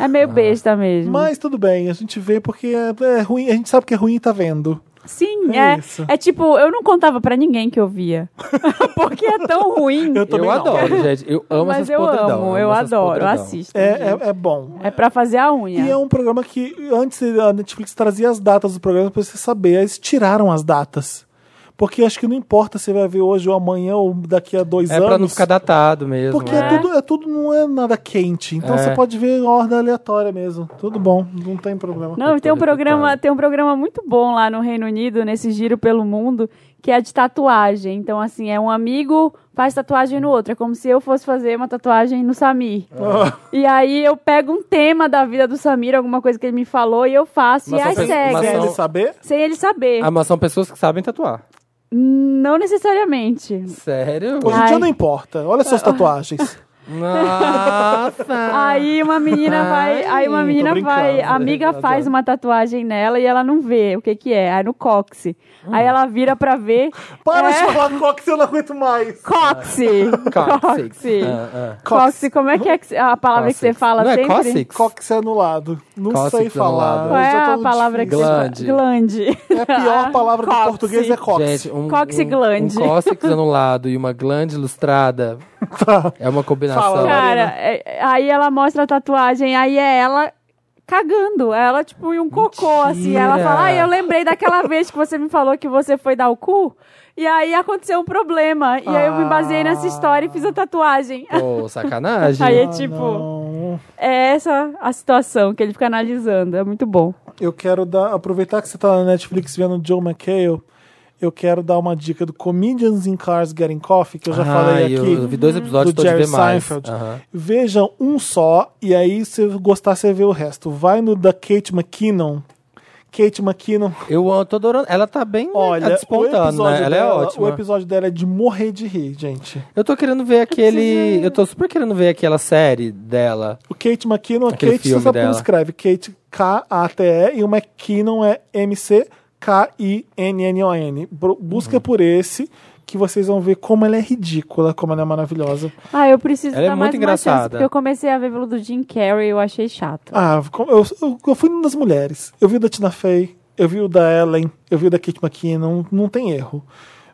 S3: É meio besta mesmo.
S1: Mas tudo bem, a gente vê porque é, é ruim, a gente sabe que é ruim e tá vendo.
S3: Sim,
S1: É
S3: é,
S1: isso.
S3: é, tipo, eu não contava pra ninguém que eu via. porque é tão ruim.
S1: Eu também
S2: eu
S1: não.
S2: adoro, gente. Eu amo
S3: Mas
S2: essas
S3: eu
S2: podridão,
S3: amo, eu
S2: essas
S3: adoro, eu
S2: podridão.
S3: assisto.
S1: É,
S3: gente.
S1: é, é bom.
S3: É pra fazer a unha.
S1: E é um programa que antes a Netflix trazia as datas do programa pra você saber, aí eles tiraram as datas. Porque acho que não importa se vai ver hoje ou amanhã ou daqui a dois
S2: É
S1: anos.
S2: pra não ficar datado mesmo.
S1: Porque é.
S2: né?
S1: tudo, é tudo, não é nada quente. Então
S2: É.
S1: você pode ver em ordem aleatória mesmo. Tudo bom, não tem problema.
S3: Não, tem um,
S2: Doutora
S3: programa,
S2: Pitada.
S3: tem um programa muito bom lá no Reino Unido, nesse giro pelo mundo, que é de tatuagem. Então, assim, é um amigo faz tatuagem no outro. É como se eu fosse fazer uma tatuagem no Samir. E aí eu pego um tema da vida do Samir, alguma coisa que ele me falou, e eu faço,
S2: Mas
S3: e
S2: são
S3: as
S2: pe- mas
S1: Sem
S3: cegas.
S2: são-
S1: ele saber?
S3: Sem ele saber.
S2: Ah, mas são pessoas que sabem tatuar.
S3: Não necessariamente.
S2: Sério?
S1: Hoje em dia
S3: Ai.
S1: não importa. Olha suas tatuagens.
S2: Nossa!
S3: Aí uma menina vai, aí uma
S2: Ai, né?
S3: menina
S1: tô brincando,
S3: vai, a amiga
S2: adoro.
S3: faz uma tatuagem nela e ela não vê o que que é, aí no cóccix. Aí ela vira pra ver,
S1: Para
S3: É.
S1: de falar cox, eu não aguento mais.
S3: cóccix.
S2: Cóccix.
S3: Cóccix.
S2: Ah, ah.
S3: Cóccix, como é que é que cê- a palavra que você
S2: Cóccix.
S3: fala
S2: não
S3: sempre?
S2: É cóccix?
S1: Cox é anulado. Não
S2: Cóccix
S1: sei falar.
S2: anulado.
S3: Qual
S1: Eu já
S3: é a
S1: tô
S3: palavra
S1: difícil.
S3: que
S2: Glande.
S3: glande?
S1: É a pior palavra do
S3: Cóccix.
S1: português é cox.
S2: Gente, um,
S3: Coxiglande.
S2: Um, um cóccix anulado e uma glande ilustrada é uma combinação.
S1: Fala,
S3: Cara,
S1: Lorena.
S3: é- aí ela mostra a tatuagem, aí é ela cagando. Ela, tipo, e um cocô, assim.
S2: Mentira.
S3: Ela fala, ah, eu lembrei daquela vez que você me falou que você foi dar o cu. E aí aconteceu um problema. E aí eu me baseei
S2: Ah.
S3: nessa história e fiz a tatuagem.
S2: Pô, sacanagem.
S3: Aí é tipo,
S1: Não.
S3: é essa a situação que ele fica analisando. É muito bom.
S1: Eu quero dar, aproveitar que você tá na Netflix vendo Joe McHale, eu quero dar uma dica do Comedians in Cars Getting Coffee, que eu já
S2: Ah,
S1: falei aqui.
S2: eu vi dois episódios,
S1: do
S2: tô de
S1: Jerry
S2: ver mais.
S1: Seinfeld.
S2: Aham.
S1: Vejam um só, e aí se gostar, você vê o resto. Vai no da Kate McKinnon. Kate McKinnon,
S2: Eu amo, tô adorando. Ela tá bem né,
S1: olha, o
S2: é despontando,
S1: episódio
S2: né? Ela
S1: dela,
S2: é
S1: O
S2: ótima.
S1: episódio dela é de morrer de rir, gente.
S2: Eu tô querendo ver aquele. Eu tô super querendo ver aquela série dela.
S1: O Kate McKinnon, a
S2: Aquele
S1: Kate, você
S2: filme
S1: sabe como
S2: dela.
S1: escreve? Kate K-A-T-E e o McKinnon é M-C K-I-N-N-O-N. Bro-
S2: Hum.
S1: Busca por esse que vocês vão ver como ela é ridícula, como ela é maravilhosa.
S3: Ah, eu preciso
S2: Ela é
S3: dar mais
S2: muito
S3: uma chance,
S2: engraçada.
S3: porque eu comecei a ver pelo do Jim Carrey e eu achei chato.
S2: Tá.
S1: Ah, como- eu, eu, eu fui nas mulheres. Eu vi o da Tina Fey, eu vi o da Ellen, eu vi o da Kate McKinnon, não tem erro.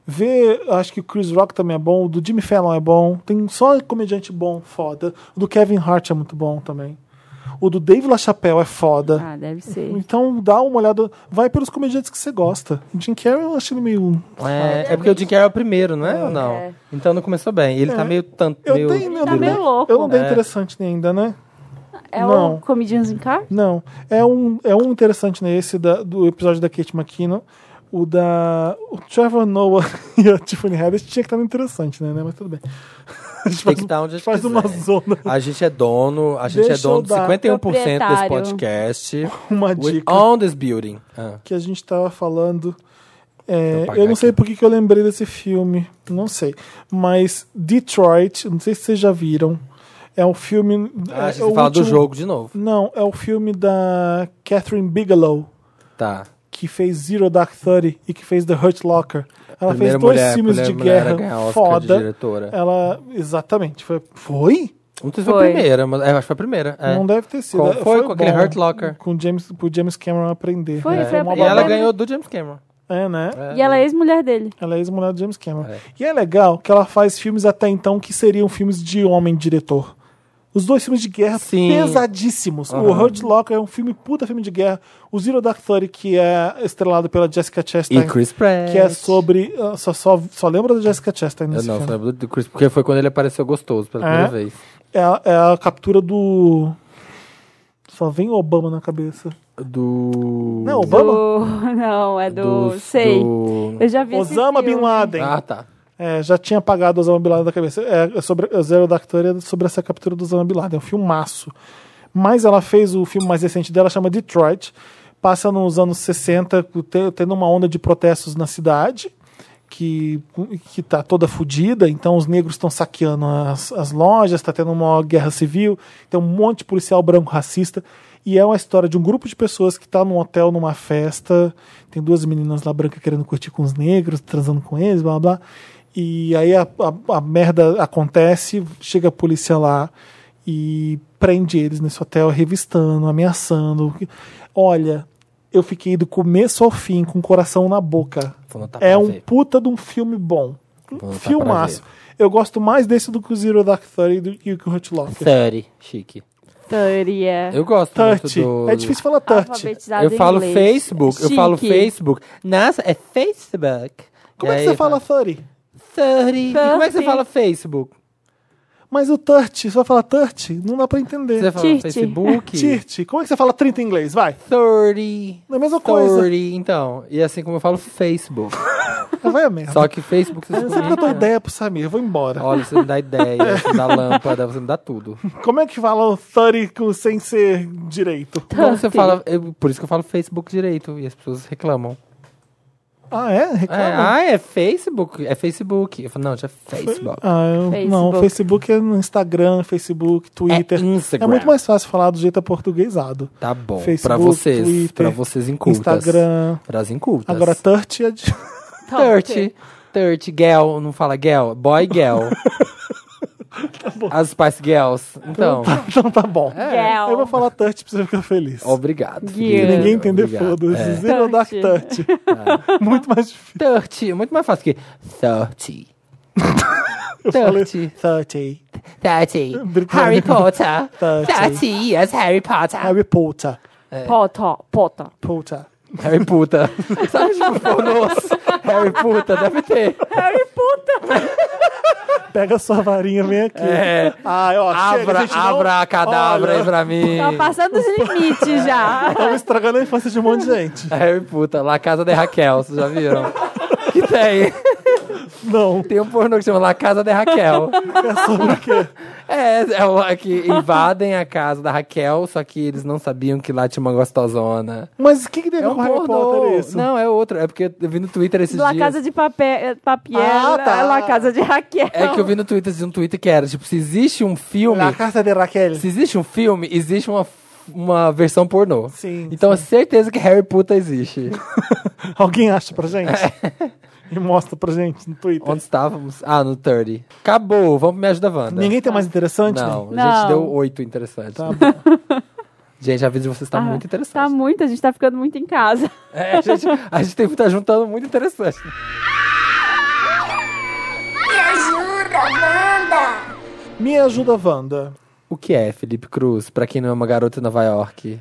S1: Ver, acho que o Chris Rock também é bom, o do Jimmy Fallon é bom, tem só comediante bom, foda. O do Kevin Hart é muito bom também. O do Dave LaChapelle é foda.
S3: Ah, deve ser.
S1: Então dá uma olhada. Vai pelos comediantes que você gosta. O Jim Carrey eu achei ele meio.
S2: É, é porque o Jim Carrey é o primeiro, não é? Ou não?
S3: É.
S2: Então não começou bem. Ele tá meio tanto.
S1: É. Eu
S2: meio...
S1: tenho, eu
S3: tá
S1: não
S3: meio
S1: dei-
S3: louco.
S1: Eu não dei
S2: É.
S1: interessante nem ainda, né?
S3: É
S1: Não.
S3: o Comedians in Car?
S1: Não. É um, é um interessante nesse da, do episódio da Kate McKinnon. O da. O Trevor Noah e a Tiffany Haddish tinha que estar no interessante, né? né? Mas tudo bem. A gente
S2: Tem
S1: faz,
S2: que estar onde a gente
S1: faz uma
S2: quiser.
S1: zona.
S2: A gente é dono, a gente
S1: Deixa
S2: é dono
S1: eu
S2: de
S1: dar.
S2: 51% desse
S3: Proprietário.
S2: podcast.
S1: Uma
S2: We
S1: dica.
S2: own this building. Ah,
S1: que a gente tava falando. é,
S2: Vou apagar
S1: eu não sei por que que eu lembrei desse filme, não sei. Mas Detroit, não sei se vocês já viram. É um filme. é,
S2: Ah, a gente
S1: é o
S2: fala do
S1: último-
S2: jogo de novo.
S1: Não, é o filme da Catherine Bigelow,
S2: Tá.
S1: que fez Zero Dark Thirty e que fez The Hurt Locker. Ela
S2: Primeira
S1: fez dois
S2: mulher-
S1: filmes de
S2: primeira mulher a
S1: guerra
S2: ganhar Oscar de
S1: foda. É.
S2: diretora.
S1: Ela. Exatamente. Foi? foi?
S2: Não sei se foi, a
S3: Foi.
S2: primeira, mas é, eu acho que foi a primeira. é.
S1: Não deve ter sido.
S2: Com- foi com aquele
S1: bom
S2: Hurt Locker.
S1: Com James, pro James Cameron aprender.
S3: Foi,
S1: né?
S3: foi a
S1: uma
S2: E ela
S1: babada.
S2: ganhou do James Cameron.
S1: É, né?
S3: E ela é ex-mulher dele.
S1: Ela é ex-mulher do James Cameron.
S2: É.
S1: E é legal que ela faz filmes até então que seriam filmes de homem diretor. Os dois filmes de guerra
S2: Sim.
S1: pesadíssimos. O Hurt Locker é um filme puta filme de guerra. O Zero Dark Thirty, que é estrelado pela Jessica Chastain,
S2: E Chris Pratt.
S1: que é sobre... ah, Só, só, só lembra da Jessica Chastain
S2: Eu
S1: nesse
S2: não, só
S1: filme.
S2: lembro do Chris, porque foi quando ele apareceu gostoso pela
S1: É.
S2: primeira vez.
S1: É, a- é a captura do... Só vem Obama na cabeça.
S2: Do.
S1: Não, Obama?
S3: Do- Não, é do.
S2: do-
S3: Sei.
S2: do-
S3: Eu já vi esse
S1: Osama
S3: filme.
S1: Bin Laden.
S2: Ah, tá.
S1: É, já tinha apagado o Osama Bin Laden da cabeça. É, é sobre, é Zero Dark Thirty é sobre essa captura do Osama Bin Laden. É um filmaço. Mas ela fez o filme mais recente dela, chama Detroit. Passa nos anos 60, te- tendo uma onda de protestos na cidade, que, que tá toda fodida. Então os negros estão saqueando as, as lojas, está tendo uma guerra civil. Tem um monte de policial branco racista. E é uma história de um grupo de pessoas que tá num hotel, numa festa. Tem duas meninas lá brancas querendo curtir com os negros, transando com eles, blá blá. blá. E aí a, a- a merda acontece, chega a polícia lá e prende eles nesse hotel, revistando, ameaçando. Olha, eu fiquei do começo ao fim com o coração na boca.
S2: Vou anotar Tá pra
S1: É um
S2: ver.
S1: puta de um filme bom.
S2: Vou
S1: Um
S2: anotar
S1: filmaço.
S2: pra
S1: Eu gosto mais desse do que o Zero Dark Thirty e do que o Hurt Locker.
S2: Série. Chique.
S3: Thirty, é.
S2: Eu gosto
S1: Touch.
S2: muito do.
S1: É difícil falar
S3: Ah,
S1: touch.
S3: Alfabetizado
S2: Eu
S3: em
S2: falo
S3: inglês.
S2: Facebook. Eu falo
S3: Chique.
S2: Facebook. Nossa, é Facebook.
S1: Como
S2: E
S1: é que
S2: aí tá?
S1: você fala 30?
S2: 30. E como é que você
S3: Thirty.
S2: fala Facebook?
S1: Mas o 30, você vai falar 30? Não dá pra
S2: Você
S1: entender.
S2: fala
S3: Tirty.
S2: Facebook?
S1: Tirte, como é que você fala 30 em inglês? Vai.
S2: 30.
S1: É a mesma coisa.
S2: 30, então. E assim como eu falo Facebook.
S1: Vai a merda.
S2: Só que Facebook você né?
S1: Você não dá ideia pro Samir, eu vou embora.
S2: Olha, você me dá ideia, você me dá lâmpada, você me dá tudo.
S1: Como é que fala o 30 com- sem ser direito?
S2: Então você
S3: Thirty.
S2: fala. eu- por isso que eu falo Facebook direito. E as pessoas reclamam.
S1: Ah, é?
S2: É,
S1: Reclama?
S2: ah, é Facebook? É Facebook. Eu falo, não, já é Facebook.
S1: Ah, eu-
S3: Facebook.
S1: não, Facebook é no Instagram, Facebook, Twitter.
S2: É Instagram.
S1: É muito mais fácil falar do jeito aportuguesado.
S2: Tá bom. pra
S1: Facebook,
S2: vocês.
S1: Twitter,
S2: pra vocês incultas.
S1: Instagram.
S2: Pras incultas.
S1: Agora, 30 é de...
S2: Dirty. Dirty. Girl. Não fala girl. Boy girl.
S1: Tá
S2: As Spice Girls. Então.
S1: Então tá bom.
S3: Girl.
S2: É.
S1: Eu vou falar 30 pra você ficar feliz.
S2: Obrigado.
S3: Gear.
S2: querido.
S1: Ninguém entender,
S2: Obrigado.
S1: foda-se.
S2: É.
S1: Zero Dark 30.
S3: Touch.
S1: Muito mais difícil.
S2: Dirty. é Muito mais fácil que Dirty.
S1: Eu falei
S2: Dirty.
S1: 30.
S2: Dirty.
S1: Britânico.
S2: Harry Potter.
S1: Dirty.
S2: Dirty. Yes, Harry Potter.
S1: Harry Potter.
S3: Pota, pota.
S1: Potter.
S2: Harry Puta. Sabe, tipo, fonos. Harry Puta, deve ter.
S3: Harry puta.
S1: Pega sua varinha, vem aqui.
S2: É.
S1: Ai, ó, chega,
S2: Abra,
S1: gente, não-
S2: abra a cadabra aí
S1: Olha,
S2: pra mim.
S3: Tá passando os limites já.
S1: Estamos estragando a infância de um monte de gente.
S2: Harry Puta, La Casa de Raquel, vocês já viram? que tem?
S1: Não.
S2: Tem um pornô que chama La Casa de Raquel.
S1: É sobre o quê?
S2: É, é o que invadem a casa da Raquel, só que eles não sabiam que lá tinha uma gostosona.
S1: Mas o que, que deve
S2: É um
S1: com Harry
S2: pornô.
S1: Potter isso?
S2: Não, é outro. É porque eu vi no Twitter esses
S3: La
S2: dias.
S3: Casa de Papel, Papier,
S1: Ah, tá.
S3: La Casa de Raquel.
S2: É que eu vi no Twitter de um Twitter que era, tipo, se existe um filme.
S1: Na casa de Raquel.
S2: Se existe um filme, existe uma, uma versão pornô.
S1: Sim,
S2: Então é certeza que Harry Puta existe.
S1: Alguém acha pra gente? e mostra pra gente no Twitter.
S2: Onde estávamos? Ah, no 30. Acabou, vamos pro Me Ajuda Wanda.
S1: Ninguém tem mais interessante?
S2: Não,
S1: né?
S2: a gente
S3: Não.
S2: deu oito interessantes.
S1: Tá bom.
S2: Gente, a vida de vocês tá
S3: Ah,
S2: muito interessante.
S3: Tá muito, a gente tá ficando muito em casa.
S2: É, a gente, a gente tem, tá juntando muito interessante.
S6: Me ajuda, Wanda!
S1: Me ajuda, Wanda.
S2: O que é Felipe Cruz, pra quem não é uma garota em Nova York?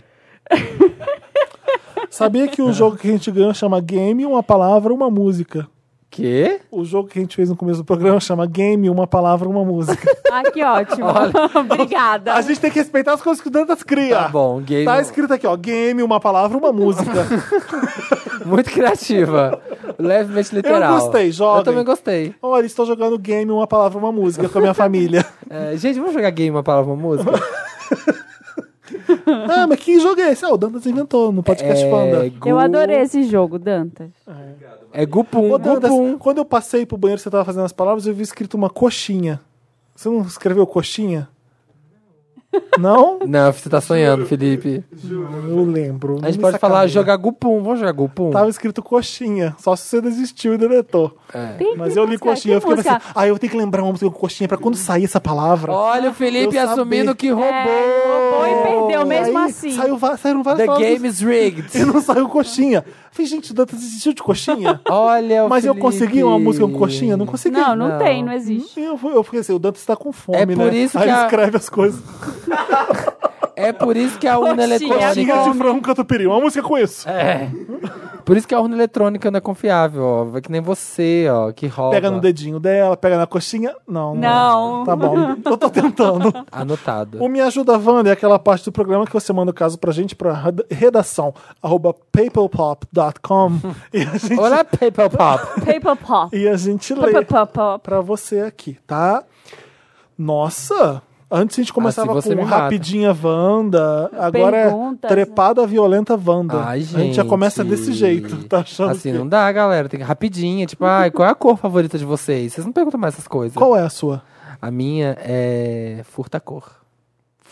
S1: Sabia que o jogo que a gente ganhou chama game, uma palavra, uma música.
S2: Quê?
S1: O jogo que a gente fez no começo do programa chama game, uma palavra, uma música.
S3: Ah, que ótimo. Obrigada.
S1: A gente tem que respeitar as coisas que o Dantas cria.
S2: Tá bom, game.
S1: Tá escrito aqui, ó, game, uma palavra, uma música.
S2: Muito criativa. Levemente literal.
S1: Eu gostei, joguem.
S2: Eu também gostei.
S1: Olha, estou jogando game, uma palavra, uma música com a minha família.
S2: É, gente, vamos jogar game uma palavra, uma música?
S1: ah, mas que jogo é esse? Ah, o Dantas inventou no podcast
S2: É,
S1: Panda.
S2: Gu-
S3: Eu adorei esse jogo, Dantas.
S2: É Gupum.
S1: Ô, Dantas,
S2: Gupum.
S1: quando eu passei pro banheiro que você tava fazendo as palavras, eu vi escrito uma coxinha. Você não escreveu coxinha? Não?
S2: Não, você tá sonhando, Felipe.
S1: Eu lembro.
S2: A gente
S1: Me
S2: pode falar
S1: sacaneia.
S2: jogar um. Gupum. Vamos jogar Gupum?
S1: Tava escrito coxinha, só se você desistiu e deletou.
S2: É.
S3: Tem
S1: Mas
S3: que
S1: eu li
S3: buscar,
S1: coxinha,
S3: que
S1: eu fiquei
S3: música?
S2: assim,
S1: pensando, ah, eu tenho que lembrar uma música com coxinha pra quando sair essa palavra.
S2: Olha o Felipe
S1: Eu
S2: assumindo
S1: sabia.
S2: que roubou.
S3: É. roubou e perdeu
S1: E aí,
S3: mesmo assim.
S1: Saiu, va- saíram várias
S2: The
S1: palavras
S2: game is rigged.
S1: e não saiu coxinha. Eu Falei, gente, o Dantas desistiu de coxinha?
S2: Olha o
S1: Mas eu
S2: Felipe.
S1: consegui uma música com coxinha? Não consegui.
S3: Não, não,
S2: Não.
S3: tem, não existe.
S1: Eu, fui- eu fiquei assim, o Dantas tá com fome,
S2: É
S1: né?
S2: por isso
S1: Aí
S2: que
S1: ele
S2: a-
S1: escreve as coisas.
S2: É por isso que a urna
S3: Coxinha,
S2: eletrônica...
S1: Coxinha de frango catupiry, uma música com isso.
S2: É. Por isso que a urna eletrônica não é confiável, ó. É que nem você, ó, que rouba.
S1: Pega no dedinho dela, pega na coxinha. Não,
S3: Não.
S1: Tá bom, eu tô tentando.
S2: Anotado.
S1: O Me Ajuda Wanda é aquela parte do programa que você manda o caso pra gente pra reda- redação arroba paperpop.com e a gente,
S2: Olha Paper Pop.
S3: Paper Pop.
S1: e a gente lê
S3: Pop, pop, pop.
S1: pra você aqui, tá? Nossa! Antes a gente começava
S2: Ah, você
S1: com
S2: me mata.
S1: Rapidinha Wanda, agora
S3: Perguntas,
S1: é Trepada Violenta Wanda.
S2: Ai, gente.
S1: A gente já começa desse jeito, tá achando
S2: Assim,
S1: que-
S2: não dá, galera. Tem que rapidinho. Tipo, ai, qual é a cor favorita de vocês? Vocês não perguntam mais essas coisas.
S1: Qual é a sua?
S2: A minha é furta-cor.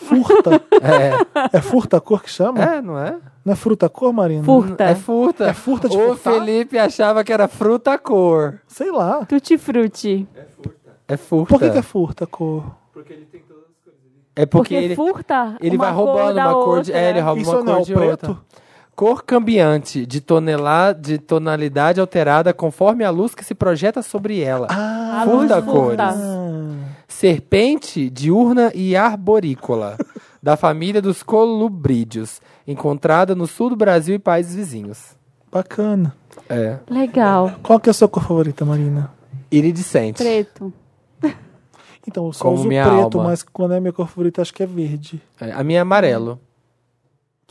S1: Furta?
S2: É,
S1: é furta a cor que chama?
S2: é, não é?
S1: Não é fruta a cor, Marina?
S3: Furta.
S2: É furta.
S1: É furta de
S2: O
S1: furtar?
S2: Felipe achava que era fruta-cor.
S1: Sei lá.
S3: Tutti frutti.
S2: É furta.
S1: Por que, que é furta a cor?
S4: Porque ele tem todas as coisas. Ele
S2: É porque,
S3: Porque
S2: ele,
S3: furta.
S2: ele
S3: uma
S2: vai
S3: cor
S2: roubando
S3: da
S2: uma cor
S3: outra. né?
S2: de... É, ele rouba
S1: Isso
S2: uma
S1: não é
S2: cor
S1: o
S2: de
S1: preto?
S2: outra. Cor cambiante, de, tonelar, de tonalidade alterada conforme a luz que se projeta sobre ela.
S1: Ah,
S3: A luz
S2: Furta
S3: furta.
S2: cores. Serpente diurna e arborícola, da família dos colubrídeos, encontrada no sul do Brasil e países vizinhos.
S1: bacana.
S2: É.
S3: Legal.
S1: Qual que é a sua cor favorita, Marina?
S2: Iridescente.
S3: Preto.
S1: Então, eu só
S2: Como
S1: uso
S2: minha
S1: preto,
S2: alma.
S1: mas quando é minha cor favorita, acho que é verde.
S2: É, a minha é amarelo.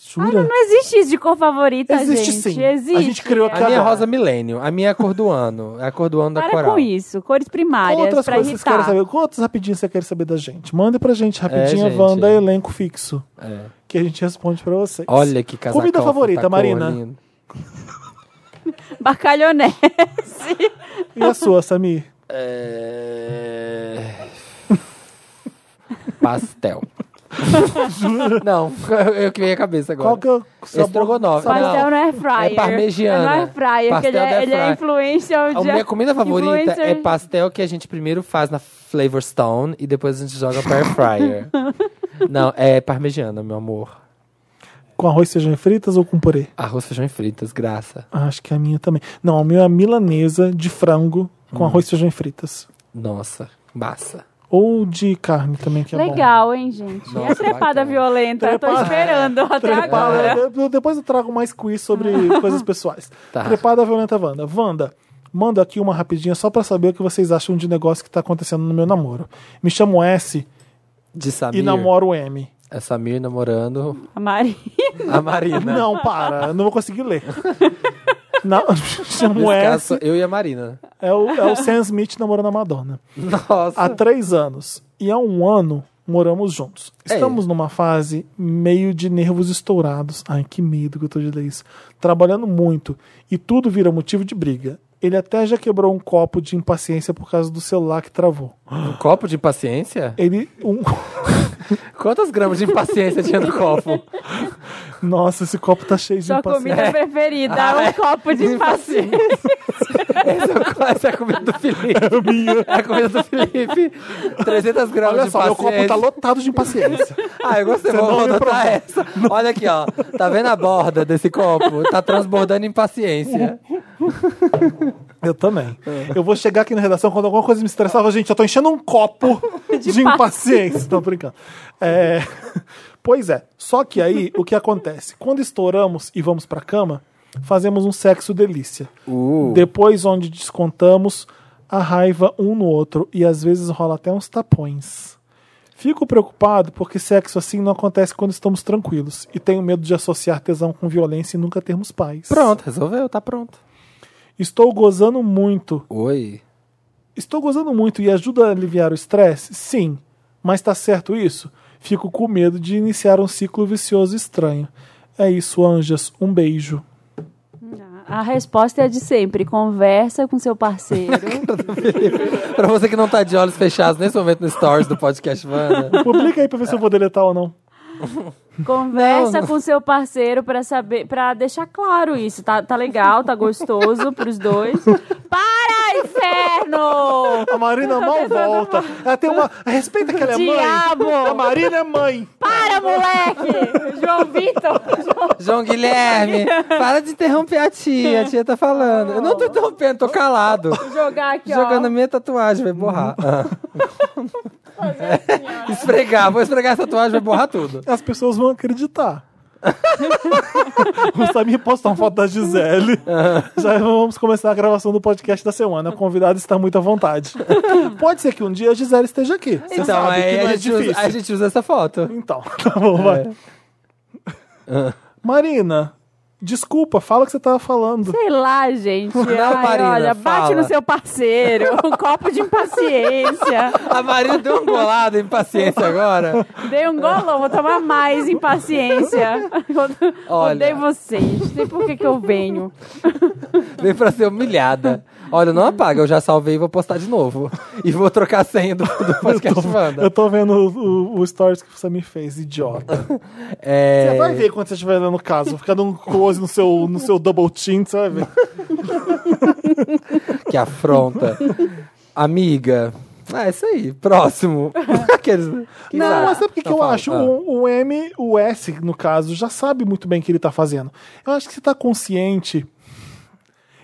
S1: Jura?
S3: Ah, Não existe isso de cor favorita,
S1: Existe
S3: gente.
S1: sim.
S3: Existe.
S1: A gente criou
S2: A
S1: cada...
S2: minha é rosa milênio. A minha é a cor do ano. É a cor do ano da
S3: Para
S2: coral.
S3: com isso. Cores
S1: Com
S3: primárias
S1: outras
S3: pra
S1: coisas que vocês querem
S3: irritar.
S1: saber? Com outras rapidinhas que você quer saber da gente? Manda pra gente rapidinho,
S2: É, gente,
S1: Wanda,
S2: é.
S1: elenco fixo.
S2: É.
S1: Que a gente responde pra vocês.
S2: Olha que casacão.
S1: Comida favorita,
S2: furtacor,
S1: Marina?
S2: lindo.
S3: Bacalhoné.
S1: E a sua, Samir?
S2: É... Pastel. Não, eu que veio a cabeça agora.
S1: Qual que é o sabor?
S2: Estrogonofe.
S3: Pastel no air fryer.
S2: É parmegiana.
S3: É no air fryer, que
S2: Pastel
S3: ele
S2: do
S3: é,
S2: air
S3: ele é
S2: fryer.
S3: influencer.
S2: A
S3: de-
S2: minha comida favorita é
S3: influencer.
S2: pastel que a gente primeiro faz na Flavor Stone e depois a gente joga para air fryer. Não, é parmegiana, meu amor.
S1: Com arroz, feijão e fritas ou com purê? Ah,
S2: Arroz, feijão e fritas, graça.
S1: Acho que a minha também. Não, a minha é a milanesa de frango
S2: Hum.
S1: com arroz, feijão e fritas.
S2: Nossa, massa.
S1: Ou de carne também, que é bom.
S3: Legal, hein, gente?
S2: Nossa,
S3: é trepada
S2: bacana.
S3: violenta. Eu tô
S1: Trepada-
S3: esperando até
S1: Trepada,
S3: agora.
S1: eu- eu- depois eu trago mais quiz sobre coisas pessoais.
S2: Tá.
S1: Trepada Violenta Wanda. Wanda, manda aqui uma rapidinha só pra saber o que vocês acham de negócio que tá acontecendo no meu namoro. Me chamo S
S2: De Samir.
S1: e namoro M.
S2: É Samir namorando
S3: A Mari.
S2: a Marina.
S1: Não, para, eu não vou conseguir ler. Na- chamo
S2: Nesse
S1: S,
S2: caso, eu e a Marina.
S1: é o, é o Sam Smith namorando a Madonna.
S2: Nossa.
S1: Há três anos e há um ano moramos juntos.
S2: É.
S1: Estamos numa fase meio de nervos estourados. Ai, que medo que eu tô de ler isso. Trabalhando muito e tudo vira motivo de briga. Ele até já quebrou um copo de impaciência por causa do celular que travou.
S2: Um copo de impaciência?
S1: Ele. Um...
S2: Quantas gramas de impaciência tinha no copo?
S1: Nossa, esse copo tá cheio de
S3: Sua
S1: impaciência.
S2: assim.
S3: comida preferida.
S2: Ah, é.
S3: um copo de
S2: Tipo
S3: passeio.
S2: Essa, é o co- essa é a comida do Felipe. É a comida do Felipe. 300 gramas
S1: Olha
S2: de
S1: só, meu copo
S2: impaciência.
S1: tá lotado de impaciência.
S2: Ah, eu gostei.
S1: Você não
S2: Vou
S1: me
S2: adotar essa. Olha aqui, ó. Tá vendo a borda desse copo? Tá transbordando impaciência.
S1: Eu também. Eu vou chegar aqui na redação quando alguma coisa me estressava, gente, eu tô enchendo um copo
S3: de,
S1: de
S3: pa-
S1: impaciência. Tô brincando. É, Pois é. Só que aí, o que acontece? Quando estouramos e vamos pra cama, fazemos um sexo delícia.
S2: Uh.
S1: Depois, onde descontamos a raiva um no outro e às vezes rola até uns tapões. Fico preocupado porque sexo assim não acontece quando estamos tranquilos e tenho medo de associar tesão com violência e nunca termos paz.
S2: Pronto, resolveu, tá pronto.
S1: Estou gozando muito
S2: Oi.
S1: Estou gozando muito e ajuda a aliviar o estresse? Sim. Mas tá certo isso? Fico com medo de iniciar um ciclo vicioso estranho. É isso, anjas. Um beijo.
S3: A resposta é a de sempre. Conversa com seu parceiro.
S2: pra você que não tá de olhos fechados nesse momento no stories do podcast Vanda.
S1: Publica aí pra ver se eu vou deletar ou não.
S3: Conversa
S2: Não, não.
S3: com seu parceiro pra saber, para deixar claro isso. Tá, tá legal, tá gostoso pros dois. Para, inferno!
S1: A Marina mal volta. Ela tem uma. Respeita que ela é
S3: Diabo!
S1: mãe. A Marina é mãe.
S3: Para, moleque! João Vitor!
S2: João Guilherme, para de interromper a tia. A tia tá falando. Eu não tô interrompendo, tô calado.
S3: Vou jogar aqui,
S2: Jogando a
S3: ó.
S2: minha tatuagem, vai borrar.
S1: Uhum.
S2: Ah.
S1: assim,
S2: esfregar, vou esfregar a tatuagem, vai borrar tudo.
S1: As pessoas vão acreditar. o Samir postou uma foto da Gisele. Já vamos começar a gravação do podcast da semana. O convidado está muito à vontade. Pode ser que um dia a Gisele esteja aqui. Você
S2: Então,
S1: sabe
S2: aí
S1: que não
S2: a,
S1: é
S2: gente usa,
S1: difícil.
S2: a gente usa essa foto.
S1: Então, tá bom, vai. Marina, desculpa, fala o que você tava falando.
S3: Sei lá, gente. Ai,
S2: Marina,
S3: olha, bate
S2: fala.
S3: no seu parceiro. Um copo de impaciência.
S2: A Marina deu um golado em paciência agora.
S3: Dei um golão, vou tomar mais impaciência.
S2: Olha.
S3: Odeio vocês. Sei por que, que eu venho.
S2: Vem pra ser humilhada. Olha, não apaga, eu já salvei e vou postar de novo. E vou trocar a senha do, do podcast
S1: Eu
S2: Wanda.
S1: tô vendo o, o- o stories que você me fez, idiota.
S2: É,
S1: Você vai ver quando você estiver lendo o caso, ficar dando um close no seu, no seu double chin, você vai ver.
S2: Que afronta. Amiga. Ah, é isso aí. Próximo. Aqueles...
S1: Não, mas sabe o que, que
S2: Não,
S1: eu
S2: fala.
S1: acho?
S2: Ah.
S1: O, o M, o S, no caso, já sabe muito bem o que ele tá fazendo. Eu acho que você tá consciente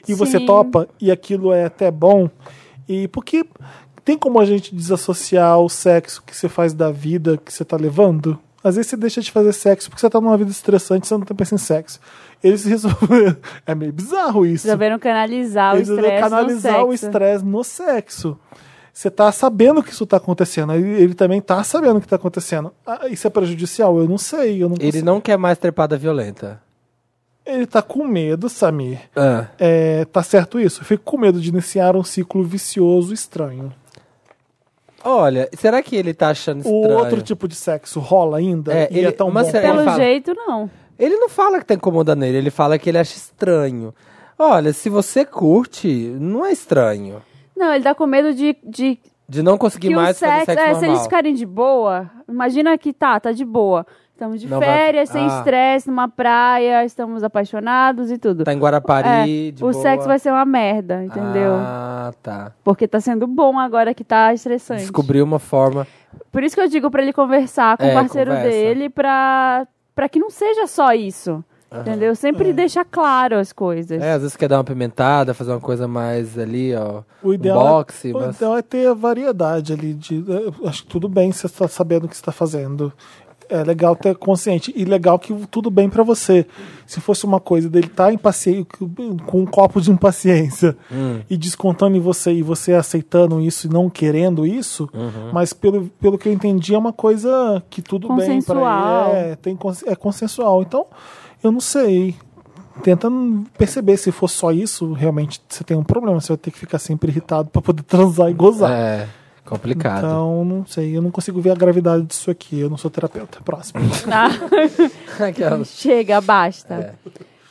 S1: e você
S3: Sim.
S1: topa, e aquilo é até bom. E porque tem como a gente desassociar o sexo que você faz da vida que você tá levando? Às vezes você deixa de fazer sexo porque você tá numa vida estressante, você não tá pensando em sexo. Eles resolveram. É meio bizarro isso.
S3: Resolveram canalizar o
S1: Eles
S3: estresse. no
S1: canalizar o
S3: sexo.
S1: estresse no sexo. Você tá sabendo que isso tá acontecendo. Ele, ele também tá sabendo que tá acontecendo. Ah, isso é prejudicial? Eu não sei. Eu não
S2: Ele
S1: consigo.
S2: não quer mais trepada violenta.
S1: ele tá com medo, Samir.
S2: Ah.
S1: É, tá certo isso? Eu fico com medo de iniciar um ciclo vicioso estranho.
S2: Olha, será que ele tá achando
S1: O
S2: estranho?
S1: outro tipo de sexo rola ainda?
S2: É,
S1: e
S2: ele-
S1: é tão
S2: mas
S1: bom.
S2: será-
S1: quanto?
S3: Pelo
S2: Ele fala-
S3: jeito, não.
S2: Ele não fala que tá incomodando ele, ele fala que ele acha estranho. Olha, se você curte, não é estranho.
S3: Não, ele tá com medo de, de
S2: De não conseguir
S3: que o
S2: mais fazer
S3: sexo.
S2: sexo
S3: é, se
S2: normal.
S3: eles ficarem de boa, imagina que tá, tá de boa. Estamos de
S2: Não vai-
S3: férias, sem
S2: Ah.
S3: estresse, numa praia, estamos apaixonados e tudo.
S2: Tá em Guarapari,
S3: É,
S2: de
S3: o
S2: boa.
S3: sexo vai ser uma merda, entendeu?
S2: Ah, tá.
S3: Porque tá sendo bom agora que tá estressante.
S2: Descobriu uma forma.
S3: Por isso que eu digo pra ele conversar com
S2: É,
S3: o parceiro
S2: conversa.
S3: dele pra, pra que não seja só isso. Entendeu?
S1: É.
S3: Sempre deixar claro as coisas.
S2: É, às vezes quer dar uma pimentada, fazer uma coisa mais ali, ó.
S1: O ideal,
S2: um boxe,
S1: é, o
S2: mas...
S1: ideal é ter a variedade ali. De, é, eu acho que tudo bem você está sabendo o que está fazendo. É legal ter consciente. E legal que tudo bem para você. Se fosse uma coisa dele estar impaciente, com um copo de impaciência
S2: Hum.
S1: e descontando em você e você aceitando isso e não querendo isso,
S2: Uhum.
S1: mas pelo, pelo que eu entendi, é uma coisa que tudo bem para
S3: Consensual.
S1: ele. É, tem, cons- é consensual. Então, eu não sei tentando perceber se for só isso, realmente você tem um problema, você vai ter que ficar sempre irritado pra poder transar e gozar.
S2: É, complicado.
S1: Então, não sei, eu não consigo ver a gravidade disso aqui, eu não sou terapeuta. é Próximo.
S2: É.
S3: tá?
S2: Aquelas-
S3: Chega, basta.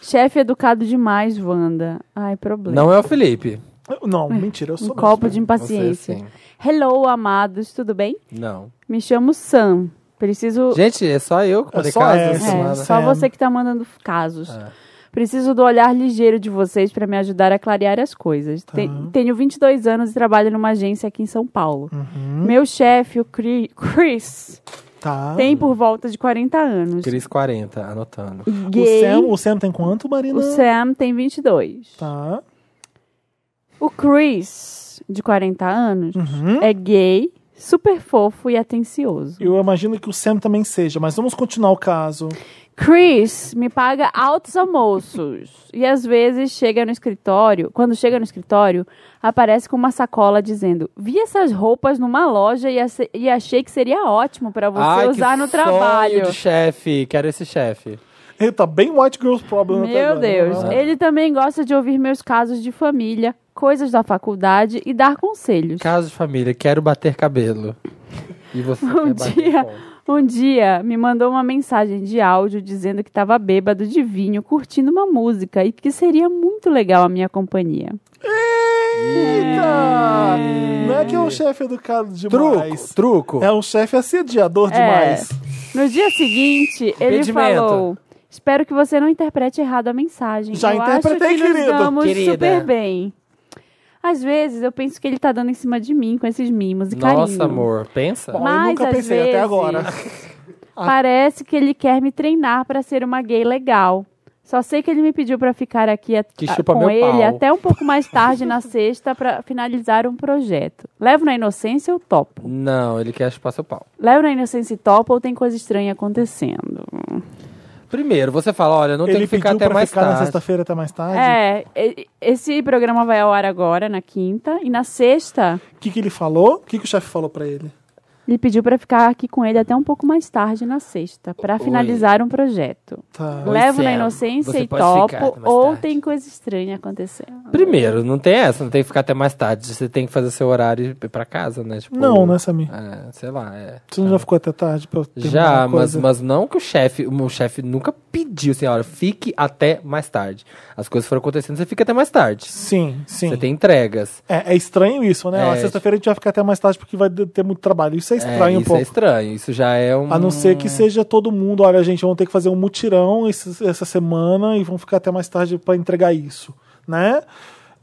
S3: Chefe educado demais, Wanda. Ai, problema.
S2: Não é o Felipe.
S1: não, mentira, eu sou.
S3: Um
S1: mesmo.
S3: copo de
S2: Você,
S3: impaciência.
S2: sim.
S3: Hello, amados, tudo bem?
S2: Não.
S3: Me chamo Sam. Preciso.
S2: Gente, é só eu que mandei
S1: só
S2: caso
S1: essa.
S2: essa semana.
S3: é,
S1: mano.
S3: só
S1: Sam.
S3: você que tá mandando casos.
S2: É.
S3: Preciso do olhar ligeiro de vocês pra me ajudar a clarear as coisas. Te- Tenho 22 anos e trabalho numa agência aqui em São Paulo. Meu chefe, o Cri- Chris,
S1: Tá.
S3: tem por volta de 40 anos.
S2: Cris 40, anotando.
S1: O
S3: Gay.
S1: Sam, o Sam tem quanto, Marina?
S3: O Sam tem 22.
S1: Tá. Uhum.
S3: O Chris, de 40 anos, é gay, super fofo e atencioso.
S1: Eu imagino que o Sam também seja, mas vamos continuar o caso.
S3: Chris me paga altos almoços e às vezes chega no escritório. Quando chega no escritório, aparece com uma sacola dizendo: Vi essas roupas numa loja e, ace- e achei que seria ótimo pra você
S2: Ai, que
S3: usar no
S2: sonho
S3: trabalho.
S2: de chefe. Quero esse chefe.
S1: Ele tá bem White Girls Problem até
S3: Meu
S1: agora,
S3: Deus.
S1: né?
S3: Ele também gosta de ouvir meus casos de família, coisas da faculdade e dar conselhos.
S2: Caso de família, quero bater cabelo. E você quer
S3: Um
S2: bater
S3: dia,
S2: ponto.
S3: um dia me mandou uma mensagem de áudio dizendo que estava bêbado de vinho, curtindo uma música e que seria muito legal a minha companhia.
S1: Eita! Não é que é um chefe educado demais.
S2: Truco, truco.
S1: É um chefe assediador
S3: É.
S1: demais.
S3: No dia seguinte, ele
S2: Impedimento.
S3: falou: Espero que você não interprete errado a mensagem.
S1: Já
S3: eu
S1: interpretei,
S3: acho que
S1: querido.
S3: Nos damos
S2: Querida.
S3: super bem. Às vezes eu penso que ele tá dando em cima de mim com esses mimos e carinho.
S2: Nossa, amor, pensa.
S1: Bom, eu
S3: Mas,
S1: nunca
S3: às
S1: pensei até
S3: vezes,
S1: agora.
S2: Ah.
S3: Parece que ele quer me treinar pra ser uma gay legal. Só sei que ele me pediu pra ficar aqui a-
S2: Que
S3: a-
S2: chupa
S3: com
S2: meu
S3: ele
S2: pau.
S3: até um pouco mais tarde na sexta pra finalizar um projeto. Levo na inocência ou topo?
S2: Não, ele quer chupar seu pau.
S3: Levo na inocência e topo ou tem coisa estranha acontecendo?
S2: Primeiro, você fala, olha, não tem
S1: Ele
S2: que ficar
S1: pediu
S2: até
S1: pra
S2: mais
S1: ficar na
S2: tarde.
S1: sexta-feira até mais tarde.
S3: É, e- esse programa vai ao ar agora, na quinta, e na sexta
S1: O que, que ele falou? O que, que o chefe falou pra ele?
S3: ele pediu pra ficar aqui com ele até um pouco mais tarde na sexta, pra finalizar um projeto.
S1: Tá.
S2: Oi,
S3: Levo na
S2: Sam,
S3: inocência
S2: você
S3: e
S2: pode ficar
S3: topo
S2: até mais
S3: ou
S2: tarde.
S3: tem coisa estranha acontecendo?
S2: Primeiro, não tem essa, não tem que ficar até mais tarde. Você tem que fazer seu horário e ir pra casa, né? Tipo,
S1: Não, né, Samir?
S2: É, sei lá, é.
S1: Você não já ficou até tarde pra eu terminar
S2: Já,
S1: uma
S2: mas,
S1: coisa?
S2: mas não que o chefe, o chefe nunca pediu, assim, olha, fique até mais tarde. As coisas foram acontecendo, você fica até mais tarde.
S1: Sim, sim.
S2: Você tem entregas.
S1: É, é estranho isso, né?
S2: É,
S1: Ó, Sexta-feira a gente vai ficar até mais tarde porque vai ter muito trabalho. Isso é estranho
S2: é,
S1: um
S2: isso
S1: pouco.
S2: é estranho, isso já é um...
S1: A não ser que seja todo mundo, olha, gente, vamos ter que fazer um mutirão esse- essa semana e vamos ficar até mais tarde pra entregar isso, né?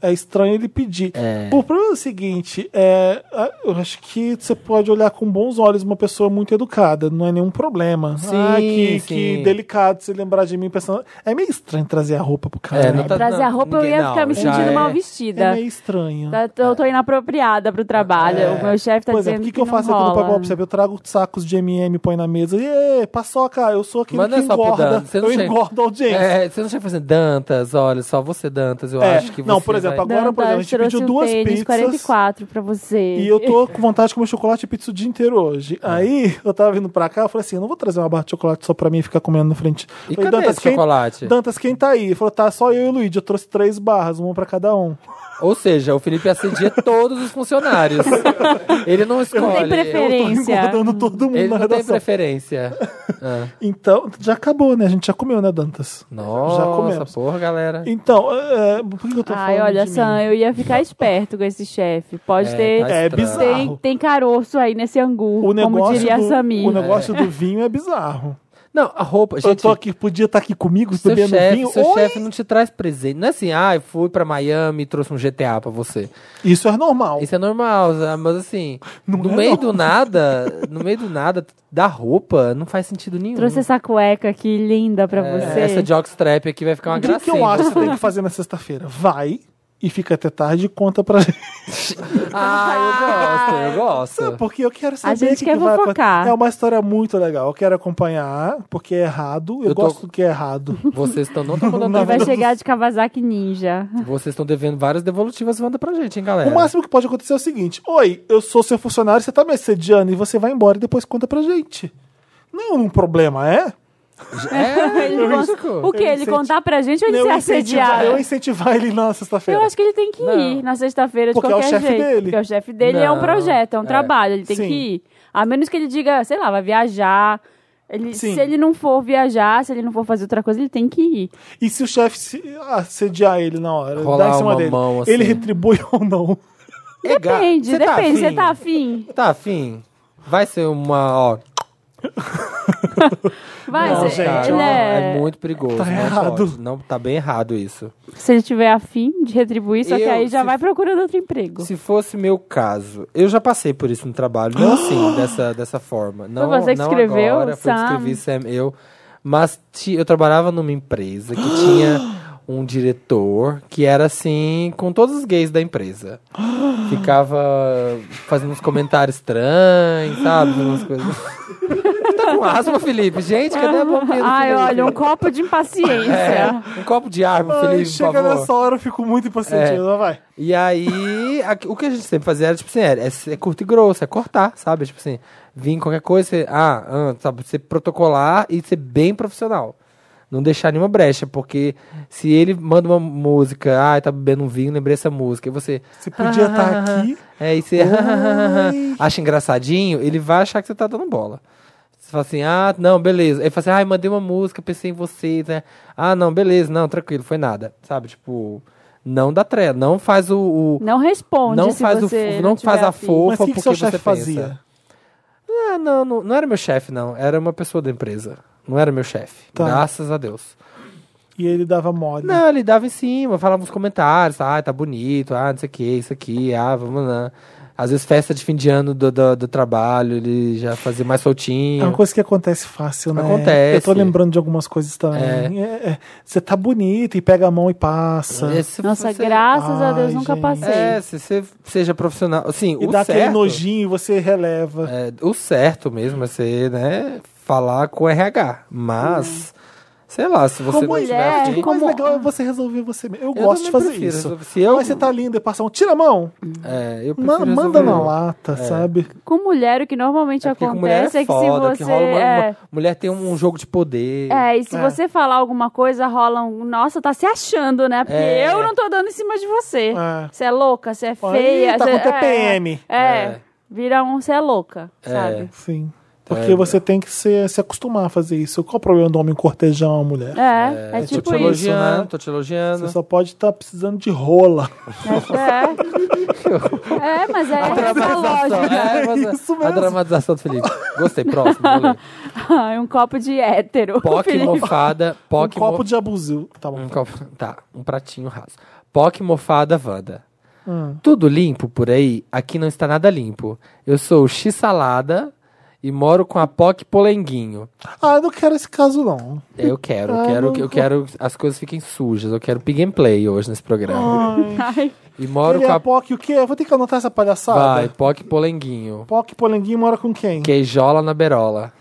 S1: É estranho ele pedir. O problema é o seguinte, é, a- eu acho que você pode olhar com bons olhos uma pessoa muito educada, não é nenhum problema.
S2: Sim,
S1: ah, que,
S2: sim.
S1: que delicado se lembrar de mim pensando. É meio estranho trazer a roupa pro cara.
S2: É,
S1: né?
S2: não tá-
S3: Trazer a roupa
S2: ninguém-
S3: eu ia
S2: não,
S3: ficar me
S2: já
S3: sentindo
S2: é-
S3: mal
S1: É
S3: vestida.
S1: meio estranho.
S3: Tá- tô- eu tô inapropriada pro trabalho. O meu chefe tá
S1: pois é,
S3: dizendo
S1: por que,
S3: que,
S1: que eu faço
S3: não
S1: aqui no
S3: rola.
S1: Pagopop? Sabe? Eu trago sacos de MM, põe na mesa. E paçoca, eu sou aquele
S2: Manda
S1: que
S2: só pro
S1: engorda.
S2: Dan, você não
S1: Eu
S2: chega-
S1: engordo a audiência.
S2: É, você não chega fazendo Dantas, olha, só você, Dantas, eu
S1: É,
S2: acho que
S1: não,
S2: você
S1: por exemplo,
S2: vai-
S1: agora, por exemplo, a gente
S3: trouxe
S1: pediu
S3: um
S1: duas
S3: tênis
S1: pizzas.
S3: 44 pra você.
S1: E eu tô com vontade de comer chocolate e pizza o dia inteiro hoje.
S2: É.
S1: Aí eu tava vindo pra cá, eu falei assim: eu não vou trazer uma barra de chocolate só pra mim e ficar comendo na frente.
S2: E
S1: Falei,
S2: cadê
S1: Dantas,
S2: esse
S1: quem-
S2: chocolate?
S1: Dantas, quem tá aí? Ele falou: tá, só eu e o Luigi. Eu trouxe três barras, uma pra cada um.
S2: Ou seja, o Felipe assedia todos os funcionários. Ele não escolhe.
S3: tem preferência.
S1: Eu tô engordando todo mundo
S2: Ele
S1: na
S2: não tem
S1: redação.
S2: preferência. Ah,
S1: Então, já acabou, né? A gente já comeu, né, Dantas?
S2: Ah, nossa,
S1: comemos.
S2: porra, galera.
S1: Então, é, é, por que que eu tô falando?
S3: Ai, olha,
S1: de mim?
S3: Sam, eu ia ficar esperto com esse chefe. Pode
S2: É,
S3: ter.
S2: tá
S1: É
S2: estranho.
S1: bizarro.
S3: tem, tem caroço aí nesse angu,
S1: O
S3: como
S1: negócio,
S3: diria
S1: do,
S3: Samir.
S1: o negócio do vinho é bizarro.
S2: Não, a roupa, gente.
S1: eu tô aqui, podia estar aqui comigo
S2: Seu
S1: bebendo
S2: chefe,
S1: vinho.
S2: seu
S1: Oi!
S2: chefe não te traz presente. Não é assim, ah, eu fui pra Miami e trouxe um GTA pra você.
S1: Isso é normal.
S2: Isso é normal, Zé, mas assim, no
S1: é
S2: meio
S1: não.
S2: do nada, no meio do nada, da roupa, não faz sentido nenhum.
S3: É. Trouxe essa cueca aqui linda pra
S2: É,
S3: você.
S2: Essa jockstrap aqui vai ficar uma
S1: O que, que
S2: gracinha.
S1: eu acho que você tem que fazer na sexta-feira? Vai e fica até tarde e conta pra gente.
S2: Ah, eu gosto, eu gosto.
S1: Porque eu quero saber
S3: gente
S1: o que,
S3: quer
S1: que vai
S3: fofocar.
S1: acontecer. É uma história muito legal. Eu quero acompanhar, porque é errado. Eu,
S2: Eu tô-
S1: gosto do que é errado.
S2: Vocês estão não tão mandando
S3: Vai
S2: devolutivas.
S3: chegar de Kawasaki Ninja.
S2: Vocês estão devendo várias devolutivas, manda pra gente, hein, galera.
S1: O máximo que pode acontecer é o seguinte: Oi, eu sou seu funcionário, você tá me assediando e você vai embora e depois conta pra gente. Não é um problema, é?
S2: É,
S3: Ele
S2: lógico.
S3: cons- O que? Ele
S1: incentivo-
S3: contar pra gente ou ele
S1: eu,
S3: ser
S1: incentivar, eu
S3: assediado?
S1: incentivar ele na sexta-feira.
S3: Eu acho que ele tem que
S2: Não.
S3: ir na sexta-feira de
S1: Porque é o
S3: qualquer
S1: chefe
S3: jeito.
S1: dele.
S3: Porque o chefe dele é um
S2: Não,
S3: projeto, é um
S2: é.
S3: trabalho, ele tem
S1: Sim.
S3: que ir. A menos que ele diga, sei lá, vai viajar. Ele-
S1: Sim.
S3: se ele não for viajar, se ele não for fazer outra coisa, ele tem que ir.
S1: E se o chefe se- assediar ele na hora,
S2: Rolar
S1: dar em cima
S2: uma
S1: dele,
S2: mão, assim.
S1: ele retribui ou não?
S2: É ga-
S3: Depende,
S2: Cê tá
S3: depende. Você
S2: afim?
S3: tá afim?
S2: Tá afim? Vai ser uma, ó.
S3: Vai,
S1: Não,
S3: cê-
S1: gente,
S3: ele
S2: ó,
S3: é...
S2: é muito perigoso.
S1: Tá
S2: não
S1: errado.
S2: pode, Não, tá bem errado isso.
S3: Se ele tiver afim de retribuir, só que
S2: Eu,
S3: aí já
S2: se-
S3: vai procurando outro emprego.
S2: Se fosse meu caso, eu já passei por isso no trabalho, não assim, dessa, dessa forma. Não,
S3: você que
S2: não
S3: escreveu, Tá.
S2: agora, foi é eu que
S3: Sam?
S2: escrevi, Sam, eu. Mas ti- eu trabalhava numa empresa que tinha um diretor que era assim com todos os gays da empresa. Ficava fazendo uns comentários estranhos, sabe? Fazendo Umas coisas. tá com asma, Felipe? Gente, cadê a bombinha do
S3: Ai,
S2: Felipe?
S3: olha, um copo de impaciência.
S2: É, um copo de ar, pro
S1: Ai,
S2: Felipe, por
S1: chega
S2: favor.
S1: nessa hora, eu fico muito impaciente.
S2: É.
S1: Mas vai.
S2: E aí, a- o que a gente sempre fazia era, tipo assim, era- é, é curto e grosso, é cortar, sabe? Tipo assim, vir qualquer coisa, você, ah, ah, sabe, você protocolar e ser bem profissional. Não deixar nenhuma brecha, porque se ele manda uma música, ah, tá bebendo um vinho, lembrei essa música, e você...
S1: Você podia
S2: ah,
S1: estar aqui.
S2: É, e você acha engraçadinho, ele vai achar que você tá dando bola. Você fala assim, ah, não, beleza. Aí fala assim, ai, mandei uma música, pensei em você, né? Ah, não, beleza, não, tranquilo, foi nada. Sabe, tipo, não dá trela, não faz o. o-
S3: Não responde
S2: não
S3: se
S2: faz, o,
S3: você
S2: fo- não
S3: tiver
S2: faz a
S3: afim.
S1: Mas
S2: fofa
S1: o que, que
S2: porque
S1: seu
S2: você
S1: chefe
S2: pensa.
S1: fazia?
S2: Ah, não, não, não era meu chefe, não. Era uma pessoa da empresa. Não era meu chefe.
S1: Tá. Uhum.
S2: Graças a Deus.
S1: E ele dava mole.
S2: Não, ele dava em cima, falava uns comentários, ah, tá bonito, ah, não sei o que, isso aqui, ah, vamos lá. Às vezes festa de fim de ano do, do, do trabalho, ele já fazia mais
S1: É uma
S2: soltinho.
S1: coisa que acontece fácil, né?
S2: Acontece.
S1: Eu tô lembrando de algumas coisas também. É, é. Você tá bonita e pega a mão e passa.
S2: É, se
S3: Nossa,
S2: você-
S3: graças a Deus
S1: Ai,
S3: nunca
S1: gente.
S3: passei.
S2: É, se você seja profissional, assim,
S1: E
S2: o
S1: dá aquele
S2: certo,
S1: nojinho e você releva.
S2: é, o certo mesmo é você, né, falar com o RH, mas, sei lá, se você
S3: Como
S2: não
S3: Uhum. mulher,
S2: tiver... afim-
S1: o mais
S3: como-
S1: legal é você resolver você mesmo. Eu,
S2: Eu
S1: gosto de
S2: também
S1: fazer
S2: prefiro
S1: isso.
S2: resolver- Se eu,
S1: Mas você tá linda e passa um. Tira a mão!
S2: é, eu
S1: Ma-
S2: prefiro
S1: manda
S2: resolver É.
S1: na
S2: eu.
S1: lata, sabe?
S3: Com mulher, o que normalmente
S2: É porque com mulher
S3: acontece é,
S2: é foda,
S3: que se você.
S2: rola uma-
S3: é,
S2: uma- mulher tem um jogo de poder.
S3: é, e se
S1: É.
S3: você falar alguma coisa, rola um. Nossa, tá se achando, né? Porque
S2: É.
S3: eu não tô dando em cima de você.
S1: É.
S3: Você é louca, você é
S1: Olha,
S3: feia.
S1: ih, tá
S3: você-
S1: com TPM.
S3: É, é.
S2: É.
S3: vira um, você é louca,
S2: É.
S3: sabe?
S1: Sim.
S2: Então
S1: Porque
S2: é-
S1: você tem que se, se acostumar a fazer isso. Qual o problema do homem cortejar uma mulher?
S3: É, é,
S2: tô
S3: tipo
S2: te
S3: isso.
S2: elogiando,
S1: né?
S2: tô te elogiando.
S1: Você só pode estar precisando de rola.
S3: É, é mas é essa lógica.
S2: É, mas a-
S1: isso
S2: A
S1: mesmo.
S2: dramatização do Felipe. Gostei, próximo. vou ler.
S3: Ai, um copo de hétero.
S2: Poc
S3: Felipe.
S2: mofada,
S1: Um
S2: poc
S1: copo
S2: mo-
S1: de abusil. Tá bom.
S2: um copo- Tá, um pratinho raso. Poc mofada, Wanda.
S1: Hum.
S2: Tudo limpo por aí? Aqui não está nada limpo. Eu sou o X Salada e moro com a Poc Polenguinho.
S1: Ah, eu não quero esse caso, não.
S2: É, Eu quero, eu
S1: Ah,
S2: quero,
S1: não
S2: eu quero que as coisas fiquem sujas. Eu quero pig and play hoje nesse programa.
S3: Ai,
S2: E moro
S1: Ele
S2: com
S1: é
S2: a
S1: POC o quê? Eu vou ter que anotar essa
S2: Vai,
S1: palhaçada.
S2: Poc Polenguinho.
S1: POC Polenguinho mora com quem?
S2: Queijola na berola.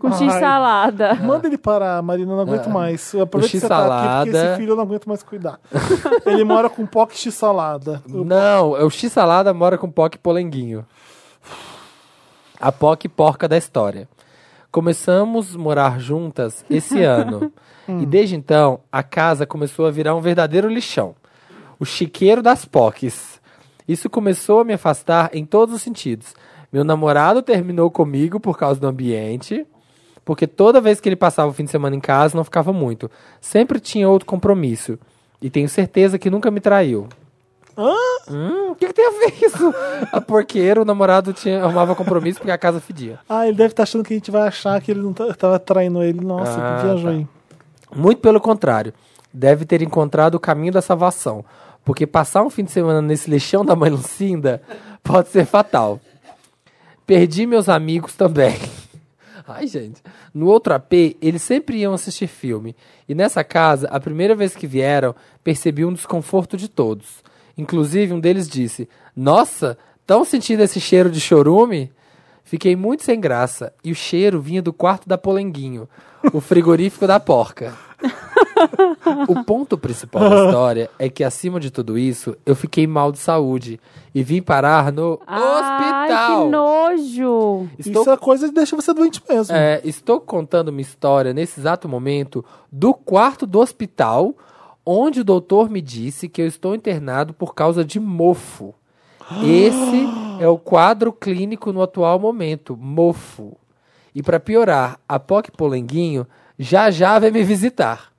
S3: com x
S1: Ai.
S3: salada.
S1: Manda ele parar, Marina, eu não aguento
S2: É.
S1: mais. Aproveita que você tá aqui, porque
S2: X-salada.
S1: esse filho eu não aguento mais cuidar. ele mora com POC X salada. Eu-
S2: Não, é o X Salada mora com Poc Polenguinho. A Poc porca da história. Começamos a morar juntas esse ano.
S1: Hum.
S2: e desde então, a casa começou a virar um verdadeiro lixão. O chiqueiro das Pocs. Isso começou a me afastar em todos os sentidos. Meu namorado terminou comigo por causa do ambiente. Porque toda vez que ele passava o fim de semana em casa, não ficava muito. Sempre tinha outro compromisso. E tenho certeza que nunca me traiu. Hum, o que, que tem a ver isso? a porqueira, o namorado tinha, arrumava compromisso porque a casa fedia.
S1: Ah, ele deve estar achando que a gente vai achar que ele não tá- tava traindo ele. Nossa,
S2: Ah,
S1: que viajou
S2: tá.
S1: aí.
S2: Muito pelo contrário, deve ter encontrado o caminho da salvação. Porque passar um fim de semana nesse lixão da mãe Lucinda pode ser fatal. Perdi meus amigos também. Ai, gente. No outro AP, eles sempre iam assistir filme. E nessa casa, a primeira vez que vieram, percebi um desconforto de todos. Inclusive, um deles disse: Nossa, tão sentindo esse cheiro de chorume? Fiquei muito sem graça. E o cheiro vinha do quarto da Polenguinho o frigorífico da porca. O ponto principal da história é que, acima de tudo isso, eu fiquei mal de saúde e vim parar no
S3: Ai,
S2: hospital.
S3: que nojo.
S2: Estou
S1: Isso é coisa que deixa você doente mesmo.
S2: é, estou contando uma história nesse exato momento do quarto do hospital, onde o doutor me disse que eu estou internado por causa de mofo. Esse é o quadro clínico no atual momento, mofo. E para piorar, a POC Polenguinho já já vai me visitar.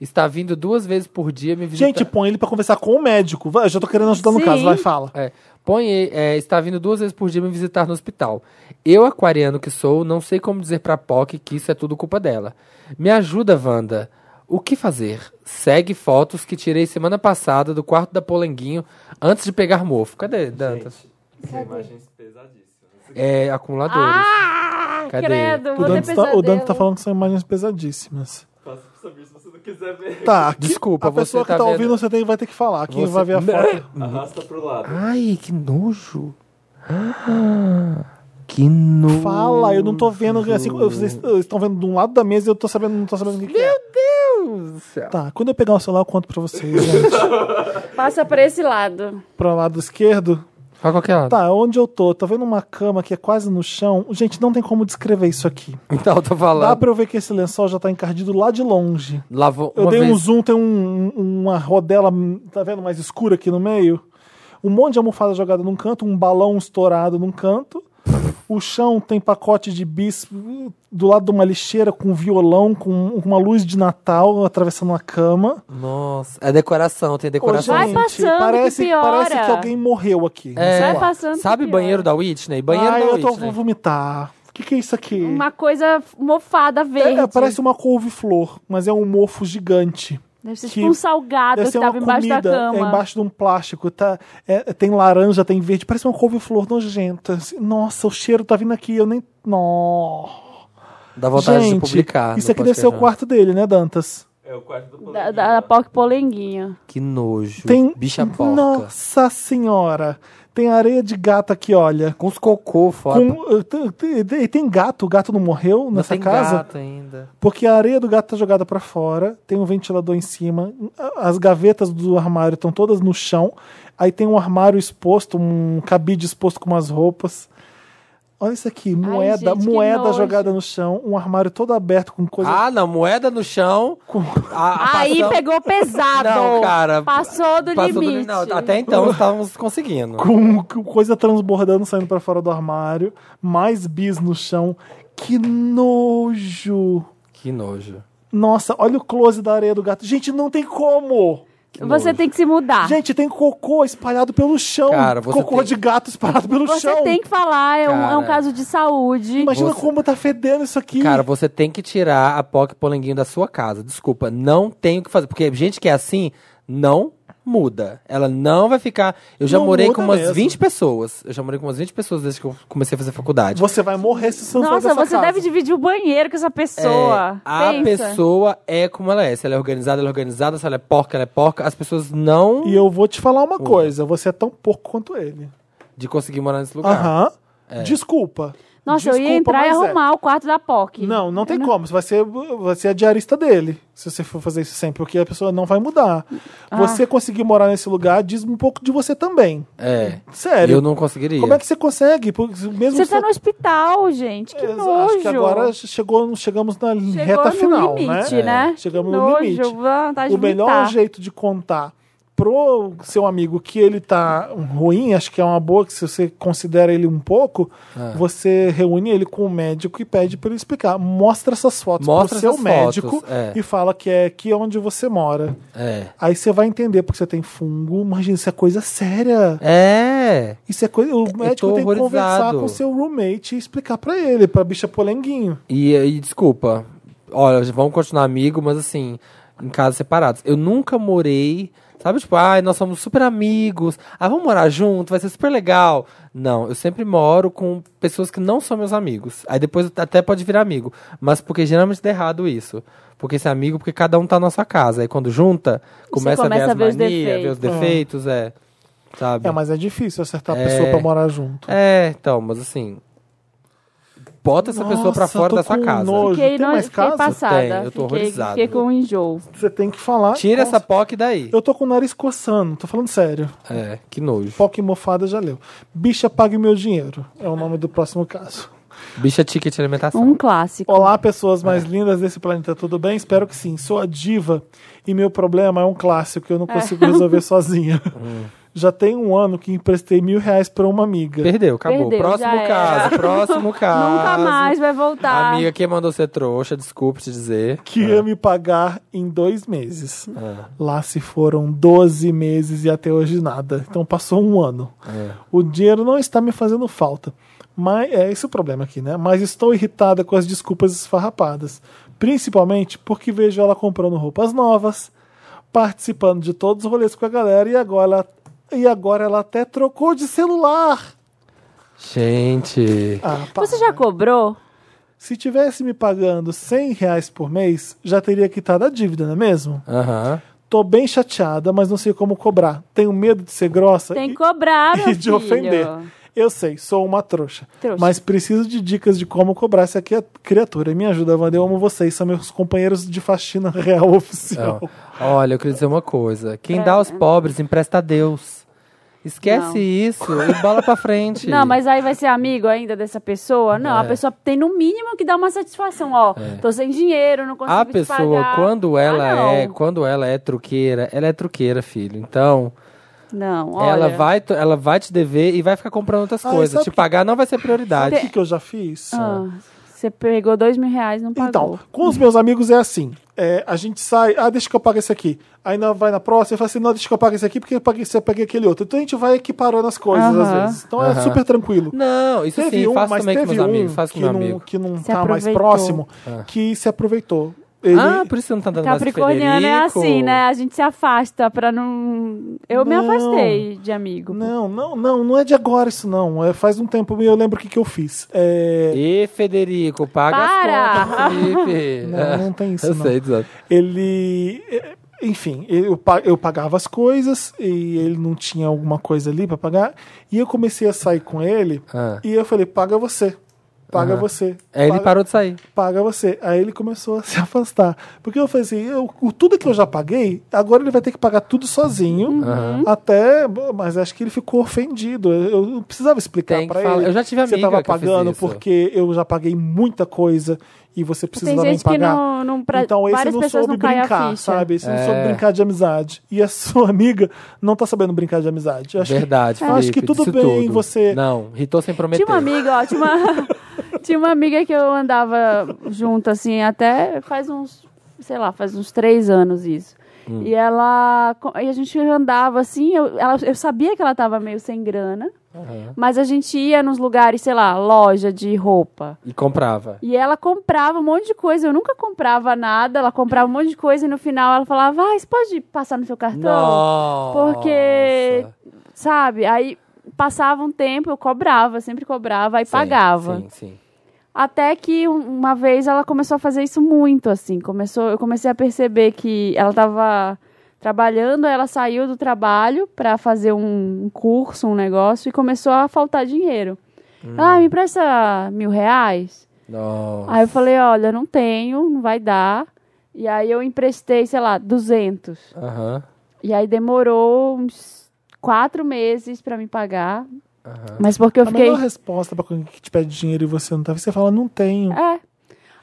S2: Está vindo duas vezes por dia me visitar.
S1: Gente, põe ele pra conversar com o médico. Vai, eu já tô querendo ajudar no
S3: Sim.
S1: caso. Vai, fala.
S2: É, põe, é, está vindo duas vezes por dia me visitar no hospital. Eu, aquariano que sou, não sei como dizer pra POC que isso é tudo culpa dela. Me ajuda, Wanda. O que fazer? Segue fotos que tirei semana passada do quarto da Polenguinho antes de pegar mofo. Cadê, Dantas?
S4: São imagens pesadíssimas.
S2: É, acumuladores.
S3: Ah,
S2: Cadê?
S3: credo,
S1: O
S3: vou ter
S1: Dante, tá,
S3: pesadelo.
S1: o Dante tá falando que são imagens pesadíssimas.
S4: Passa pra saber se você não quiser ver,
S1: Tá,
S2: Desculpa,
S1: a pessoa
S2: você
S1: que
S2: tá
S1: tá,
S2: vendo-
S1: ouvindo, você tem, vai ter que falar. Quem
S2: Você-
S1: vai ver a foto.
S4: arrasta pro lado.
S2: Ai, que nojo. Ah, que nojo.
S1: Fala, eu não tô vendo. Assim, vocês estão vendo de um lado da mesa e eu tô sabendo, não tô sabendo o que, que é.
S2: Deus do céu.
S1: Tá, quando eu pegar o celular, eu conto pra vocês, gente.
S3: Passa pra esse lado.
S1: Pro lado esquerdo.
S2: Pra qualquer lado.
S1: Tá, onde eu tô? Tá vendo uma cama que é quase no chão? Gente, não tem como descrever isso aqui.
S2: Então, eu tô
S1: Dá
S2: falando.
S1: pra eu ver que esse lençol já tá encardido lá de longe.
S2: Lavou
S1: Eu
S2: uma
S1: dei um
S2: vez.
S1: zoom, tem um- uma rodela, tá vendo, mais escura aqui no meio. Um monte de almofada jogada num canto, um balão estourado num canto. O chão tem pacote de bis uh, do lado de uma lixeira com um violão, com com uma luz de Natal atravessando a cama.
S2: Nossa, é decoração, tem
S1: Ô,
S2: decoração.
S3: Vai passando, que
S1: parece,
S3: piora.
S1: parece que alguém morreu aqui.
S2: É,
S3: Vai passando que
S2: sabe
S3: piora.
S2: banheiro da Whitney? Banheiro né?
S1: Ai,
S2: da
S1: eu tô,
S2: Whitney.
S1: vou vomitar. O que, que é isso aqui?
S3: Uma coisa mofada
S1: É,
S3: verde.
S1: é, parece uma couve-flor, mas é um mofo gigante.
S3: Deve ser
S1: que-
S3: tipo um salgado
S1: Deve
S3: que
S1: ser
S3: tava
S1: uma
S3: embaixo
S1: comida,
S3: da cama.
S1: é embaixo de um plástico, tá? É, tem laranja, tem verde, parece uma couve-flor nojenta. assim, Nossa, o cheiro tá vindo aqui, eu nem... Nó.
S2: Dá vontade
S1: Gente,
S2: de publicar.
S1: isso
S2: no
S1: aqui deve ser o
S2: podcast.
S1: quarto dele, né, Dantas?
S4: É o quarto do
S3: Da,
S4: Polenguinho,
S3: da
S4: né?
S3: Poc Polenguinho.
S2: Que nojo.
S1: Tem...
S2: Bicha porca.
S1: Nossa senhora! Tem areia de gato aqui, olha.
S2: Com os cocô fora.
S1: Com- eh, tem- tem, tem gato, o gato não morreu
S2: Não
S1: nessa
S2: tem
S1: casa?
S2: gato ainda.
S1: Porque a areia do gato tá jogada pra fora, tem um ventilador em cima, a- as gavetas do armário estão todas no chão, aí tem um armário exposto, um cabide exposto com umas roupas. Olha isso aqui, moeda,
S3: gente, que
S1: moeda
S3: nojo.
S1: jogada no chão, um armário todo aberto com coisa.
S2: Ah, não, moeda no chão. A- a
S3: Aí
S2: passão-
S3: pegou pesado.
S2: Ah, Não, cara.
S3: Passou do
S2: Passou do
S3: limite.
S2: limite. Não, até então estávamos conseguindo.
S1: Com, com coisa transbordando saindo pra fora do armário, mais bis no chão. Que nojo!
S2: Que nojo.
S1: Nossa, olha o close da areia do gato. Gente, não tem como!
S3: Você
S2: nojo.
S3: tem que se mudar.
S1: Gente, tem cocô espalhado pelo chão.
S2: Cara, você
S1: cocô
S2: tem-
S1: de gato espalhado pelo
S3: Você
S1: chão.
S3: tem que falar, é um, é um
S2: Cara.
S3: caso de saúde.
S1: Imagina
S2: Você-
S1: como tá fedendo isso aqui.
S2: Cara, você tem que tirar a POC Polenguinho da sua casa. Desculpa, não tem o que fazer. Porque gente que é assim, não muda. Ela não vai ficar. Eu já
S1: Não
S2: morei
S1: muda
S2: com umas
S1: mesmo.
S2: 20 pessoas. Eu já morei com umas 20 pessoas desde que eu comecei a fazer faculdade.
S1: você vai morrer se você não sair
S3: Nossa,
S1: dessa
S3: você
S1: casa.
S3: deve dividir o banheiro com essa pessoa.
S2: É, a
S3: Pensa.
S2: pessoa é como ela é. Se ela é organizada, ela é organizada. Se ela é porca, ela é porca. As pessoas não.
S1: E eu vou te falar uma coisa. Você é tão pouco quanto ele.
S2: De conseguir morar nesse lugar.
S1: Aham.
S2: é.
S1: Desculpa.
S3: Nossa, eu ia
S1: Desculpa,
S3: entrar e
S1: mas é.
S3: arrumar o quarto da POC.
S1: Não, não tem como. Você vai ser, vai ser a diarista dele, se você for fazer isso sempre, porque a pessoa não vai mudar.
S3: Ah.
S1: Você conseguir morar nesse lugar diz um pouco de você também.
S2: É.
S1: Sério.
S2: Eu não conseguiria.
S1: Como é que você consegue? Porque mesmo
S3: Você
S1: se-
S3: tá no hospital, gente. Que nojo.
S1: Acho que agora chegou, chegamos na
S3: Chegou
S1: reta
S3: no
S1: final,
S3: limite,
S1: né?
S3: né?
S1: É, Chegamos
S3: Que
S1: no
S3: nojo,
S1: limite.
S3: vontade de
S1: O melhor
S3: vomitar.
S1: jeito de contar pro seu amigo que ele tá ruim, acho que é uma boa, que se você considera ele um pouco,
S2: É.
S1: você reúne ele com o médico e pede para ele explicar. Mostra essas fotos
S2: Mostra
S1: pro seu
S2: essas
S1: médico
S2: fotos, é.
S1: e fala que é aqui onde você mora.
S2: É.
S1: Aí você vai entender porque você tem fungo. Imagina, isso é coisa séria.
S2: É.
S1: Isso é coisa. O médico tem que conversar
S2: horrorizado.
S1: com o seu roommate e explicar para ele, pra bicha polenguinho.
S2: E, e desculpa. Olha, vamos continuar amigo, mas assim, em casas separados. Eu nunca morei. Sabe, tipo, ai, nós somos super amigos. Ah, vamos morar junto, vai ser super legal. Não, eu sempre moro com pessoas que não são meus amigos. Aí depois até pode virar amigo. Mas porque geralmente dá errado isso. Porque esse amigo, porque cada um tá na sua casa. Aí quando junta, começa,
S3: começa
S2: a ver as manias, ver os
S1: defeitos.
S2: defeitos, é. Sabe?
S1: É, mas é difícil acertar a
S2: É.
S1: pessoa pra morar junto.
S2: É, então, mas assim. Bota essa pessoa pra
S1: Nossa,
S2: fora
S1: tô
S2: da sua
S1: com
S2: casa.
S1: nojo.
S3: Fiquei,
S1: Tem
S3: no...
S1: mais
S3: fiquei
S1: caso?
S3: passada.
S2: Tem, eu tô
S3: fiquei,
S2: horrorizado.
S3: Fiquei com um enjoo.
S1: Você tem que falar.
S2: Tira
S1: Nossa,
S2: essa POC daí.
S1: Eu tô com o nariz coçando, tô falando sério.
S2: É, que nojo.
S1: Foca em mofada já leu. Bicha, pague meu dinheiro. É o nome do próximo caso.
S2: Bicha ticket de alimentação.
S3: Um clássico.
S1: Olá, pessoas
S2: É.
S1: mais lindas desse planeta, tudo bem? Espero que sim. Sou a diva e meu problema é um clássico que eu não consigo resolver sozinha.
S2: Hum.
S1: Já tem um ano que emprestei mil reais pra uma amiga.
S2: Perdeu, acabou.
S3: Perdeu, já
S2: próximo
S3: era.
S2: caso, próximo caso.
S3: Nunca mais tá? vai voltar.
S2: Amiga, quem mandou ser trouxa, desculpe te dizer.
S1: que ia me pagar em dois meses. Lá se foram 12 meses e até hoje nada. Então passou um ano. O dinheiro não está me fazendo falta. Mas é esse o problema aqui, né? Mas estou irritada com as desculpas esfarrapadas. Principalmente porque vejo ela comprando roupas novas, participando de todos os rolês com a galera e agora ela, e agora ela até trocou de celular.
S2: Gente.
S1: Ah, pá.
S3: Você já cobrou?
S1: Se tivesse me pagando 100 reais por mês, já teria quitado a dívida, não é mesmo?
S2: Aham.
S1: Tô bem chateada, mas não sei como cobrar. Tenho medo de ser grossa
S3: Tem
S1: e-
S3: que cobrar, meu
S1: e de
S3: filho.
S1: ofender. Eu sei, sou uma trouxa,
S3: Trouxa.
S1: Mas preciso de dicas de como cobrar essa aqui criatura. Me ajuda, Wanda. Eu amo vocês. São meus companheiros de faxina real oficial.
S2: Então, Olha, eu queria dizer uma coisa. Quem dá aos pobres, empresta a Deus. Esquece
S3: Não.
S2: isso e bola pra frente.
S3: Não, mas aí vai ser amigo ainda dessa pessoa? Não, a
S2: É.
S3: pessoa tem no mínimo que dar uma satisfação. Ó, tô sem dinheiro, não consigo
S2: a
S3: te
S2: pessoa,
S3: pagar.
S2: quando ela
S3: Ah, não.
S2: é, quando ela é truqueira, ela é truqueira, filho. Então,
S3: Não, olha.
S2: ela vai, to- ela vai te dever e vai ficar comprando outras
S1: Ah,
S2: coisas.
S1: sabe
S2: Te
S1: que-
S2: pagar não vai ser prioridade.
S1: Sabe o que, que eu já fiz?
S3: Ah, você pegou dois mil reais, não pagou.
S1: Então, com os meus amigos é assim. é, a gente sai, ah, deixa que eu pago esse aqui. Aí não, vai na próxima e fala assim, não, deixa que eu pago esse aqui porque eu paguei, você peguei aquele outro. Então a gente vai equiparando as coisas às
S3: Aham.
S1: vezes. Então é
S2: Aham.
S1: super tranquilo.
S2: Não, isso sim,
S1: um,
S2: faço também com meus amigos. Faço com
S1: que,
S2: meu
S1: não,
S2: amigo. É.
S1: que não
S3: Se
S1: tá mais
S3: aproveitou.
S1: próximo, que se aproveitou. Ele,
S2: Ah, por isso você não tá dando mais com o
S3: Capricorniano é
S2: Federico?
S3: assim, né? A gente se afasta pra não. Eu me
S1: Não.
S3: afastei de amigo.
S1: Não, não, não, não é de agora isso, não. É, faz um tempo eu lembro o que, que eu fiz. É,
S2: E Federico, paga
S3: Para!
S2: as contas, Felipe.
S1: Não, não tem isso,
S2: É. Eu
S1: não.
S2: sei, exato.
S1: ele. é, Enfim, eu, pa- eu pagava as coisas e ele não tinha alguma coisa ali pra pagar. E eu comecei a sair com ele
S2: Ah.
S1: e eu falei: paga você. Paga você.
S2: Aí ele
S1: paga-
S2: parou de sair.
S1: Paga você. Aí ele começou a se afastar. Porque eu falei assim: eu, o- tudo que eu já paguei, agora ele vai ter que pagar tudo sozinho.
S3: Uhum.
S1: Até. bom, Mas acho que ele ficou ofendido. Eu, eu não precisava explicar
S2: Tem que
S1: pra
S2: falar.
S1: ele.
S2: Eu já tive
S1: Você
S2: amiga
S1: tava
S2: que fez
S1: pagando
S2: isso.
S1: porque eu já paguei muita coisa e você
S3: Tem
S1: precisava me
S3: gente que
S1: pagar.
S3: não. não pra...
S1: Então esse
S3: várias
S1: não
S3: pessoas
S1: soube
S3: não caem a
S1: brincar,
S3: ficha.
S1: sabe? Esse não
S2: É.
S1: soube brincar de amizade. E a sua amiga não tá sabendo brincar de amizade. Eu acho que-
S2: Verdade,
S1: eu
S2: Felipe.
S1: acho que tudo
S2: disse
S1: bem
S2: tudo.
S1: você-
S2: Não, ritou sem prometer.
S3: Tinha uma amiga, ó, tinha uma, tinha uma amiga que eu andava junto, assim, até faz uns, sei lá, faz uns três anos isso.
S1: Hum.
S3: E ela, co- e a gente andava assim, eu, ela- eu sabia que ela tava meio sem grana, mas a gente ia nos lugares, sei lá, loja de roupa.
S2: E comprava.
S3: E ela comprava um monte de coisa, eu nunca comprava nada, ela comprava um monte de coisa e no final ela falava, ah, isso pode passar no seu cartão?
S2: Nossa.
S3: Então, Porque, sabe, aí passava um tempo, eu cobrava, sempre cobrava, aí
S2: Sim,
S3: pagava.
S2: Sim, sim.
S3: Até que um- uma vez ela começou a fazer isso muito, assim. Começou, eu comecei a perceber que ela estava trabalhando, aí ela saiu do trabalho para fazer um, um curso, um negócio, e começou a faltar dinheiro.
S2: Hum.
S3: Ah, me empresta mil reais?
S2: Nossa.
S3: Aí eu falei, olha, não tenho, não vai dar. E aí eu emprestei, sei lá, 200.
S2: Aham.
S3: E aí demorou uns quatro meses pra me pagar.
S2: Aham.
S3: Mas porque eu
S1: A
S3: fiquei.
S1: melhor resposta pra alguém que te pede dinheiro e você não tá, você fala, não tenho.
S3: É.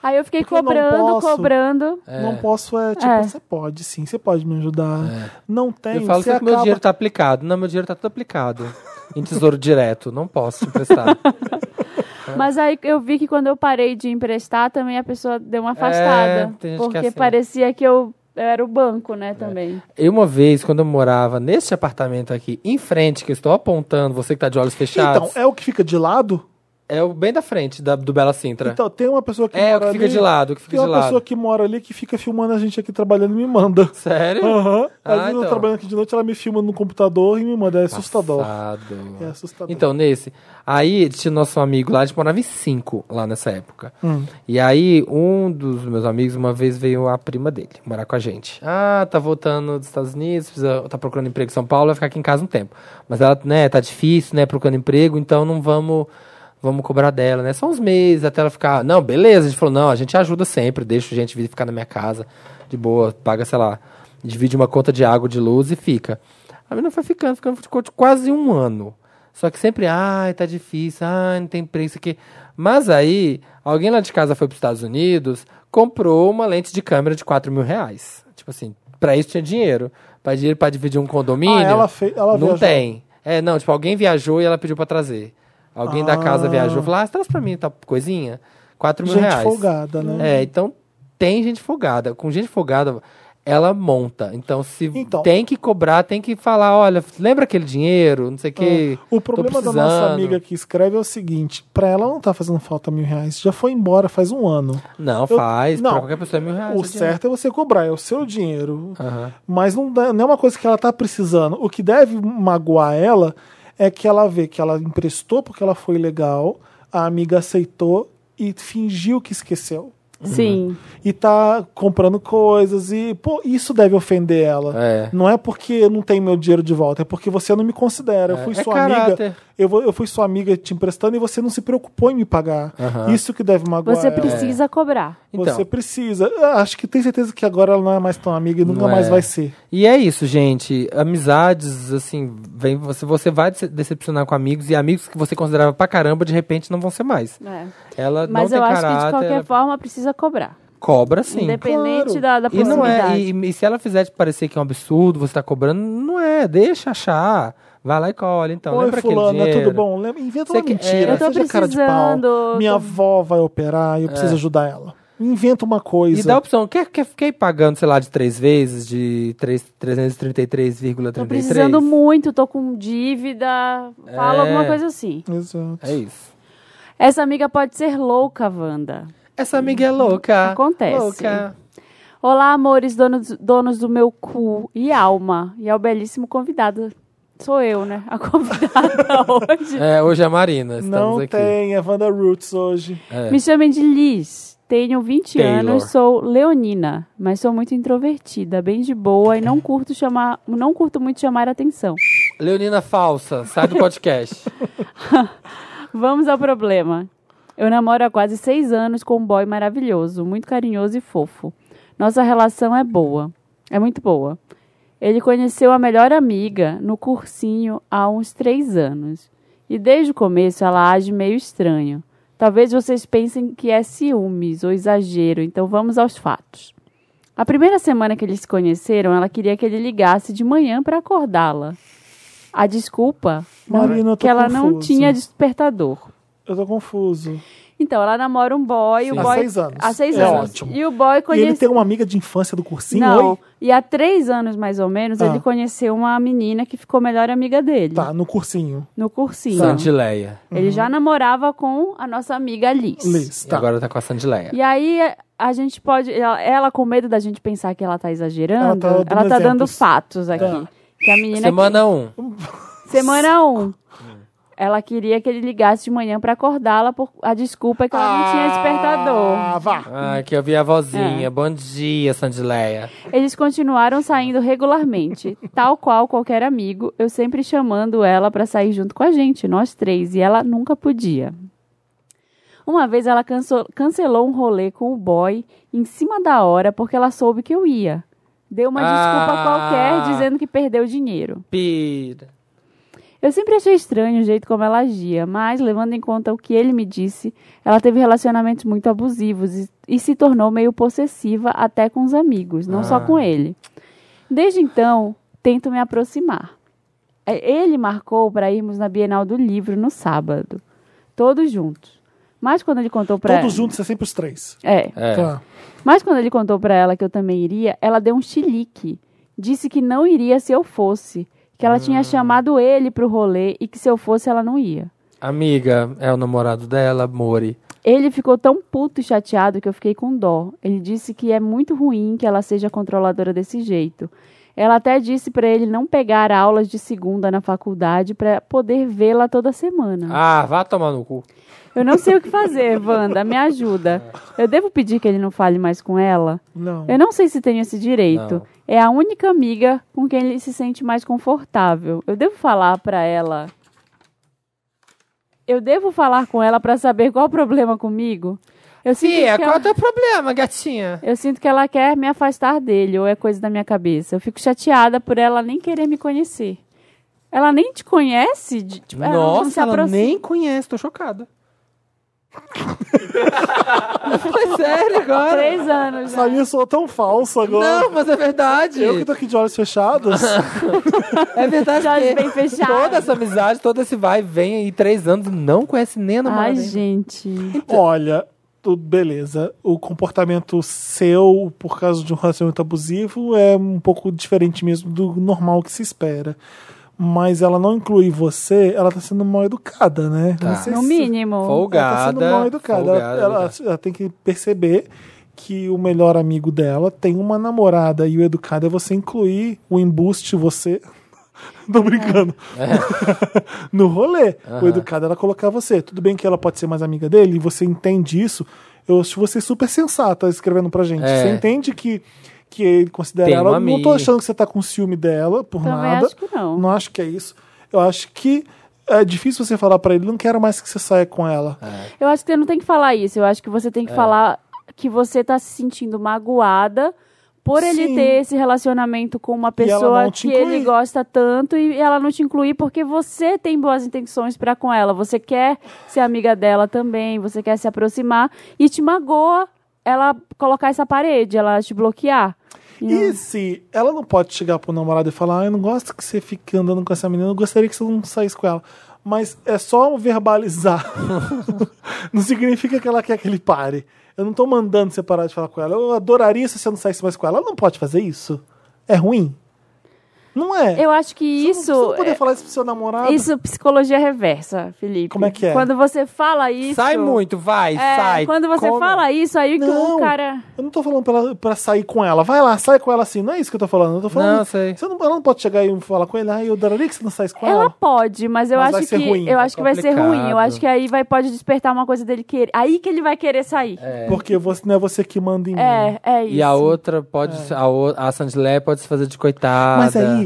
S3: Aí eu fiquei
S1: Porque eu não
S3: cobrando,
S1: posso.
S3: cobrando.
S2: É.
S1: Não posso, é tipo,
S3: É.
S1: você pode sim, você pode me ajudar. Não tem,
S2: É. Eu falo
S1: você
S2: sempre que
S1: acaba...
S2: meu dinheiro tá aplicado. Não, meu dinheiro tá tudo aplicado. em tesouro direto. Não posso te emprestar. É.
S3: Mas aí eu vi que quando eu parei de emprestar, também a pessoa deu uma afastada.
S2: tem gente que é
S3: porque
S2: assim. É.
S3: parecia que eu eu era o banco, né, também.
S2: eu uma vez, quando eu morava neste apartamento aqui, em frente, que eu estou apontando, você que tá de olhos fechados,
S1: Então, é o que fica de lado?
S2: é... o bem da frente da- do Bela Sintra.
S1: Então, tem uma pessoa que
S2: é, o
S1: mora
S2: que fica
S1: ali,
S2: de lado, o que fica
S1: Tem uma
S2: de lado.
S1: pessoa que mora ali que fica filmando a gente aqui trabalhando e me manda.
S2: Sério?
S1: Aham. Às
S2: Ah,
S1: vezes eu tô
S2: então.
S1: trabalhando aqui de noite, ela me filma no computador e me manda. É assustador.
S2: Passado.
S1: É assustador.
S2: Então, nesse. Aí tinha nosso amigo lá, a gente morava em cinco lá nessa época. E aí, um dos meus amigos, uma vez, veio a prima dele morar com a gente. Ah, tá voltando dos Estados Unidos, precisa, tá procurando emprego em São Paulo, vai ficar aqui em casa um tempo. Mas ela, né, tá difícil, né, procurando emprego, então não vamos. Vamos cobrar dela, né? Só uns meses até ela ficar. Não, beleza. A gente falou, não, a gente ajuda sempre, deixa gente vir ficar na minha casa, de boa, paga, sei lá, divide uma conta de água, de luz e fica. A menina foi ficando, ficando, ficou de quase um ano. Só que sempre, ai, tá difícil, ai, não tem preço aqui. Mas aí, alguém lá de casa foi para os Estados Unidos, comprou uma lente de câmera de 4 mil reais. Tipo assim, pra isso tinha dinheiro. Pra dinheiro pra dividir um condomínio.
S1: Ah, ela fez- ela
S2: Não
S1: viajou.
S2: tem. É, não, tipo, alguém viajou e ela pediu pra trazer. Alguém da casa viajou e falou, ah, traz pra mim, tá coisinha. 4 mil
S1: Gente
S2: reais.
S1: folgada, né?
S2: É, então tem gente folgada. Com gente folgada, ela monta. Então, se
S1: Então.
S2: tem que cobrar, tem que falar, olha, lembra aquele dinheiro, não sei o quê.
S1: O
S2: tô
S1: problema da
S2: precisando."
S1: nossa amiga que escreve é o seguinte: pra ela não tá fazendo falta mil reais, já foi embora faz um ano.
S2: Não,
S1: Eu-
S2: faz.
S1: não,
S2: pra qualquer pessoa é mil reais.
S1: o
S2: é dinheiro.
S1: certo é você cobrar, é o seu dinheiro.
S2: Aham.
S1: Mas não, dá- não é uma coisa que ela tá precisando. O que deve magoar ela é que ela vê que ela emprestou porque ela foi legal, a amiga aceitou e fingiu que esqueceu.
S2: Uhum.
S3: Sim.
S1: E tá comprando coisas e, pô, isso deve ofender ela.
S2: É.
S1: Não é porque eu não tenho meu dinheiro de volta, é porque você não me considera.
S2: É,
S1: Eu fui
S2: é
S1: sua
S2: caráter.
S1: amiga. Eu, vou- eu fui sua amiga te emprestando e você não se preocupou em me pagar.
S2: Aham.
S1: Isso que deve magoar.
S3: Você
S1: ela.
S2: é.
S3: precisa cobrar.
S2: Então.
S1: Você precisa. Eu Acho que tem certeza que agora ela não é mais tão amiga e nunca
S2: Não
S1: mais
S2: é.
S1: vai ser.
S2: E é isso, gente. Amizades, assim, vem, você, você vai dece- decepcionar com amigos e amigos que você considerava pra caramba, de repente não vão ser mais.
S3: É.
S2: Ela não
S3: Mas
S2: tem
S3: eu acho
S2: caráter,
S3: que de qualquer
S2: ela
S3: forma precisa cobrar.
S2: cobra sim.
S3: independente
S1: claro.
S3: da, da
S2: E não é,
S3: proximidade.
S2: e, e se ela fizer te parecer que é um absurdo, você tá cobrando, não é, deixa achar. Vai lá e colhe, então.
S1: Oi,
S2: lembra aquele
S1: fulano, é
S2: dinheiro.
S1: tudo bom? Lembra, inventa
S2: Você
S1: uma
S2: que-
S1: mentira.
S2: é, eu
S3: tô
S1: seja cara de
S3: precisando,
S1: pau. Minha
S3: tô-
S1: avó vai operar e eu preciso ajudar ela. Inventa uma coisa.
S2: É. E dá a opção, quer, quer, quer ir pagando, sei lá, de três vezes, de três- 333,33?
S3: Tô precisando muito, tô com dívida. Fala
S2: É.
S3: alguma coisa assim.
S1: Exato.
S2: É isso.
S3: Essa amiga pode ser louca, Wanda.
S2: Essa amiga é louca.
S3: Acontece.
S2: Louca.
S3: Olá, amores, donos, donos do meu cu e alma. E ao belíssimo convidado. Sou eu, né? A convidada hoje.
S2: É, hoje é a Marina, estamos
S1: Não
S2: aqui.
S1: tem, é Wanda Roots hoje.
S2: É.
S3: Me chamem de Liz. Tenho 20
S2: Taylor.
S3: anos, sou leonina, mas sou muito introvertida, bem de boa e não curto chamar, não curto muito chamar atenção.
S2: Leonina Falsa, sai do podcast.
S3: Vamos ao problema. Eu namoro há quase seis anos com um boy maravilhoso, muito carinhoso e fofo. Nossa relação é boa, é muito boa. Ele conheceu a melhor amiga no cursinho há uns três anos. E desde o começo ela age meio estranho. Talvez vocês pensem que é ciúmes ou exagero, então vamos aos fatos. A primeira semana que eles se conheceram, ela queria que ele ligasse de manhã para acordá-la. A desculpa não-
S1: Marina, eu tô
S3: que ela não
S1: confuso.
S3: tinha despertador.
S1: Eu tô confuso.
S3: Então, ela namora um boy.
S2: Sim.
S3: O
S1: Há
S3: boy
S1: seis anos.
S3: Há seis
S1: É
S3: anos.
S1: ótimo.
S3: E o
S1: E
S3: boy
S1: ele
S3: conheceu.
S1: tem uma amiga de infância do cursinho?
S3: Não.
S1: Oi?
S3: E há três anos, mais ou menos,
S1: Ah.
S3: ele conheceu uma menina que ficou melhor amiga dele.
S1: Tá, no cursinho.
S3: No cursinho.
S2: Sandileia.
S3: Ele já namorava com a nossa amiga Liz.
S1: Liz,
S2: E
S1: tá.
S2: agora tá com a Sandileia.
S3: E aí, a gente pode. Ela, ela, com medo da gente pensar que ela tá exagerando,
S1: Ela tá dando
S3: dando
S1: exemplos. Tá.
S3: fatos aqui. Que a menina.
S2: Semana 1. Um.
S3: Semana 1. Um, ela queria que ele ligasse de manhã pra acordá-la, por a desculpa é que ela não tinha despertador.
S1: Ah, vá.
S2: Ah, que eu vi a vozinha. Bom dia, Sandileia.
S3: Eles continuaram saindo regularmente, tal qual qualquer amigo, eu sempre chamando ela para sair junto com a gente, nós três, e ela nunca podia. Uma vez ela canso- cancelou um rolê com o boy em cima da hora porque ela soube que eu ia. Deu uma desculpa
S2: Ah.
S3: qualquer dizendo que perdeu dinheiro.
S2: Pira.
S3: Eu sempre achei estranho o jeito como ela agia, mas levando em conta o que ele me disse, ela teve relacionamentos muito abusivos e, e se tornou meio possessiva até com os amigos, não só
S2: Ah.
S3: com ele. Desde então, tento me aproximar. É, Ele marcou para irmos na Bienal do Livro no sábado, todos juntos. Mas quando ele contou para
S1: Todos juntos, é sempre os três.
S3: é,
S2: É.
S1: Tá.
S3: mas quando ele contou pra ela que eu também iria, ela deu um chilique. Disse que não iria se eu fosse, que ela tinha chamado ele pro rolê e que se eu fosse ela não ia.
S2: Amiga, é o namorado dela, Mori.
S3: Ele ficou tão puto e chateado que eu fiquei com dó. Ele disse que é muito ruim que ela seja controladora desse jeito. Ela até disse pra ele não pegar aulas de segunda na faculdade pra poder vê-la toda semana.
S2: Ah, vá tomar no cu.
S3: Eu não sei o que fazer, Wanda, me ajuda. Eu devo pedir que ele não fale mais com ela?
S1: Não.
S3: Eu não sei se tenho esse direito.
S2: Não.
S3: É a única amiga com quem ele se sente mais confortável. Eu devo falar pra ela. Eu devo falar com ela pra saber qual o problema comigo? Eu sinto,
S2: Fia,
S3: que
S2: qual é o
S3: ela...
S2: teu problema, gatinha?
S3: eu sinto que ela quer me afastar dele, ou é coisa da minha cabeça. Eu fico chateada por ela nem querer me conhecer. Ela nem te conhece? de- tipo, ela não se
S2: Nossa, ela
S3: aproxima.
S2: nem conhece, tô chocada. Foi sério agora?
S3: Três anos. né?
S1: Sabia, eu sou tão falso agora.
S2: Não, mas é verdade.
S1: Eu que tô aqui de olhos fechados.
S2: É verdade.
S3: De olhos
S2: porque
S3: bem fechados.
S2: Toda essa amizade, todo esse vai e vem aí, três anos, não conhece nem a namorada.
S3: Ai,
S2: ainda.
S3: gente.
S2: Então,
S1: Olha, tudo beleza. O comportamento seu por causa de um relacionamento abusivo é um pouco diferente mesmo do normal que se espera. Mas ela não inclui você, ela tá sendo mal educada, né? Não sei
S3: No
S1: se-
S3: mínimo.
S2: Folgada.
S1: Ela tá sendo mal educada. Ela-
S2: folgada,
S1: ela,
S2: educada.
S1: ela tem que perceber que o melhor amigo dela tem uma namorada e o educado é você incluir o embuste você Tô brincando.
S2: É.
S1: no rolê. O educado era colocar você. Tudo bem que ela pode ser mais amiga dele, e você entende isso. Eu acho você super sensata escrevendo pra gente.
S2: É.
S1: Você entende que, que ele considera
S2: Tem um
S1: ela.
S2: uma
S1: Não tô
S2: amiga.
S1: achando que você tá com ciúme dela por
S3: Também
S1: nada.
S3: acho que não.
S1: Não acho que é isso. Eu acho que é difícil você falar pra ele, não quero mais que você saia com ela.
S3: Eu acho que você não tem que falar isso. Eu acho que você
S1: É.
S3: tem que falar que você tá se sentindo magoada por ele
S1: Sim.
S3: ter esse relacionamento com uma
S1: ela
S3: pessoa
S1: não te
S3: que ele
S1: incluir.
S3: gosta tanto e ela não te incluir porque você tem boas intenções pra com ela. Você quer ser amiga dela também, você quer se aproximar e te magoa ela colocar essa parede, ela te bloquear.
S1: E se ela não pode chegar pro namorado e falar, ah, eu não gosto que você fique andando com essa menina, eu gostaria que você não saísse com ela. Mas é só verbalizar. não significa que ela quer que ele pare. Eu não tô mandando você parar de falar com ela. Eu adoraria se você não saísse mais com ela. Ela não pode fazer isso. É ruim. Não é.
S3: Então, Eu acho que
S1: Você não-
S3: isso.
S1: Você não poder
S3: é-
S1: falar isso pro seu namorado.
S3: Isso, psicologia reversa, Felipe.
S1: Como é que é?
S3: Quando você fala isso.
S2: Sai muito, vai,
S3: É,
S2: sai.
S3: Quando você
S2: come.
S3: fala isso, aí que
S1: Não,
S3: o cara.
S1: eu não tô falando pra, ela- pra sair com ela. Vai lá, sai com ela assim. Não é isso que eu tô falando. Eu tô falando.
S2: Não, sei.
S1: Você não, ela não pode chegar e falar com ele, ah, eu adoraria que você não saísse com
S3: Ela pode, mas eu
S1: Mas vai
S3: acho que
S1: ser ruim,
S3: eu
S1: é
S3: acho que vai ser
S2: complicado.
S3: ruim. Eu acho que aí vai pode despertar uma coisa dele querer. Aí que ele vai querer sair. É,
S1: Porque você, não é você que manda em mim.
S3: é, isso.
S2: E a outra pode. A, o- a Sandlé pode se fazer de coitada.
S1: É. Mas aí,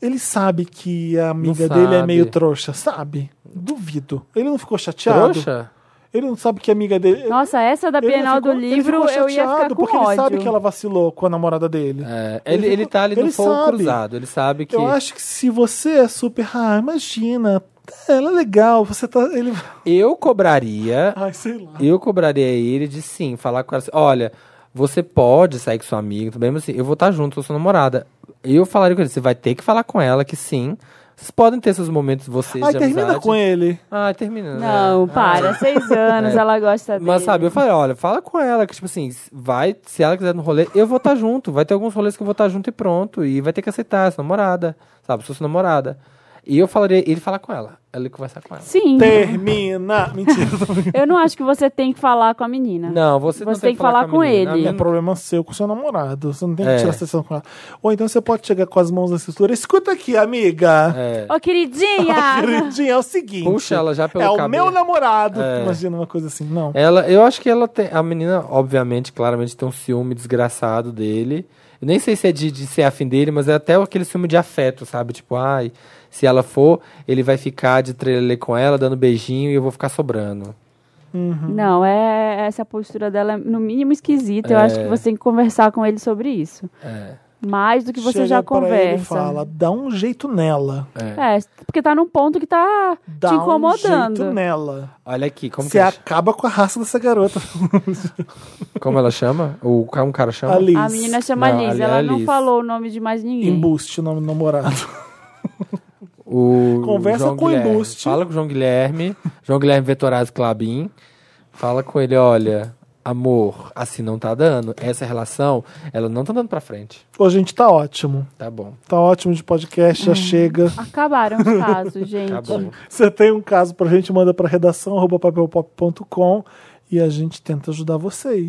S1: ele sabe que a amiga
S2: Não
S1: dele é
S2: sabe.
S1: meio trouxa, sabe? Duvido. Ele não ficou chateado?
S2: Trouxa?
S1: Ele não sabe que a amiga dele...
S3: Nossa, essa da
S1: ele
S3: Bienal
S1: ficou-
S3: do
S1: ele
S3: livro
S1: ficou
S3: eu ia ficar
S1: chateado
S3: com
S1: Porque
S3: ódio.
S1: ele sabe que ela vacilou com a namorada dele.
S2: É, ele,
S1: Ele
S2: ele tá ali
S1: ele
S2: no fogo
S1: sabe.
S2: cruzado. Ele sabe que.
S1: Eu acho que se você é super... Ah, imagina. Ela é legal, você tá... Ele...
S2: eu cobraria.
S1: Ai, sei lá.
S2: Eu cobraria ele de sim, falar com ela assim, olha, você pode sair com sua amiga, tudo bem, mas assim, eu vou estar junto, sou sua namorada. Eu falaria com ele, você vai ter que falar com ela que sim. Vocês podem ter seus momentos, vocês
S1: Ai,
S2: de
S1: termina
S2: amizade.
S1: com ele.
S2: Ai, termina. né?
S1: É.
S3: Não,
S2: Ah,
S3: para, seis anos, ela gosta dele.
S2: É. Mas sabe, eu falei, olha, fala com ela, que tipo assim, vai, se ela quiser no rolê, eu vou estar junto. Vai ter alguns rolês que eu vou estar junto e pronto. E vai ter que aceitar, essa namorada, sabe, sou sua namorada. E eu falaria, ele falar com ela, ele conversar com ela.
S3: Sim.
S1: Termina. Mentira. tô brincando.
S3: Eu não acho que você tem que falar com a menina.
S2: Não, você, não
S3: Você tem que falar
S2: a
S3: com
S2: menina.
S3: ele.
S2: A
S1: É
S2: menina-
S1: problema seu com seu namorado. Você não tem que
S2: É.
S1: tirar a sessão com ela. Ou então você pode chegar com as mãos na cintura. Escuta aqui, amiga.
S2: É.
S3: Ô, queridinha!
S1: Queridinha, é o seguinte.
S2: Puxa ela É. já pelo
S1: É o
S2: cabelo.
S1: meu namorado. Imagina uma coisa assim. Não.
S2: Ela, eu acho que ela tem. A menina, obviamente, claramente tem um ciúme desgraçado dele. Eu nem sei se é de, de ser afim dele, mas é até aquele ciúme de afeto, sabe? Tipo, ai, se ela for, ele vai ficar de trelelê com ela, dando beijinho e eu vou ficar sobrando.
S3: Não, é essa postura dela é no mínimo esquisita. Eu
S2: É.
S3: acho que você tem que conversar com ele sobre isso.
S2: É.
S3: Mais do que você
S1: Chega
S3: já
S1: pra Ele e
S3: conversa.
S1: fala, dá um jeito nela.
S3: É, porque tá num ponto que tá
S1: Dá
S3: te
S1: um
S3: incomodando.
S1: jeito nela.
S2: Olha aqui, como, que
S1: Você
S2: é? ela, ch-
S1: acaba com a raça dessa garota.
S2: como ela chama? Ou ca- um cara chama?
S1: Alice.
S3: a menina assim. chama
S2: Não,
S3: Liz,
S2: ali
S3: ela
S2: é
S3: não
S2: Liz.
S3: falou o nome de mais ninguém.
S1: Embuste o nome do namorado.
S2: O
S1: Conversa
S2: João
S1: com o
S2: Guilherme.
S1: embuste.
S2: Fala com o João Guilherme. João Guilherme Vetorazzo Clabin. Fala com ele, olha, amor, assim não tá dando. Essa relação, ela não tá dando pra frente.
S1: Ô, gente, tá ótimo.
S2: Tá bom,
S1: Tá ótimo de podcast, já
S3: Hum.
S1: chega.
S3: Acabaram os casos, gente.
S2: tá bom.
S1: Você tem um caso pra gente, manda pra redação arroba papelpop.com e a gente tenta ajudar
S2: A gente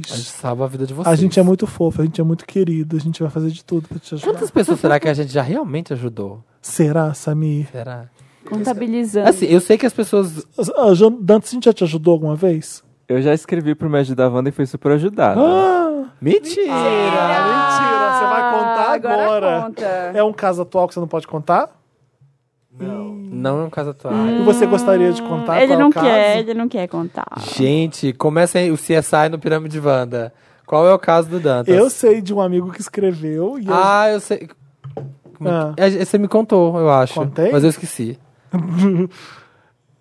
S1: vocês.
S2: salva a vida de vocês.
S1: A gente é muito fofo, a gente é muito querido, a gente vai fazer de tudo pra te ajudar.
S2: Quantas pessoas será que a gente já realmente ajudou?
S1: Será, Samir?
S2: Será?
S3: Contabilizando.
S2: Assim, eu sei que as pessoas.
S1: Ah, Jan- Dantas, a gente já te ajudou alguma vez?
S4: Eu já escrevi pro Me Ajudar Wanda e fui super ajudado.
S2: Mentira!
S1: mentira, você vai contar
S3: Ah, agora
S1: agora.
S3: conta.
S1: É um caso atual que você não pode contar?
S2: Não é um caso atual.
S1: E você gostaria de contar?
S3: ele
S1: qual é o
S3: não
S1: caso?
S3: quer, ele não quer contar.
S2: Gente, começa aí o CSI no Pirâmide Wanda. Qual é o caso do Dantas?
S1: Eu sei de um amigo que escreveu e eu- Ah,
S2: Ah, eu sei. Como é que- É, Você me contou, eu acho.
S1: Contei?
S2: Mas eu esqueci.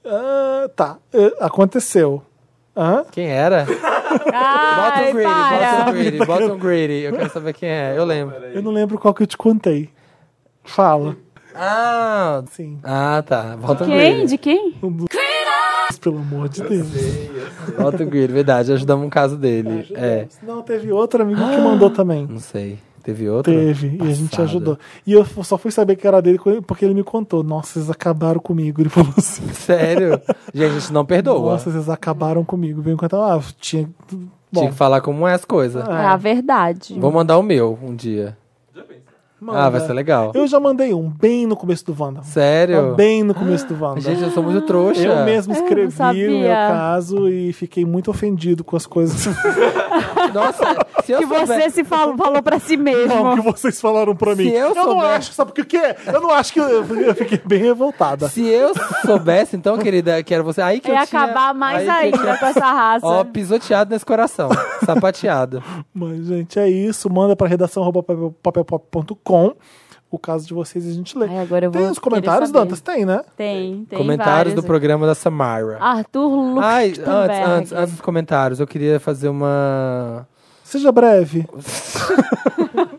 S1: Ah, tá, Eh, aconteceu. Hã?
S2: Quem era? Bota
S3: Ai,
S2: um greedy, bota um
S3: para.
S2: greedy, bota um greedy. Eu quero saber quem é, eu lembro.
S1: Eu não lembro qual que eu te contei. Fala.
S2: Ah,
S1: Sim.
S2: ah tá. Bota um
S3: Quem?
S2: greedy.
S3: De quem?
S1: Pelo amor de Deus.
S2: Bota um greedy, verdade. Ajudamos um caso dele. É. Ah!
S1: Não, teve outro amigo que mandou também.
S2: Não sei. Teve outro?
S1: Teve, e a gente
S2: Passada.
S1: ajudou. E eu só fui saber que era dele quando- porque ele me contou. Nossa, vocês acabaram comigo. Ele falou assim.
S2: Sério? Gente, a gente não perdoa.
S1: Nossa, vocês acabaram comigo. Veio contar, ah, tinha. Bom, Ah.
S2: Tinha que falar como é as coisas.
S3: É a verdade.
S2: Vou mandar o meu um dia.
S1: Manda.
S2: Ah, vai ser legal.
S1: Eu já mandei um bem no começo do Wanda.
S2: Sério? Ah,
S1: Bem no começo do Wanda.
S2: Gente, eu sou muito trouxa.
S1: Eu mesmo
S3: É, Eu não
S1: escrevi o
S3: sabia.
S1: meu caso e fiquei muito ofendido com as coisas
S2: Nossa, se eu
S3: Que
S2: soubesse-
S3: você se falou, falou pra si
S1: não, que
S3: mesmo.
S1: vocês falaram pra mim.
S2: Se eu
S1: não
S2: souber-
S1: acho, sabe o que que é? Eu não acho que eu, eu fiquei bem revoltada.
S2: Se eu soubesse, então, querida, que era você. Aí que
S3: É
S2: eu tinha-
S3: acabar mais
S2: aí que eu
S3: ainda
S2: tinha-
S3: com essa raça.
S2: Ó, pisoteado nesse coração. sapateado.
S1: Mas, gente, é isso. Manda pra redação arroba papel- papelpop.com o caso de vocês e a gente lê.
S3: Ai, agora eu
S1: Tem
S3: vou
S1: os comentários,
S3: querer saber.
S1: Dantas? Tem, né?
S3: Tem, tem
S2: Comentários
S3: vários
S2: do
S3: aqui.
S2: programa da Samara.
S3: Arthur
S2: Ai,
S3: Luxemburg.
S2: antes, antes, antes dos comentários, eu queria fazer uma.
S1: Seja breve.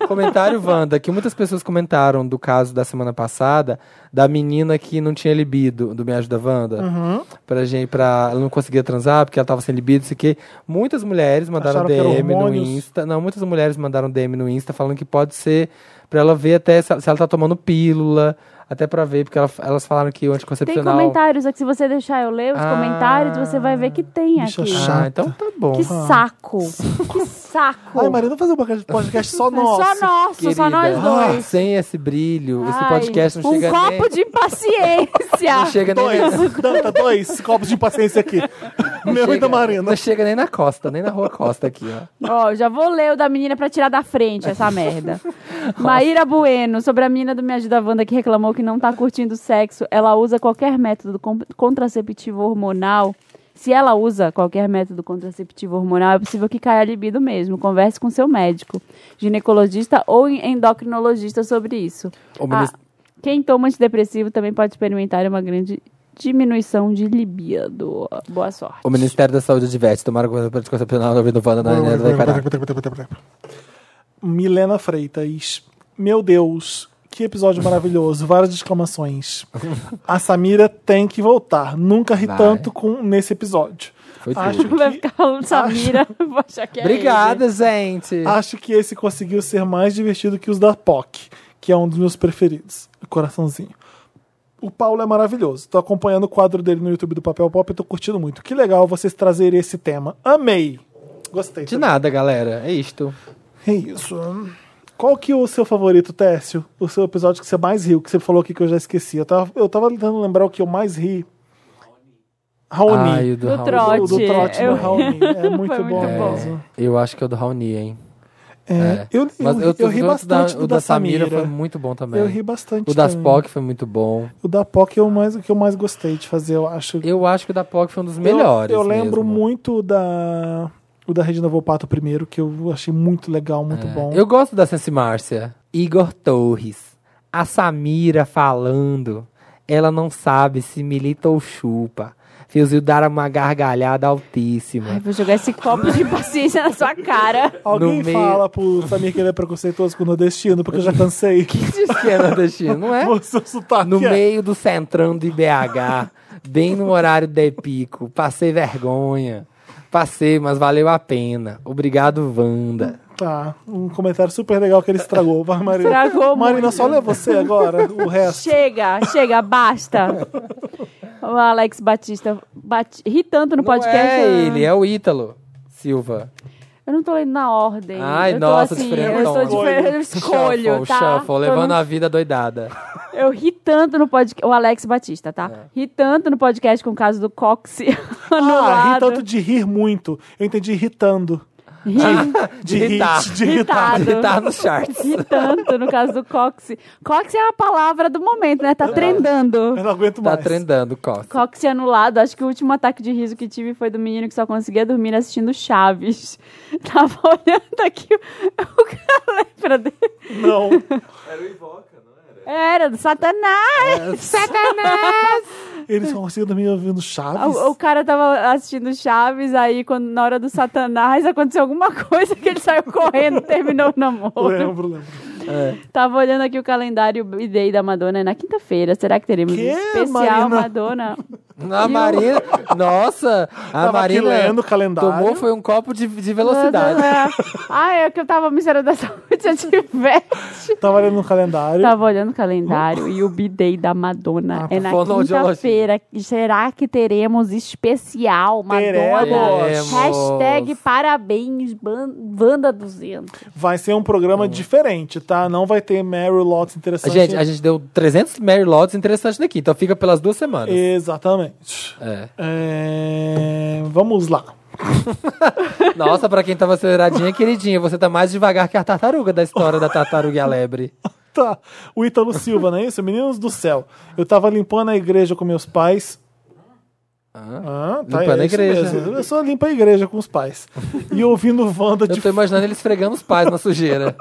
S2: Comentário, Wanda, que muitas pessoas comentaram do caso da semana passada, da menina que não tinha libido, do Me Ajuda Wanda.
S1: Uhum.
S2: Pra gente, pra, ela não conseguia transar porque ela tava sem libido, isso aqui. Muitas mulheres mandaram
S1: Acharam que eram
S2: DM no
S1: hormônios.
S2: Insta. Não, muitas mulheres mandaram DM no Insta falando que pode ser pra ela ver até se ela, se ela tá tomando pílula, até pra ver, porque ela- elas falaram que o
S3: Tem
S2: anticoncepcional.
S3: comentários aqui. Se você deixar eu ler os
S2: Ah.
S3: comentários, você vai ver que tem
S1: Bicha
S3: aqui.
S1: chata.
S2: Ah, então tá bom.
S3: Que saco. que saco.
S1: Ai, Maria, vamos fazer um podcast só
S3: É
S1: nosso.
S3: Só nosso, só nós
S2: Querida,
S3: dois.
S2: ah, sem esse brilho, esse
S3: Ai,
S2: podcast não
S3: um
S2: chega
S3: copo
S2: nem.
S3: de impaciência.
S2: Não chega nem.
S1: Dois, Danta, dois copos de paciência aqui. Meu e da Marina.
S2: Não chega nem na costa, nem na rua Costa aqui, ó.
S3: Ó, eu já vou ler o da menina pra tirar da frente essa merda. Maíra Bueno, sobre a menina do Me Ajuda Wanda que reclamou que não tá curtindo sexo. Ela usa qualquer método com- contraceptivo hormonal. Se ela usa qualquer método contraceptivo hormonal, é possível que caia a libido mesmo. Converse com seu médico, ginecologista ou endocrinologista sobre isso.
S2: Ô, menino,
S3: Ah, quem toma antidepressivo também pode experimentar uma grande diminuição de libido. Boa sorte.
S2: O Ministério da Saúde adverte, tomara coisa para desconcepcional ouvindo Wanda né, na Ilha do Caralho.
S1: Milena Freitas. Meu Deus, que episódio maravilhoso. Várias exclamações. A Samira tem que voltar. Nunca ri
S2: Vai.
S1: tanto com nesse episódio.
S2: Foi
S1: Acho
S2: tudo.
S3: Vai
S1: que,
S3: ficar falando Samira, vou achar que é
S2: Obrigada, gente.
S1: acho que esse conseguiu ser mais divertido que os da POC, que é um dos meus preferidos. Coraçãozinho. O Paulo é maravilhoso. Tô acompanhando o quadro dele no YouTube do Papel Pop e tô curtindo muito. Que legal vocês trazerem esse tema. Amei. Gostei.
S2: De
S1: também.
S2: nada, galera. É isto.
S1: É isso. Qual que é o seu favorito, Técio? O seu episódio que você mais riu, que você falou aqui que eu já esqueci. Eu tava, eu tava tentando lembrar o que eu mais ri. Raoni.
S2: Ai, o do,
S3: Do
S2: Raoni.
S3: trote.
S1: Do, do trote
S3: Eu-
S1: do Raoni. É muito
S3: Foi muito
S1: bom
S3: bom.
S1: mesmo.
S2: Eu acho que é o do Raoni, hein?
S1: É. Eu,
S2: Mas
S1: eu,
S2: eu, tô
S1: eu ri
S2: junto
S1: bastante
S2: da,
S1: do
S2: o
S1: da,
S2: da Samira.
S1: Samira.
S2: foi muito bom também.
S1: eu ri bastante.
S2: o das
S1: também.
S2: POC foi muito bom.
S1: O da POC é o, mais, o que eu mais gostei de fazer, eu acho.
S2: Eu acho que o da POC foi um é dos melhores.
S1: Eu, eu lembro
S2: mesmo.
S1: muito da. O da Regina Volpato primeiro, que eu achei muito legal, muito bom.
S2: É. Eu gosto da Sense Márcia. Igor Torres. A Samira falando. Ela não sabe se milita ou chupa. Fuzil dar uma gargalhada
S3: Ai,
S2: altíssima.
S3: vou jogar esse copo de paciência na sua cara.
S1: Alguém
S2: no meio-
S1: fala pro Samir que ele é preconceituoso com o nordestino, porque eu já cansei.
S2: Diz que é nordestino, não é?
S1: O seu sotaque
S2: No
S1: é.
S2: meio do centrão do IBH, bem no horário de pico. Passei vergonha. Passei, mas valeu a pena. Obrigado, Wanda.
S1: Tá, um comentário super legal que ele estragou. Vai, Marina.
S3: Estragou
S1: Marina,
S3: muito.
S1: só lê você agora, o resto.
S3: Chega, chega, basta. O Alex Batista bate, ri tanto no
S2: Não
S3: podcast.
S2: é ele, é o Ítalo Silva.
S3: Eu não tô lendo na ordem.
S2: Ai,
S3: eu
S2: nossa,
S3: tô assim,
S2: diferentona.
S3: Eu, tô diferente, eu escolho,
S2: Shuffle,
S3: tá?
S2: shuffle,
S3: Eu
S2: levando
S3: não-
S2: a vida doidada.
S3: Eu ri tanto no podcast... O Alex Batista, tá?
S2: É.
S3: Ri tanto no podcast com o caso do Cox Tá
S1: Ah, ri
S3: anulado.
S1: tanto de rir muito. Eu entendi irritando. De,
S2: De irritar.
S1: hit, de irritar.
S3: Irritado.
S2: Tá nos charts.
S3: Ri tanto no caso do Cox. Cox é a palavra do momento, né? Tá trendando.
S1: Eu não aguento
S2: Tá
S1: mais.
S2: trendando, Costa.
S3: Cox é anulado. Acho que o último ataque de riso que tive foi do menino que só conseguia dormir assistindo Chaves. Tava olhando aqui o- o cara lembra dele.
S1: Não.
S3: Era do
S1: É.
S3: Satanás! Satanás!
S1: Eles só conseguiam dormir ouvindo Chaves.
S3: Ah, O, o cara tava assistindo Chaves, aí quando, na hora do Satanás aconteceu alguma coisa que ele saiu correndo, terminou o namoro.
S1: Lembro, lembro.
S3: Tava olhando aqui o calendário e day da Madonna é na quinta-feira. Será que teremos
S1: Que,
S3: um especial
S1: Marina?
S3: Madonna?
S2: A Marina. Nossa, a
S1: Tava aqui
S2: Marina
S1: lendo o calendário.
S3: é
S2: tomou foi um copo de, de velocidade.
S3: ah, é que eu é tava me Ministério da Saúde. Cíntia Tivete.
S1: Tava olhando Tá no calendário.
S3: Tava olhando o calendário e o B-Day da
S2: Ah,
S3: Madonna é na
S2: fonoaudiologia.
S3: quinta-feira. Será que teremos especial Madonna?
S2: Teremos.
S3: Hashtag parabéns, ban- Wanda 200.
S1: Vai ser um programa diferente, tá? Não vai ter Mary Lots interessante.
S2: Gente, a gente deu 300 Mary Lodes interessantes daqui, então fica pelas duas semanas.
S1: Exatamente.
S2: É.
S1: É, Vamos lá.
S2: Nossa, pra quem tava aceleradinha, queridinha, você tá mais devagar que a tartaruga da história da tartaruga e a lebre.
S1: Tá. O Ítalo Silva, não é isso? Meninos do céu. Eu tava limpando a igreja com meus pais. Ah, tá,
S2: Limpando
S1: é
S2: a
S1: isso
S2: igreja.
S1: mesmo. Eu só limpo a igreja com os pais. E ouvindo Wanda de
S2: Eu tô imaginando ele esfregando os pais na sujeira.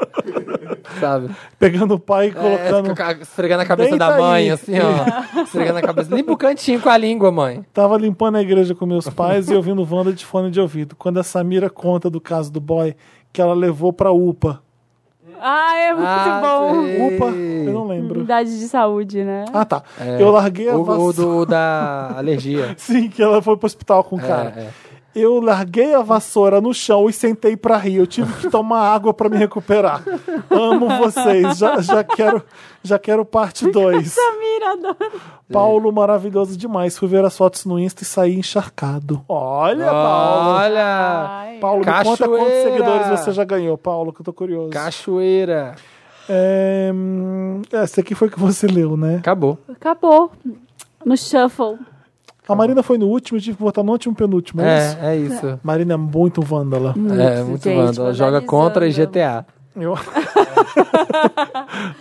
S2: Sabe?
S1: pegando o pai e
S2: É,
S1: colocando.
S2: fica ca- esfregando a cabeça
S1: Deita
S2: da mãe,
S1: aí.
S2: assim, ó. Esfregando a cabeça. Limpa o cantinho com a língua, mãe.
S1: Tava limpando a igreja com meus pais e ouvindo Wanda de fone de ouvido. Quando a Samira conta do caso do boy que ela levou pra UPA.
S3: Ah, é muito
S2: Ah,
S3: bom.
S2: sei.
S1: UPA? Eu não lembro.
S3: Unidade de saúde, né?
S1: Ah, tá.
S2: É.
S1: Eu larguei a
S2: O, o
S1: vassoura.
S2: do, da alergia.
S1: Sim, que ela foi pro hospital com o
S2: É,
S1: cara.
S2: é.
S1: Eu larguei a vassoura no chão e sentei pra rir. Eu tive que tomar água pra me recuperar. Amo vocês. Já, já quero, já quero parte 2.
S3: Mira, adoro.
S1: Paulo, maravilhoso demais. Fui ver as fotos no Insta e saí encharcado. Olha, Paulo.
S2: Olha!
S3: Ai.
S1: Paulo, me conta quantos
S2: Cachoeira.
S1: seguidores você já ganhou, Paulo, que eu tô curioso.
S2: Cachoeira.
S1: É, hum, essa aqui foi que você leu, né?
S2: Acabou.
S3: Acabou. No shuffle.
S1: A Marina foi no último, eu tive que botar no último e penúltimo, é isso?
S2: É, é isso.
S1: Marina é muito vândala.
S2: É, muito
S3: gente,
S2: bando. Ela joga
S3: vandalizando.
S2: contra e GTA.
S1: Eu...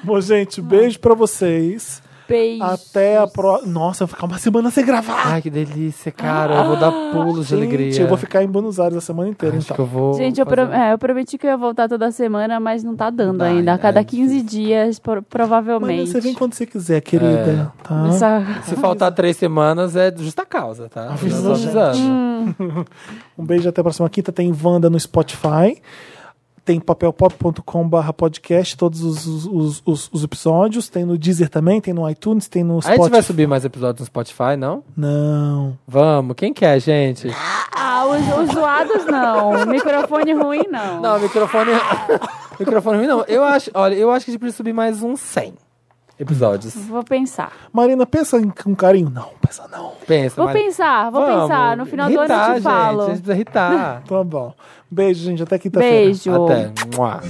S1: Bom, gente, beijo pra vocês.
S3: Beijo.
S1: Até a próxima. Nossa, eu vou ficar uma semana sem gravar.
S2: Ai, que delícia, cara. Eu vou dar pulos de alegria.
S1: Gente, eu vou ficar em Buenos Aires a semana inteira,
S2: Acho
S1: então.
S2: que eu vou.
S3: Gente, eu, pro-
S2: fazer-
S3: é, eu prometi que eu ia voltar toda semana, mas não tá dando
S2: Dá,
S3: ainda. A cada
S2: é
S3: 15 dias, pro-
S1: Marina,
S3: provavelmente.
S1: você vem quando você quiser, querida.
S2: É.
S1: Tá?
S3: Essa-
S2: Se faltar três semanas, é justa causa,
S3: Ah,
S2: tá?
S1: Avisando,
S2: Só avisando.
S1: Um beijo até a próxima quinta. Tem Wanda no Spotify. Tem papelpop.com.br podcast, todos os, os- os- os- os episódios. Tem no Deezer também, tem no iTunes, tem no
S2: A
S1: Spotify.
S2: gente vai subir mais episódios no Spotify, não?
S1: Não.
S2: Vamos, quem quer, gente?
S3: Ah, os, os zoados não. Microfone ruim não.
S2: Não, microfone. microfone ruim, não. Eu acho, olha, eu acho que a gente precisa subir mais uns 100 episódios.
S3: Vou pensar.
S2: Tá,
S1: Marina, pensa em, com carinho. Não, pensa não.
S2: Pensa,
S3: Vou
S2: Mari.
S3: pensar, vou
S2: Vamos.
S3: pensar. No final do
S2: Irritar,
S3: ano eu te
S2: gente.
S3: falo.
S2: A gente precisa irritar.
S1: Tá bom. Beijo, gente. Até quinta-feira.
S3: Beijo.
S2: Até. Mua.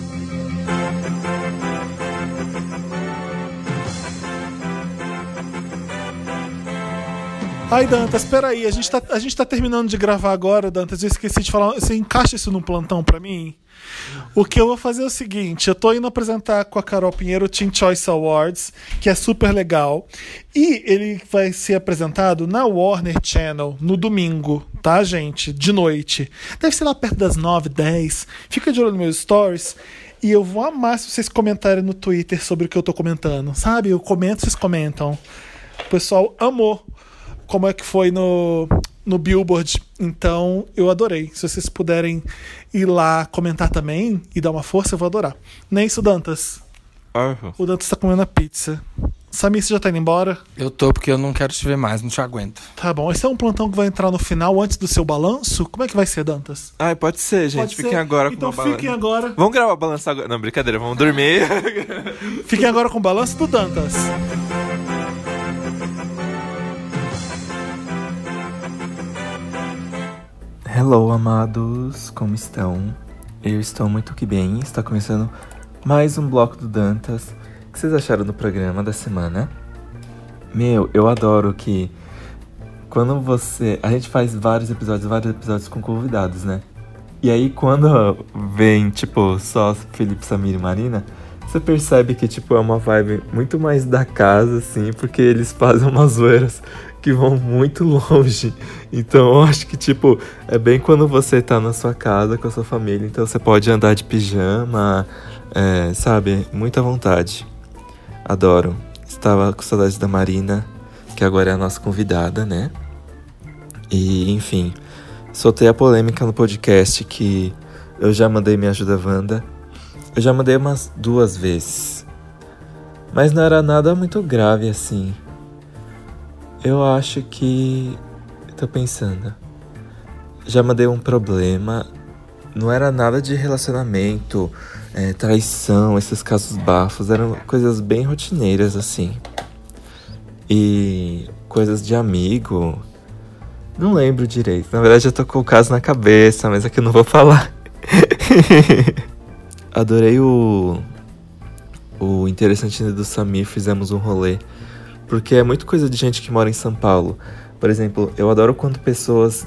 S1: Ai, Dantas, peraí, a gente, tá, a gente tá terminando de gravar agora, Dantas. Eu esqueci de falar. Você encaixa isso num plantão pra mim? O que eu vou fazer é o seguinte: eu tô indo apresentar com a Carol Pinheiro o Teen Choice Awards, que é super legal. E ele vai ser apresentado na Warner Channel no domingo, tá, gente? De noite. Deve ser lá perto das 9, 10. Fica de olho nos meus stories. E eu vou amar se vocês comentarem no Twitter sobre o que eu tô comentando, sabe? Eu comento, vocês comentam. O pessoal amou como é que foi no, no Billboard. Então, eu adorei. Se vocês puderem ir lá comentar também e dar uma força, eu vou adorar. Nem isso, Dantas. O Dantas tá comendo a pizza. Samir, você já tá indo embora?
S7: Eu tô porque eu não quero te ver mais, não te aguento.
S1: Tá bom. Esse é um plantão que vai entrar no final, antes do seu balanço? Como é que vai ser, Dantas?
S4: Ai, Ah, pode ser, gente.
S1: Pode ser?
S4: fiquem agora com
S1: Então
S4: uma balança.
S1: fiquem agora.
S4: Vamos gravar o balanço agora. Não, brincadeira, vamos dormir.
S1: Fiquem agora com o balanço do Dantas.
S8: Hello, amados, como estão? Eu estou muito que bem. Está começando mais um bloco do Dantas. O que vocês acharam do programa da semana? Meu, eu adoro que quando você. A gente faz vários episódios, vários episódios com convidados, né? E aí, quando vem, tipo, só Felipe, Samir e Marina, você percebe que, tipo, é uma vibe muito mais da casa, assim, porque eles fazem umas zoeiras que vão muito longe. Então, eu acho que, tipo, é bem quando você tá na sua casa com a sua família, então você pode andar de pijama, é, sabe? Muito à vontade. Adoro. Estava com saudades da Marina, que agora é a nossa convidada, né? E, enfim, soltei a polêmica no podcast que eu já mandei Me Ajuda Wanda. Eu já mandei umas duas vezes. Mas não era nada muito grave assim. Eu acho que. Tô pensando. Já mandei um problema. Não era nada de relacionamento, é, traição, esses casos bafos, eram coisas bem rotineiras, assim. E coisas de amigo. Não lembro direito. Na verdade, eu tô com o caso na cabeça, mas aqui eu não vou falar. Adorei o. O interessante do Samir, fizemos um rolê. Porque é muito coisa de gente que mora em São Paulo. Por exemplo, eu adoro quando pessoas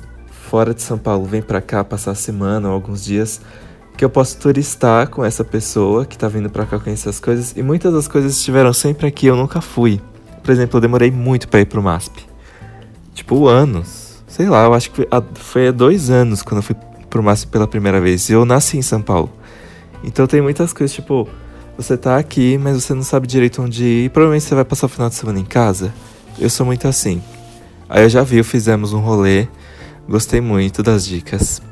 S8: fora de São Paulo vêm pra cá passar a semana ou alguns dias que eu posso turistar com essa pessoa que tá vindo pra cá conhecer as coisas e muitas das coisas estiveram sempre aqui, eu nunca fui. Por exemplo, eu demorei muito pra ir pro MASP. Tipo, anos. Sei lá, eu acho que foi há, foi há dois anos quando eu fui pro MASP pela primeira vez. E eu nasci em São Paulo. Então tem muitas coisas, tipo, você tá aqui, mas você não sabe direito onde ir. E provavelmente você vai passar o final de semana em casa. Eu sou muito assim. Aí eu já vi, fizemos um rolê. Gostei muito das dicas.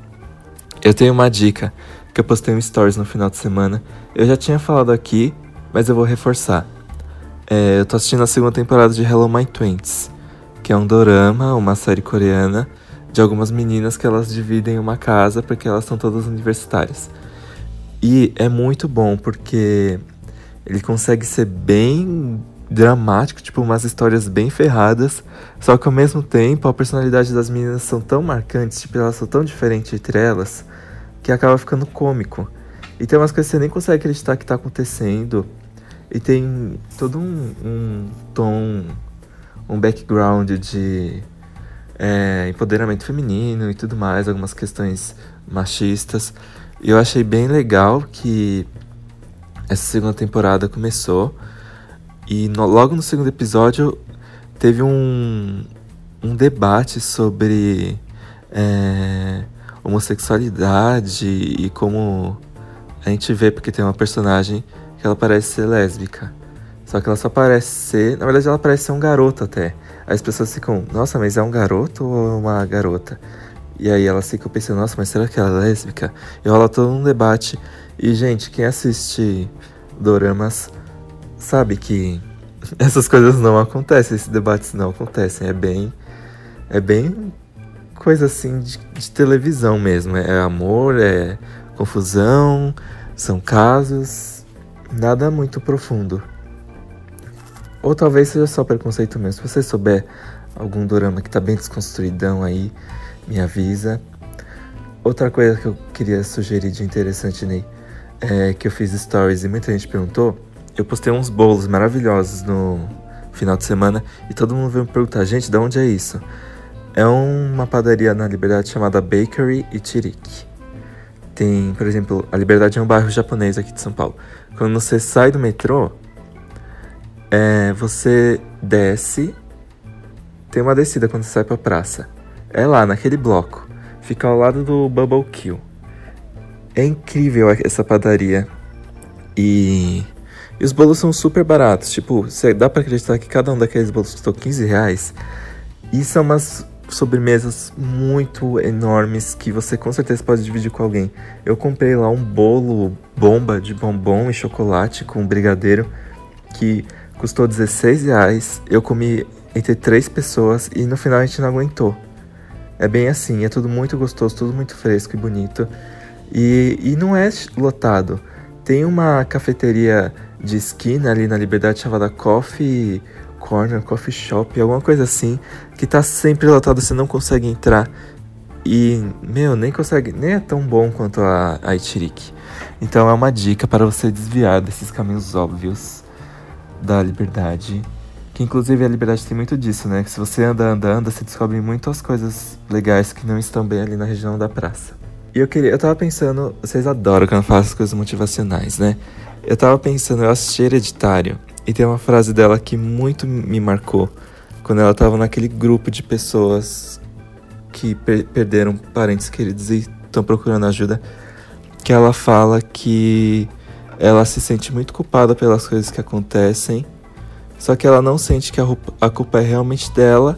S8: Eu tenho uma dica que eu postei um stories no final de semana. Eu já tinha falado aqui, mas eu vou reforçar. É, eu tô assistindo a segunda temporada de Hello My Twins, que é um dorama, uma série coreana, de algumas meninas que elas dividem uma casa porque elas são todas universitárias. E é muito bom porque ele consegue ser bem dramático, tipo umas histórias bem ferradas, só que ao mesmo tempo a personalidade das meninas são tão marcantes, tipo elas são tão diferentes entre elas, que acaba ficando cômico. E tem umas coisas que você nem consegue acreditar que tá acontecendo. E tem todo um, um tom, um background de é, empoderamento feminino e tudo mais, algumas questões machistas. E eu achei bem legal que essa segunda temporada começou. E no- logo no segundo episódio teve um, um debate sobre é, homossexualidade e como a gente vê, porque tem uma personagem que ela parece ser lésbica. Só que ela só parece ser. Na verdade, ela parece ser um garoto até. Aí as pessoas ficam, nossa, mas é um garoto ou é uma garota? E aí elas ficam pensando, nossa, mas será que ela é lésbica? E rola todo um debate. E, gente, quem assiste doramas sabe que essas coisas não acontecem, esses debates não acontecem. É bem. É bem coisa assim de, de televisão mesmo. É amor, é confusão, são casos. Nada muito profundo. Ou talvez seja só preconceito mesmo. Se você souber algum dorama que tá bem desconstruidão aí, me avisa. Outra coisa que eu queria sugerir de interessante, Ney, é que eu fiz stories e muita gente perguntou. Eu postei uns bolos maravilhosos no final de semana e todo mundo veio me perguntar, gente, de onde é isso? É uma padaria na Liberdade chamada Bakery e Tiriki. Tem, por exemplo, a Liberdade é um bairro japonês aqui de São Paulo. Quando você sai do metrô, é, você desce. Tem uma descida quando você sai pra praça. É lá, naquele bloco. Fica ao lado do Bubble Kill. É incrível essa padaria. E, e os bolos são super baratos. Tipo, cê- dá pra acreditar que cada um daqueles bolos custou 15 reais. E são umas sobremesas muito enormes que você com certeza pode dividir com alguém. Eu comprei lá um bolo bomba de bombom e chocolate com brigadeiro que custou 16 reais. Eu comi entre três pessoas e no final a gente não aguentou. É bem assim, é tudo muito gostoso, tudo muito fresco e bonito. E, e não é ch- lotado. Tem uma cafeteria de esquina ali na Liberdade chamada Coffee Corner, Coffee Shop, alguma coisa assim, que tá sempre lotado, você não consegue entrar. E, meu, nem consegue, nem é tão bom quanto a, a Itirique. Então é uma dica para você desviar desses caminhos óbvios da liberdade. Que inclusive a liberdade tem muito disso, né? Que se você anda, anda, anda, você descobre muitas coisas legais que não estão bem ali na região da praça. E eu queria, eu tava pensando, vocês adoram quando eu faço as coisas motivacionais, né? Eu tava pensando, eu assisti Hereditário e tem uma frase dela que muito me marcou quando ela tava naquele grupo de pessoas que per- perderam parentes queridos e estão procurando ajuda, que ela fala que ela se sente muito culpada pelas coisas que acontecem, só que ela não sente que a, roupa- a culpa é realmente dela,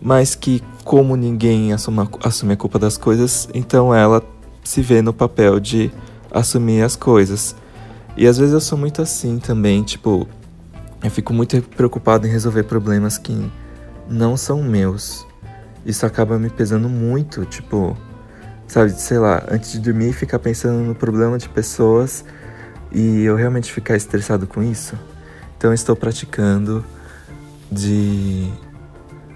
S8: mas que como ninguém assume a, cu- assume a culpa das coisas, então ela se vê no papel de assumir as coisas. E às vezes eu sou muito assim também, tipo, eu fico muito preocupado em resolver problemas que não são meus. Isso acaba me pesando muito, tipo, sabe, sei lá, antes de dormir ficar pensando no problema de pessoas e eu realmente ficar estressado com isso, então eu estou praticando de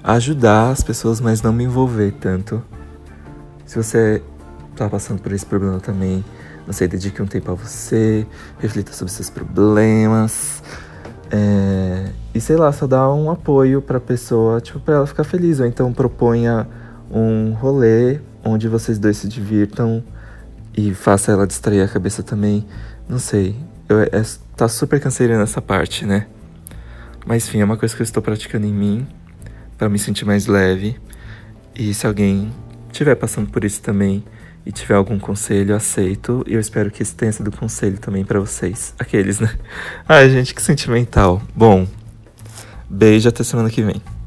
S8: ajudar as pessoas, mas não me envolver tanto. Se você tá passando por esse problema também, não sei, dedique um tempo a você, reflita sobre seus problemas. é, e sei lá, só dá um apoio pra pessoa, tipo, pra ela ficar feliz. Ou então proponha um rolê onde vocês dois se divirtam e faça ela distrair a cabeça também. Não sei. Eu, é, tá super canseriano essa parte, né? Mas enfim, é uma coisa que eu estou praticando em mim pra me sentir mais leve. E se alguém estiver passando por isso também e tiver algum conselho, eu aceito. E eu espero que esse tenha sido conselho também pra vocês. Aqueles, né? Ai, gente, que sentimental. Bom, beijo até semana que vem.